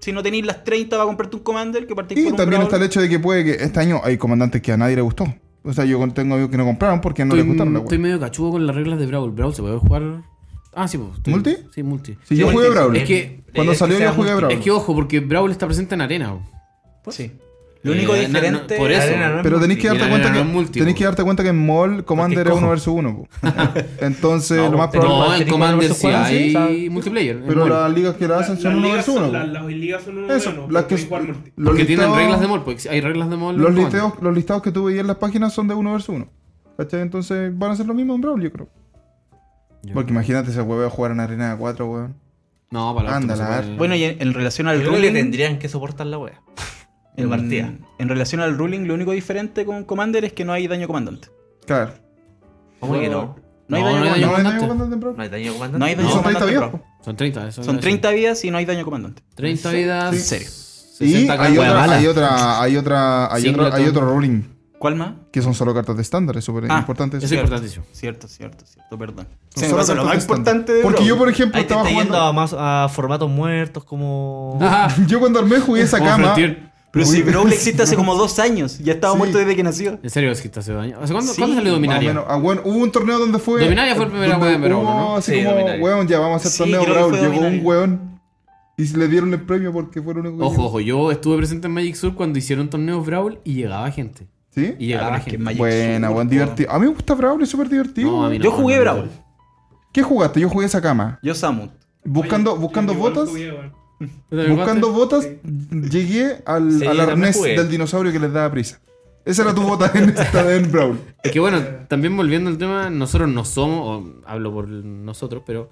S3: Si no tenéis las 30, va a comprarte un Commander que partís
S1: Y
S3: por un
S1: también
S3: Brawl.
S1: está el hecho de que puede que este año hay comandantes que a nadie le gustó. O sea, yo con- tengo amigos que no compraron porque no les
S4: estoy,
S1: gustaron la
S4: estoy
S1: weá.
S4: medio cachudo con las reglas de Brawl. Brawl se puede jugar. Ah, sí, pues, estoy-
S1: ¿Multi?
S4: Sí, multi.
S1: Si yo jugué Brawl.
S4: Es que-
S1: Cuando
S2: es que
S1: salió
S2: sea
S1: yo jugué
S2: multi-
S1: Brawl.
S4: Es que ojo, porque Brawl está presente en arena. weón.
S3: Sí. Lo único
S4: Eh, na- na-
S3: diferente.
S4: por eso.
S2: arena, ¿no?
S1: Pero tenéis que
S4: Y
S1: darte
S4: la
S1: cuenta
S4: arena
S1: que
S4: no es multi,
S1: tenéis
S4: po.
S1: que darte cuenta que en Mall Commander es
S2: cojo.
S1: 1 vs 1, Entonces,
S2: No,
S1: lo más probable.
S2: po, Pero Master
S4: No, en Commander
S2: Commander
S4: sí
S2: juegan,
S4: hay
S2: sí,
S4: multiplayer. en
S1: Pero
S4: mall.
S1: las ligas que la hacen
S5: La-
S1: son
S5: las
S1: 1
S5: ligas
S1: vs
S5: son-
S1: 1.
S5: la- Las ligas son uno
S1: Eso,
S5: uno,
S1: las que
S5: podéis jugar multi.
S1: los
S4: Porque tienen
S1: listados-
S4: reglas de mall. Porque hay reglas de mall.
S1: Los
S4: en
S1: listeos,
S4: Commander.
S1: los listados que tú veías en las páginas son de 1 vs 1. ¿Cachai? Entonces van a ser lo mismo en Brawl, yo creo. Porque imagínate ese huevo jugar en arena de 4, weón.
S4: No, para
S1: Anda, la
S4: la
S3: Bueno, y en, en relación al
S2: Yo creo que
S3: ruling.
S2: tendrían que soportar la wea. En partida.
S3: en relación al ruling, lo único diferente con Commander es que no hay daño comandante.
S1: Claro.
S2: ¿Cómo que no?
S3: No hay
S4: No,
S3: daño
S4: no hay
S1: ¿No
S3: comandante.
S1: hay daño
S4: comandante.
S1: comandante en Brawl?
S2: No hay daño comandante.
S3: No hay daño
S1: Y son
S3: comandante
S1: 30
S3: en
S1: días,
S3: Brawl.
S1: po.
S4: Son 30. eso-
S3: Son
S4: eso.
S3: 30 vidas y no hay daño comandante.
S4: 30 vidas.
S1: Sí.
S3: serio.
S1: Y
S4: 60
S1: hay
S4: cartas.
S1: otra, hay otra, hay otra, hay otra, hay
S4: Singleton.
S1: otro ruling
S3: ¿Cuál más?
S1: que son solo cartas de estándar, es súper
S3: Ah,
S1: importante.
S4: Eso
S1: eso.
S4: es importantísimo.
S3: Cierto, cierto, cierto, perdón.
S1: Son
S3: Se me
S1: solo
S3: pasó lo
S1: cartas
S3: más
S1: de estándar.
S3: importante de
S1: Porque
S3: Brawl.
S1: yo, por ejemplo,
S2: Ahí te
S1: estaba
S2: está yendo a,
S1: jugando.
S2: más, a formatos muertos como.
S1: Yo cuando armé jugué esa
S4: Como
S1: cama.
S4: Frontier.
S3: Pero
S1: Uy,
S3: si Brawl existe hace como dos años, ya estaba
S1: Sí.
S3: muerto desde que nació.
S4: En serio, es que está hace daño. ¿Hace cuándo,
S3: Sí,
S4: cuándo salió
S1: más o
S4: Dominaria?
S1: menos. Ah, bueno, hubo un torneo donde fue.
S4: Dominaria fue el primer
S1: donde
S4: weón en Brawl,
S1: hubo
S4: ¿no?
S1: Así
S2: Sí,
S1: como,
S2: Dominaria.
S1: weón, ya vamos a hacer
S3: Sí,
S1: torneo
S3: creo que
S1: Brawl.
S3: fue
S1: Llegó un
S3: Dominaria.
S1: weón y le dieron el premio porque fue el único que.
S4: Ojo,
S1: llegó.
S4: ojo, yo estuve presente en Magic Sur cuando hicieron torneos Brawl y llegaba gente.
S1: ¿Sí?
S4: Y llegaba
S3: Ah, pero es que
S4: gente.
S3: en Magic
S1: Buena,
S3: Sur,
S1: buen
S3: po.
S1: divertido. A mí me gusta Brawl, es súper divertido.
S4: No, a mí no.
S3: Yo jugué
S4: no, no,
S3: Brawl,
S1: ¿Qué jugaste? Yo jugué esa cama.
S3: yo Samut.
S1: Buscando,
S5: Oye,
S1: buscando
S5: yo igual
S1: botas.
S5: jugué, weón.
S1: Buscando botas, llegué al,
S2: Sí,
S1: al
S2: yo también
S1: arnés
S2: jugué.
S1: del dinosaurio que les daba prisa. Esa era tu bota en, esta, en Brawl.
S4: Es que bueno, también volviendo al tema, nosotros no somos, o hablo por nosotros, pero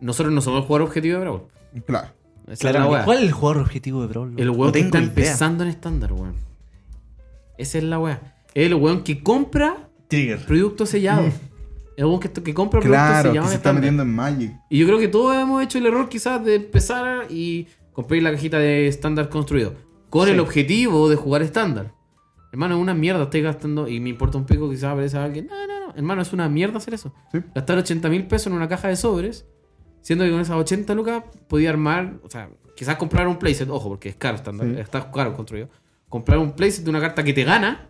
S4: nosotros no somos el jugador objetivo de Brawl.
S1: Claro.
S4: Esa es
S2: Claramente.
S4: la wea.
S2: ¿Cuál es el jugador objetivo de Brawl?
S4: El weón
S3: No
S4: que
S3: tengo
S4: está
S3: idea.
S4: empezando en estándar, weón. Esa es la weá. Es el weón que compra
S2: Trigger.
S4: productos sellados.
S3: Mm.
S4: El weón que, que compra productos
S1: Claro, que
S4: sellados
S1: se
S4: en
S1: está
S4: estándar.
S1: metiendo en Magic.
S4: Y yo creo que todos hemos hecho el error quizás de empezar y comprar la cajita de estándar construido. Con el objetivo de jugar estándar. Hermano, es una mierda, estoy gastando y me importa un pico quizás aparece alguien. No, no, no. Hermano, es una mierda hacer eso.
S1: Sí.
S4: Gastar 80 mil pesos en una caja de sobres. Siendo que con esas 80 lucas podía armar, o sea, quizás comprar un playset, ojo, porque es caro estándar,
S1: Sí.
S4: está caro construido. Comprar un playset de una carta que te gana,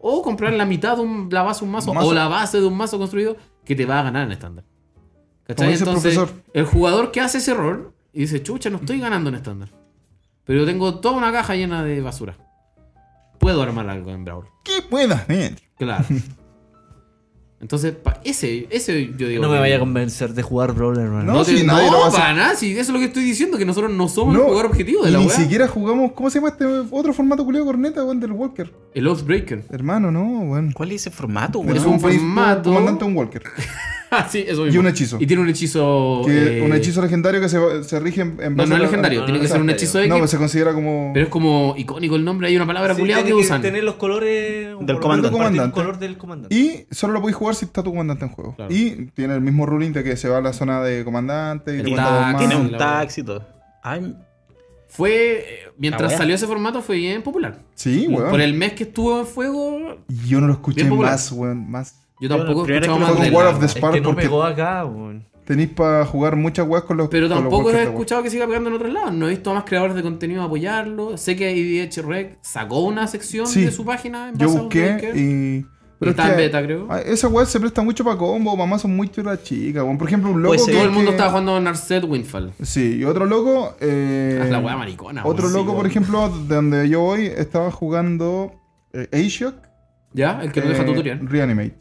S4: o comprar la mitad de un- la base de un mazo,
S1: Mazo.
S4: o la base de un mazo construido que te va a ganar en estándar. ¿Cachai?
S1: Como dice el
S4: Entonces, el,
S1: profesor.
S4: jugador que hace ese error y dice, chucha, no estoy ganando en estándar. Pero yo tengo toda una caja llena de basura. Puedo armar algo en Brawl.
S1: ¡Qué buena! man!
S4: Claro. Entonces, pa- ese, ese yo digo.
S2: No me
S4: que-
S2: vaya a convencer de jugar Brawl, hermano.
S1: No,
S4: No, te-
S1: si
S4: no,
S1: nadie lo va a hacer.
S4: para nada, si eso es lo que estoy diciendo, que nosotros no somos el jugador objetivo de
S1: y
S4: la
S1: Ni
S4: weá.
S1: siquiera jugamos. ¿Cómo se llama este otro formato culeo corneta, weón? Del Walker.
S4: El Oathbreaker.
S1: Hermano, no, weón.
S3: ¿Cuál es ese formato,
S1: Pero
S3: weón?
S4: Es
S1: no,
S4: un formato-
S1: Comandante un Walker.
S4: Ah, sí, eso
S1: Y
S4: mismo.
S1: un hechizo.
S4: Y tiene un hechizo.
S1: Que
S4: eh,
S1: un hechizo legendario que se, se rige en, en
S4: No, no
S1: a
S4: es
S1: la-
S4: legendario,
S2: no,
S4: tiene
S2: no
S4: que
S2: es
S4: ser un
S2: legendario.
S4: hechizo de
S1: No,
S4: que-
S1: pues se considera como.
S4: Pero es como icónico el nombre, hay una palabra
S2: Sí,
S4: culiada
S2: tiene
S4: que usan.
S2: tener los colores o por lo menos
S3: comandante.
S2: compartir el
S1: Comandante.
S2: color del comandante.
S1: Y solo lo podéis jugar si está tu comandante en juego.
S4: Claro.
S1: Y tiene el mismo ruling de que se va a la zona de comandante y
S4: El
S1: te cuenta
S4: tax,
S1: dos
S3: Tiene
S1: más.
S4: Ah,
S3: un
S4: la
S3: taxi y todo. Ay,
S4: Fue, eh,
S3: La
S4: mientras
S3: wea.
S4: salió ese formato, fue bien popular.
S1: Sí, weón.
S4: Por el mes que estuvo en fuego,
S1: Y yo no lo escuché
S4: Bien popular.
S1: más, weón. Más.
S4: yo
S3: Yo la
S4: tampoco he
S3: primera
S4: escuchado
S3: vez que
S4: más
S3: lo
S4: de
S1: jugué
S4: la-
S1: War of the-
S2: es que
S1: Spar
S2: no
S1: porque-
S2: pegó acá, weón.
S1: Tenéis para jugar muchas weas con los.
S4: Pero
S1: con los
S4: tampoco
S1: walkers
S4: he
S1: de weón.
S4: escuchado que siga pegando en otros lados. No he visto a más creadores de contenido apoyarlo. Sé que IDH Rec sacó una sección
S1: Sí.
S4: de su página en
S1: Yo
S4: base a
S1: busqué
S4: Outbreaker.
S1: y. Pero
S4: está
S1: es
S4: en
S1: que-
S4: beta, creo.
S1: Ay, Ah, Esa weá se presta mucho para combo, mamá son muy churras chicas, weón. Por ejemplo, un loco.
S3: Pues sí.
S1: que-
S4: Todo el mundo
S1: que-
S4: estaba jugando Narset Windfall.
S1: Sí, y otro loco. eh,
S4: Haz la weá maricona.
S1: Otro
S4: weón.
S1: loco, por
S4: Sí, weón.
S1: ejemplo, de donde yo voy, estaba jugando eh, Ashok.
S4: ¿Ya? El que no
S1: eh,
S4: deja tutorial.
S1: Reanimate.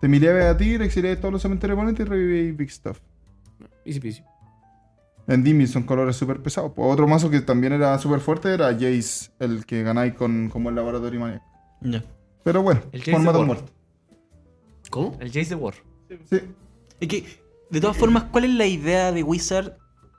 S1: Te miré a ti, exilé todos los cementerios oponentes y reviví Big Stuff.
S4: Easy peasy.
S1: En Dimmy son colores súper pesados. Pues otro mazo que también era súper fuerte era Jace, el que ganáis con como el laboratorio Maniac.
S3: Ya.
S1: Pero bueno,
S2: El Jace
S1: formato
S2: de
S1: muerto.
S4: ¿Cómo?
S2: El Jace the War.
S1: Sí.
S3: Es que, de todas formas, ¿cuál es la idea de Wizard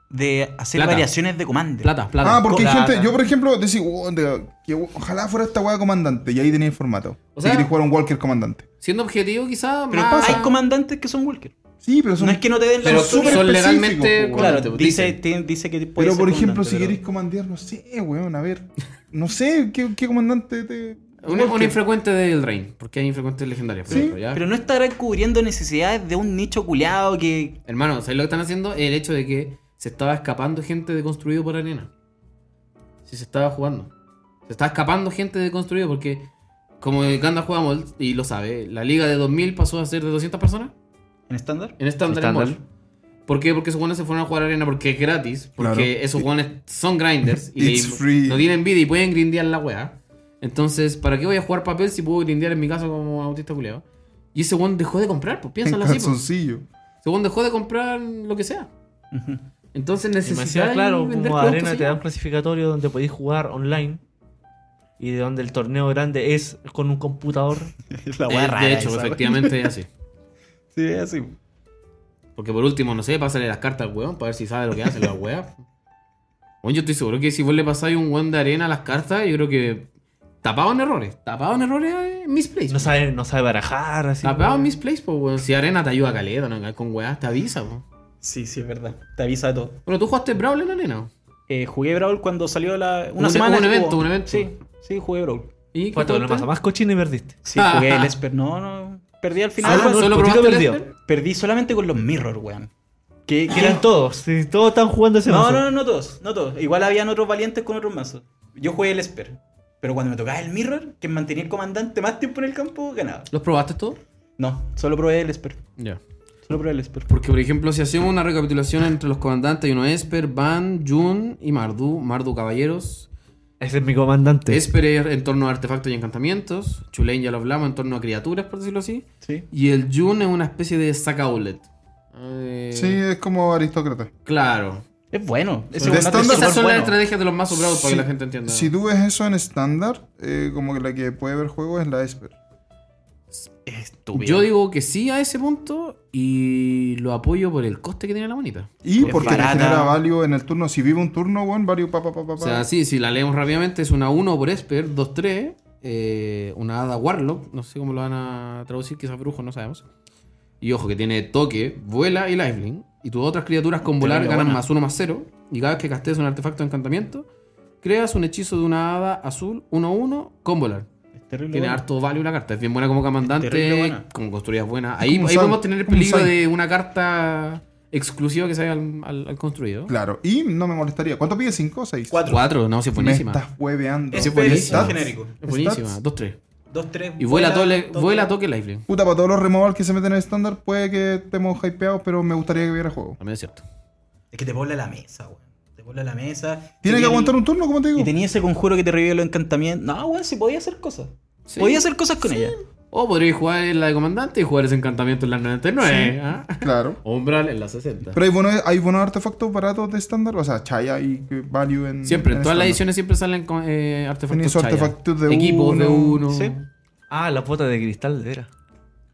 S3: de hacer
S4: Plata.
S3: variaciones de comando?
S4: Plata, plata.
S1: Ah, porque hay
S3: Claro.
S1: gente, yo por ejemplo, decís, "Oh, de- que ojalá fuera esta weá comandante, y ahí tenía el formato.
S4: O
S1: si
S4: sea-
S1: queréis jugar un Walker comandante.
S4: Siendo objetivo, quizás.
S3: Pero
S4: más...
S3: hay comandantes que son Walker.
S1: Sí, pero son.
S3: No es que no te den la
S4: Pero
S1: son
S3: opción.
S1: súper
S4: son
S1: específicos,
S4: legalmente-
S1: po, weón.
S3: Claro,
S4: comandante,
S3: dice,
S4: dicen.
S3: tiene- dice que puede
S1: Pero
S3: ser
S1: por ejemplo,
S3: comandante,
S1: si
S3: pero-
S1: queréis comandear, no sé, weón, a ver. No sé, ¿qué, qué comandante te.
S4: Un, un infrecuente del Rain. Porque hay infrecuentes legendarios, por
S1: Sí,
S4: ejemplo, ¿ya?
S3: Pero no estará cubriendo necesidades de un nicho culeado que.
S4: Hermano, ¿sabes lo que están haciendo? El hecho de que se estaba escapando gente de construido por arena. Si se estaba jugando. Se está escapando gente de construido porque, como el Ganda juega Mol, y lo sabe, la liga de 2000 pasó a ser de 200 personas
S3: En estándar.
S4: en estándar en
S2: Estándar.
S4: Mol. ¿Por qué? Porque esos guanes se fueron a jugar arena porque es gratis. Porque
S1: Claro.
S4: esos guanes son grinders y
S1: It's
S4: le-
S1: free.
S4: no tienen vida y pueden grindear la weá. Entonces, ¿para qué voy a jugar papel si puedo grindear en mi casa como autista culeado? Y ese guan dejó de comprar, pues
S1: En
S4: piénsalo así. pues.
S1: calzoncillo.
S4: Según dejó de comprar lo que sea.
S3: Ujú.
S4: Entonces
S2: Demasiado
S4: necesitas
S2: claro,
S4: vender
S2: como
S4: productos
S2: arena te
S4: allá.
S2: da un clasificatorio donde podéis jugar online y de donde el torneo grande es con un computador.
S3: Es la
S4: Eh,
S3: wea rara
S4: de hecho,
S3: esa, wea.
S4: efectivamente es así.
S3: Sí, es así.
S4: Porque por último, no sé, pásale las cartas al weón para ver si sabe lo que hace la weá. Bueno, yo estoy seguro que si vos le pasáis un weón de arena a las cartas, yo creo que tapado en errores. Tapado en errores eh, misplays.
S2: No sabe, no sabe barajar, así.
S4: tapado en
S2: como-
S4: misplays, pues weón. Si arena te ayuda a caleta, no Caes con weá, te avisa, po.
S3: Sí, sí, es verdad. Te avisa de todo.
S4: Bueno, tú jugaste Brawl en arena.
S3: Eh, jugué Brawl cuando salió la. Una
S4: Un- e-
S3: semana.
S4: un
S3: estuvo.
S4: evento, un evento.
S3: Sí, sí, jugué Brawl.
S4: ¿Y qué
S2: Fue todo lo
S4: jugaste?
S2: más, más cochino y perdiste.
S3: Sí, jugué el Esper. No, no. Perdí al final.
S4: Ah,
S3: cuando-
S4: solo
S2: el
S4: probaste el
S2: perdió.
S4: Esper.
S3: Perdí solamente con los Mirror, weón. Que, que
S2: Que eran todos, sí, todos están jugando ese
S3: No,
S2: mazo.
S3: no, no, no todos, no todos. Igual habían otros valientes con otros mazos. Yo jugué el Esper. Pero cuando me tocaba el Mirror, que mantenía el comandante más tiempo en el campo, ganaba.
S4: ¿Los probaste todos?
S3: No, solo probé el Esper.
S4: Ya.
S3: Solo probé el Esper.
S4: Porque, por ejemplo, si hacemos una recapitulación entre los comandantes, hay uno Esper, Van, Jun y Mardu. Mardu Caballeros.
S2: Ese es mi comandante.
S4: Esper es en torno a artefactos y encantamientos. Chulain ya lo hablamos, en torno a criaturas, por decirlo así.
S3: Sí.
S4: Y el Jun es una especie de Sacaulet. Eh,
S1: Sí, es como aristócrata.
S4: Claro.
S3: Es bueno. Ese
S1: De
S3: comandante
S1: estándar-
S3: es
S4: Esas
S3: súper
S4: son las
S3: bueno.
S4: estrategias de los más sobrados para
S1: Si-
S4: que la gente entienda.
S1: Si tú ves eso en estándar, eh, como que la que puede ver juego es la Esper.
S3: Estúpido.
S4: Yo digo que sí a ese punto y lo apoyo por el coste que tiene la monita.
S1: Y
S3: Es
S1: porque le
S3: barata.
S1: genera value en el turno. Si vive un turno, weón, value pa pa pa pa.
S4: O
S1: pa.
S4: sea, sí, si la leemos rápidamente, es una 1 por Esper, 2-3, eh, una hada Warlock, no sé cómo lo van a traducir, quizás brujo, no sabemos. Y ojo, que tiene toque, vuela y lifelink. Y tus otras criaturas con volar
S3: veo
S4: ganan
S3: buena.
S4: más 1 más 0. Y cada vez que castees un artefacto de encantamiento, creas un hechizo de una hada azul 1-1 con volar.
S3: Es terrible
S4: Tiene
S3: bueno.
S4: harto value la carta, es bien buena como comandante,
S3: terrible buena.
S4: como construida es buena. Ahí,
S1: como
S4: ahí
S1: Sai,
S4: podemos tener el
S1: como
S4: peligro
S1: Sai.
S4: de una carta exclusiva que se al, al, al construido.
S1: Claro, y no me molestaría. ¿Cuánto pide? ¿5 o 6?
S3: Cuatro.
S4: 4, no, si es
S1: Me
S4: buenísima.
S1: estás hueveando.
S3: Esper es
S1: Stats.
S3: genérico.
S4: Es buenísima,
S1: Stats.
S4: 2-3.
S3: Dos, tres.
S4: Y vuela, tole-
S3: toque.
S4: vuela toque lifelink.
S1: Puta, para todos los removals que se meten en estándar, puede que estemos hypeados, pero me gustaría que viera juego.
S4: También es cierto.
S3: Es que te vuela la mesa, weón. Te vuela la mesa.
S1: Tiene que
S3: Tenía el-
S1: aguantar un turno, como te
S3: Y
S1: digo.
S3: tenía ese conjuro que te revive los encantamientos. No, weón, sí podía hacer cosas.
S4: Sí.
S3: Podía hacer cosas con ella.
S4: O podría jugar en la de comandante y jugar ese encantamiento en la 99. ¿ah?
S1: Claro.
S4: O Umbral en la 60.
S1: Pero hay buenos, hay buenos artefactos baratos de estándar, o sea, Chaya y eh, Value en.
S4: siempre, en
S1: en
S4: todas
S1: estándar.
S4: las ediciones siempre salen con, eh, artefactos.
S1: Tienen sus
S4: Chaya.
S1: artefactos de
S4: Equipos de
S1: uno.
S4: uno.
S3: Sí.
S2: Ah, las botas de cristal, de veras.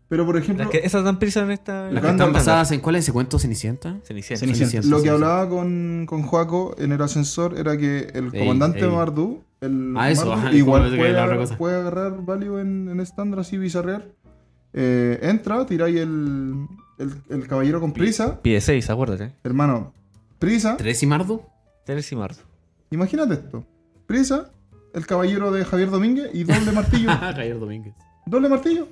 S1: Pero por ejemplo,
S2: Las que, esas dan prisa en esta.
S4: Las que
S1: Gundam
S4: están
S1: Gundam.
S4: basadas en. ¿Cuál es ese cuento? Cenicienta.
S2: Cenicienta.
S3: Cenicienta.
S1: lo que hablaba con, con Joaco en el ascensor era que el
S4: Ey,
S1: comandante
S4: ey.
S1: Mardu, el
S4: Ah, eso,
S1: Mardu
S4: ajá,
S1: igual
S4: como pensé que
S1: puede,
S4: era otra
S1: agar-
S4: cosa.
S1: puede agarrar Value en, en estándar así, bizarrear. Eh, entra, tiráis el, el, el caballero con prisa.
S2: Pide 6, acuérdate.
S1: Hermano, prisa.
S4: ¿Tres y Mardu?
S2: Teres y Mardo.
S1: Imagínate esto. Prisa, el caballero de Javier Domínguez y doble martillo.
S4: Ah, Javier Domínguez.
S1: doble martillo.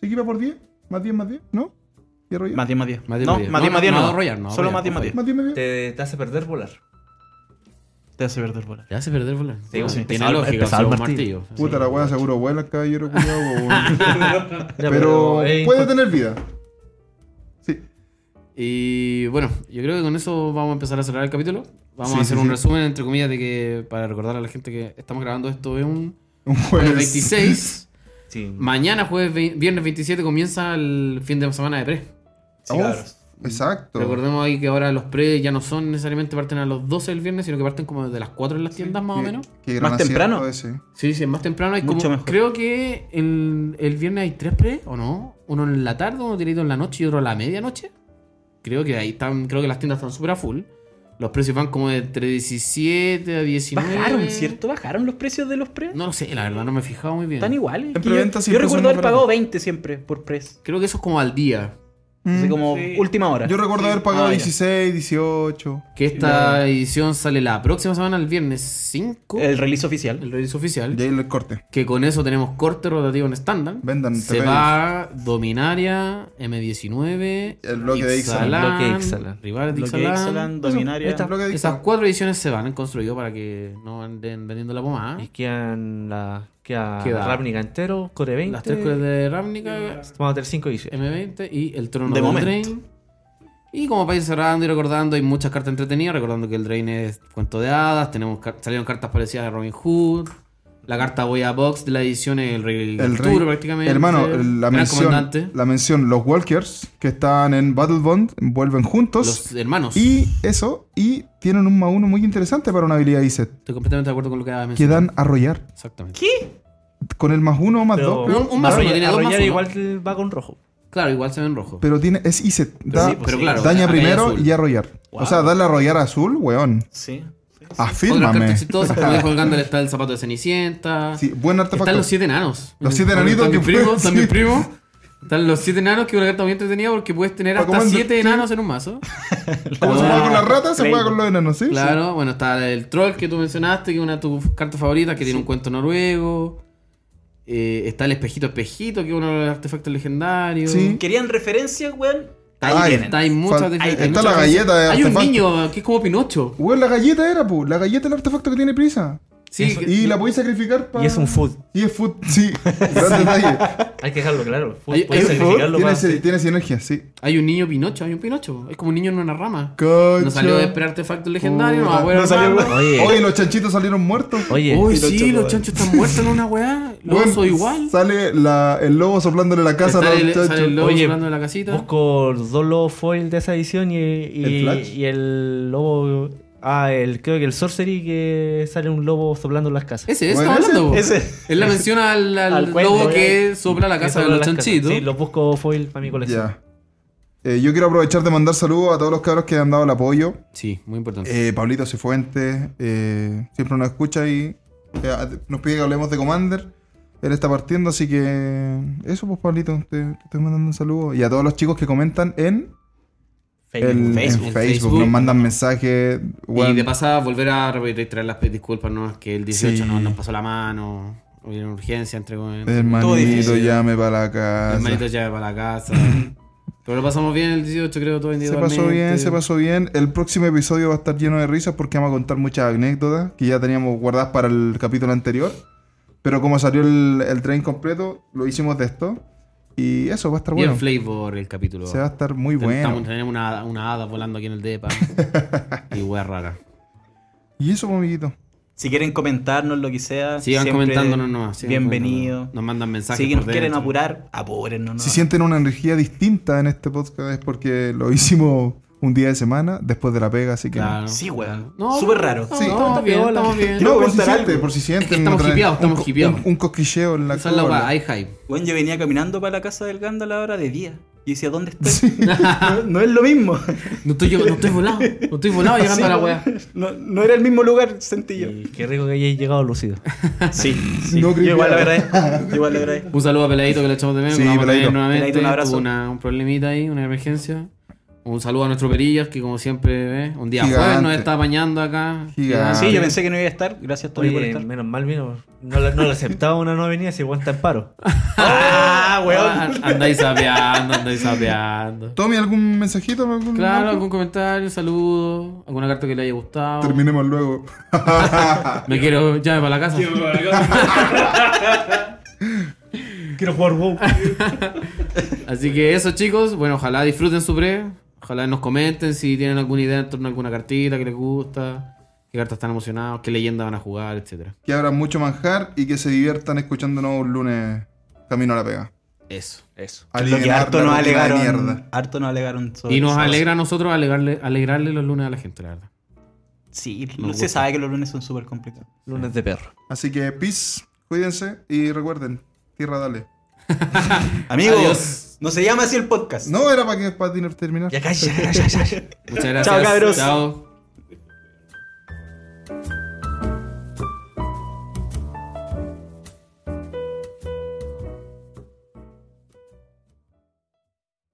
S1: Se equipa por 10. Más 10, más 10. ¿No? ¿Y arrolla?
S3: Más 10, más 10.
S4: Más 10,
S3: No,
S4: más 10.
S3: más 10,
S4: No,
S3: más 10
S4: no,
S3: no.
S4: no, Royal, no,
S3: Solo
S4: Royal,
S3: más 10, más
S4: ojo ahí.
S3: 10.
S1: Más 10, más 10.
S2: Te, te hace perder volar.
S3: Te hace perder bola.
S4: Te hace perder bola.
S2: Sí, bueno,
S4: tiene
S2: pesado-
S4: lógica,
S2: pesado
S4: o sea,
S2: el
S4: un
S2: martillo.
S4: martillo.
S1: Puta, la weá seguro vuela el caballero culiao, po, weón.
S2: Ya,
S1: Pero
S2: eh,
S1: puede tener vida. Sí.
S4: Y bueno, yo creo que con eso vamos a empezar a cerrar el capítulo. Vamos
S1: Sí,
S4: a hacer
S1: sí,
S4: un
S1: sí.
S4: resumen, entre comillas, de que para recordar a la gente que estamos grabando esto es un
S1: Un
S4: jueves
S1: jueves.
S4: 26.
S2: sí.
S4: Mañana, jueves vei- viernes 27, comienza el fin de semana de pre.
S3: Sí,
S1: Uf,
S3: cabros.
S1: Exacto.
S4: Recordemos ahí que ahora los pre ya no son necesariamente parten a los 12 del viernes, sino que parten como desde las 4 en las tiendas más o
S1: Qué-
S4: menos.
S1: qué gran
S3: Más
S1: acierto
S3: temprano.
S1: ese.
S4: Sí, sí, es más temprano. Hay como,
S3: Mucho mejor.
S4: Creo que el, el viernes hay tres pre, ¿o no? Uno en la tarde, uno tirito en la noche y otro a la medianoche. Creo que ahí están, creo que las tiendas están súper a full. Los precios van como de entre 17 a 19.
S3: Bajaron, ¿cierto? Bajaron los precios de los pre.
S4: No lo sé, la verdad no me he fijado muy bien.
S3: Están iguales.
S1: En
S3: Que
S1: preventa
S3: Yo, yo
S1: siempre son
S3: recuerdo
S1: más
S3: haber pagado 20 siempre por pres.
S4: Creo que eso es como al día.
S3: Así
S1: Mm.
S3: como
S5: Sí.
S3: última hora.
S1: Yo recuerdo haber pagado
S3: Ah, ya.
S1: 16, 18.
S4: Que esta edición sale la próxima semana, el viernes 5.
S3: El release oficial.
S4: el release oficial.
S1: Y ahí el corte.
S4: Que con eso tenemos corte rotativo en estándar.
S1: Vendan
S4: Se
S1: TPs.
S4: va Dominaria, M19,
S1: El bloque de Ixalan.
S2: El bloque de Ixalan.
S4: Rival de
S3: Lo que
S4: Ixalan.
S3: Ixalan, Dominaria.
S2: Esta-
S1: Bloque de
S4: Esas
S1: Ixalan.
S4: cuatro ediciones se van, han construido para que no anden vendiendo la pomada.
S2: Y quedan la, queda
S4: Queda-
S2: Ravnica entero, Core 20.
S4: Las tres cores de Ravnica,
S2: Vamos a tener 5 ediciones.
S4: M20 y el trono
S3: De
S4: del
S3: momento.
S4: Drain. Y como para ir cerrando y recordando, hay muchas cartas entretenidas. Recordando que el Drain es cuento de hadas. Tenemos car- salieron cartas parecidas de Robin Hood. La carta Voy a Box de la edición es el Rey
S1: El
S4: Arturo,
S1: rey.
S4: prácticamente.
S1: Hermano, la
S4: Gran
S1: mención,
S4: comandante.
S1: la mención, los Walkers que están en Battle Bond vuelven juntos.
S4: Los hermanos.
S1: Y eso, y tienen un más uno muy interesante para una habilidad ISET.
S4: Estoy completamente de acuerdo con lo que había
S1: Que
S4: mencionado.
S1: dan arrollar.
S4: Exactamente.
S3: ¿Qué?
S1: Con el más uno o más
S2: Pero-
S1: dos.
S4: Un-
S1: creo,
S4: un más
S1: da-
S4: uno tiene dos
S2: Arrollar
S4: más uno.
S2: igual que va con rojo.
S4: Claro, igual se ven rojo.
S1: Pero tiene, es ISET. Da-
S3: sí, pues
S4: pero claro,
S1: daña
S4: acá hay
S1: primero
S4: azul.
S1: y arrollar.
S3: Wow.
S1: O sea, darle a arrollar azul, weón.
S3: Sí.
S4: Otras
S1: Afírmame.
S4: cartas chistosas, como dijo el Gandalf, está el zapato de Cenicienta.
S1: Sí, buen artefacto.
S4: Están los siete enanos.
S1: Los siete
S4: Están
S1: enanitos
S4: mis
S1: que
S4: primos,
S1: pueden-
S4: Están
S1: sí.
S4: mis primos. Están los siete enanos, que es una carta muy entretenida porque puedes tener
S1: Para
S4: hasta
S1: comando,
S4: siete
S1: sí.
S4: enanos en un mazo.
S1: Como se juega con las ratas, se
S3: Play.
S1: juega con los enanos, ¿sí?
S4: Claro, bueno, está el troll que tú mencionaste, que es una de tus cartas favoritas, que tiene un cuento noruego. Eh, está el espejito espejito, que es uno de los artefactos legendarios.
S1: Sí.
S3: ¿Querían referencias, weón? Ahí
S4: Está, ahí-
S3: tienen.
S4: está, hay muchas
S1: Fal-
S4: diferen-
S3: ahí
S4: hay
S3: está
S4: muchas
S1: la
S4: referencias.
S1: galleta de
S4: Hay un
S1: artefacto.
S4: niño que es como Pinocho.
S1: Weón, la galleta era, pu. La galleta es el artefacto que tiene prisa.
S4: Sí, que-
S1: Y la podéis sacrificar para.
S2: Y es un food.
S1: Y es food, sí. Gran detalle.
S2: Hay que dejarlo claro. Food,
S4: Hay-
S2: puedes
S4: hay
S1: Food
S2: sacrificarlo
S1: tiene,
S2: para-
S1: si- tiene sinergia, sí.
S4: hay un niño Pinocho, hay un Pinocho. Es como un niño en una rama.
S1: Cacha.
S4: No salió de esperar este artefactos legendarios, no va
S1: Puta,
S4: a poder
S1: no salió-
S4: armarlo.
S2: Oye.
S1: Oye, los chanchitos salieron muertos.
S2: Oye,
S4: Uy,
S3: Pinocho,
S4: sí, los
S3: weón.
S4: chanchos están muertos en una weá. Los
S1: Weón,
S4: osos igual.
S1: Sale la- el lobo soplándole la casa a
S4: Sale
S1: los
S4: el, sale el
S1: chanchos.
S4: lobo
S2: Oye,
S4: hablando de la casita.
S2: busco los dos lobos foil de esa edición y, y-
S1: ¿El Flash?
S2: y el lobo. Ah, el, creo que el sorcery que sale un lobo soplando las casas.
S4: Ese, ese
S1: Bueno,
S4: estaba
S1: ese-
S4: hablando. po.
S3: ese.
S4: Él la menciona al, al
S2: Al cuento,
S4: lobo
S2: ya.
S4: que sopla la
S2: Que
S4: casa de
S2: sopla
S4: los
S2: las casas.
S4: chanchitos.
S2: Sí, los busco foil para mi colección.
S1: Ya. Eh, yo quiero aprovechar de mandar saludos a todos los cabros que han dado el apoyo.
S4: Sí, muy importante.
S1: Eh, Pablito Cifuentes, eh, siempre nos escucha y eh, nos pide que hablemos de Commander. Él está partiendo, así que eso, pues Pablito, te, te estoy mandando un saludo. Y a todos los chicos que comentan en, el- en Facebook.
S3: Facebook.
S4: En Facebook.
S1: Nos mandan mensajes.
S4: Y
S1: weón.
S4: de pasada, volver a re- reiterar las disculpas, no es que el 18
S1: Sí.
S4: no, nos pasó la mano, hubo una urgencia, entregó.
S3: Todo
S1: Hermanito,
S3: difícil.
S1: llame para la casa.
S4: Hermanito ya para la casa. Pero lo pasamos bien el 18, creo, todo
S1: Se
S4: individualmente.
S1: pasó bien, se pasó bien. El próximo episodio va a estar lleno de risas porque vamos a contar muchas anécdotas que ya teníamos guardadas para el capítulo anterior. Pero como salió el, el tren completo, lo hicimos de esto. Y eso va a estar
S4: Bien
S1: bueno.
S4: flavor el capítulo.
S1: Se va a estar muy
S4: Estamos-
S1: bueno.
S4: Tenemos una, una hada volando aquí en el depa. y wea rara.
S1: Y eso, pues, amiguito.
S3: Si quieren comentarnos lo que sea,
S4: Sigan
S3: siempre
S4: comentándonos nomás. sigan
S3: bienvenido.
S4: comentándonos. Nos mandan mensajes.
S3: Si nos
S4: por
S3: quieren
S4: dentro.
S3: apurar, apúrennos.
S1: Si sienten una energía distinta en este podcast es porque lo hicimos un día de semana después de la pega, así que...
S4: Claro.
S3: Sí, weón.
S4: No,
S3: Súper raro.
S4: No,
S1: Sí.
S4: no, estamos bien, estamos bien.
S1: No, por si,
S3: contar
S1: sienten,
S3: algo.
S1: por si sienten...
S4: que estamos
S1: otra-
S4: hipeados, estamos
S1: un co-
S4: hipeados.
S1: Un, un cosquilleo en la
S4: Esa es la
S1: cola.
S4: weá, hay hype.
S3: Bueno, yo venía caminando para la casa del Gandalf ahora de día. Y decía, ¿dónde estoy? no, no es lo mismo.
S4: No estoy, llegando- no estoy volado, no estoy volado llegando
S3: Sí,
S4: a la weá.
S3: No, no era el mismo lugar, sentí yo.
S2: Y qué rico que hayáis llegado lucido.
S3: Sí, sí.
S1: No
S3: yo igual
S1: creía.
S3: lo agradezco. yo igual lo agradezco.
S4: Un saludo a Peladito que le echamos de menos.
S1: Sí,
S4: que lo vamos a tener
S1: Peladito.
S4: nuevamente.
S3: Peladito, un abrazo.
S4: Tuvo una- un problemita ahí, una emergencia. Un saludo a nuestro Perillas, que como siempre, ¿eh? un día jueves
S1: Gigante.
S4: nos está apañando acá.
S1: Gigante.
S3: Sí, yo pensé que no iba a estar. Gracias, Tony, por
S2: Oye,
S3: estar.
S2: menos mal vino. No, la- no lo aceptaba una no venía si aguanta en paro.
S3: ¡Ah, weón!
S4: Ah, Andáis sapeando, andáis sapeando.
S1: Tommy, ¿algún mensajito? ¿Algún
S4: Claro,
S1: algo?
S4: algún comentario, saludo, alguna carta que le haya gustado.
S1: Terminemos luego.
S4: Me quiero, llame para la casa.
S5: Sí, me parece que-
S2: Quiero jugar WoW.
S4: Así que eso, chicos. Bueno, ojalá disfruten su pre. Ojalá nos comenten si tienen alguna idea en torno a alguna cartita que les gusta. Qué cartas están emocionados, qué leyenda van a jugar, etcétera.
S1: que abran mucho manjar y que se diviertan escuchándonos un lunes camino a la pega.
S4: Eso. Eso.
S3: Lo que
S1: Aliviar
S3: harto
S1: la
S3: nos
S1: rutina de
S3: alegaron.
S1: mierda.
S3: Harto nos alegaron sobre
S4: Y nos
S3: eso.
S4: alegra a nosotros alegarle, alegrarle los lunes a la gente, la verdad.
S3: Sí,
S4: Nos
S3: se
S4: gusta.
S3: sabe que los lunes son súper complicados.
S2: Lunes de perro.
S1: Así que, peace, cuídense y recuerden, tierra dale.
S3: Amigos,
S4: Adiós.
S3: no se llama así el podcast.
S1: No era para que para terminar.
S2: Ya, calla, ya, ya, ya.
S4: Muchas gracias.
S3: Chao, cabros.
S4: Chao.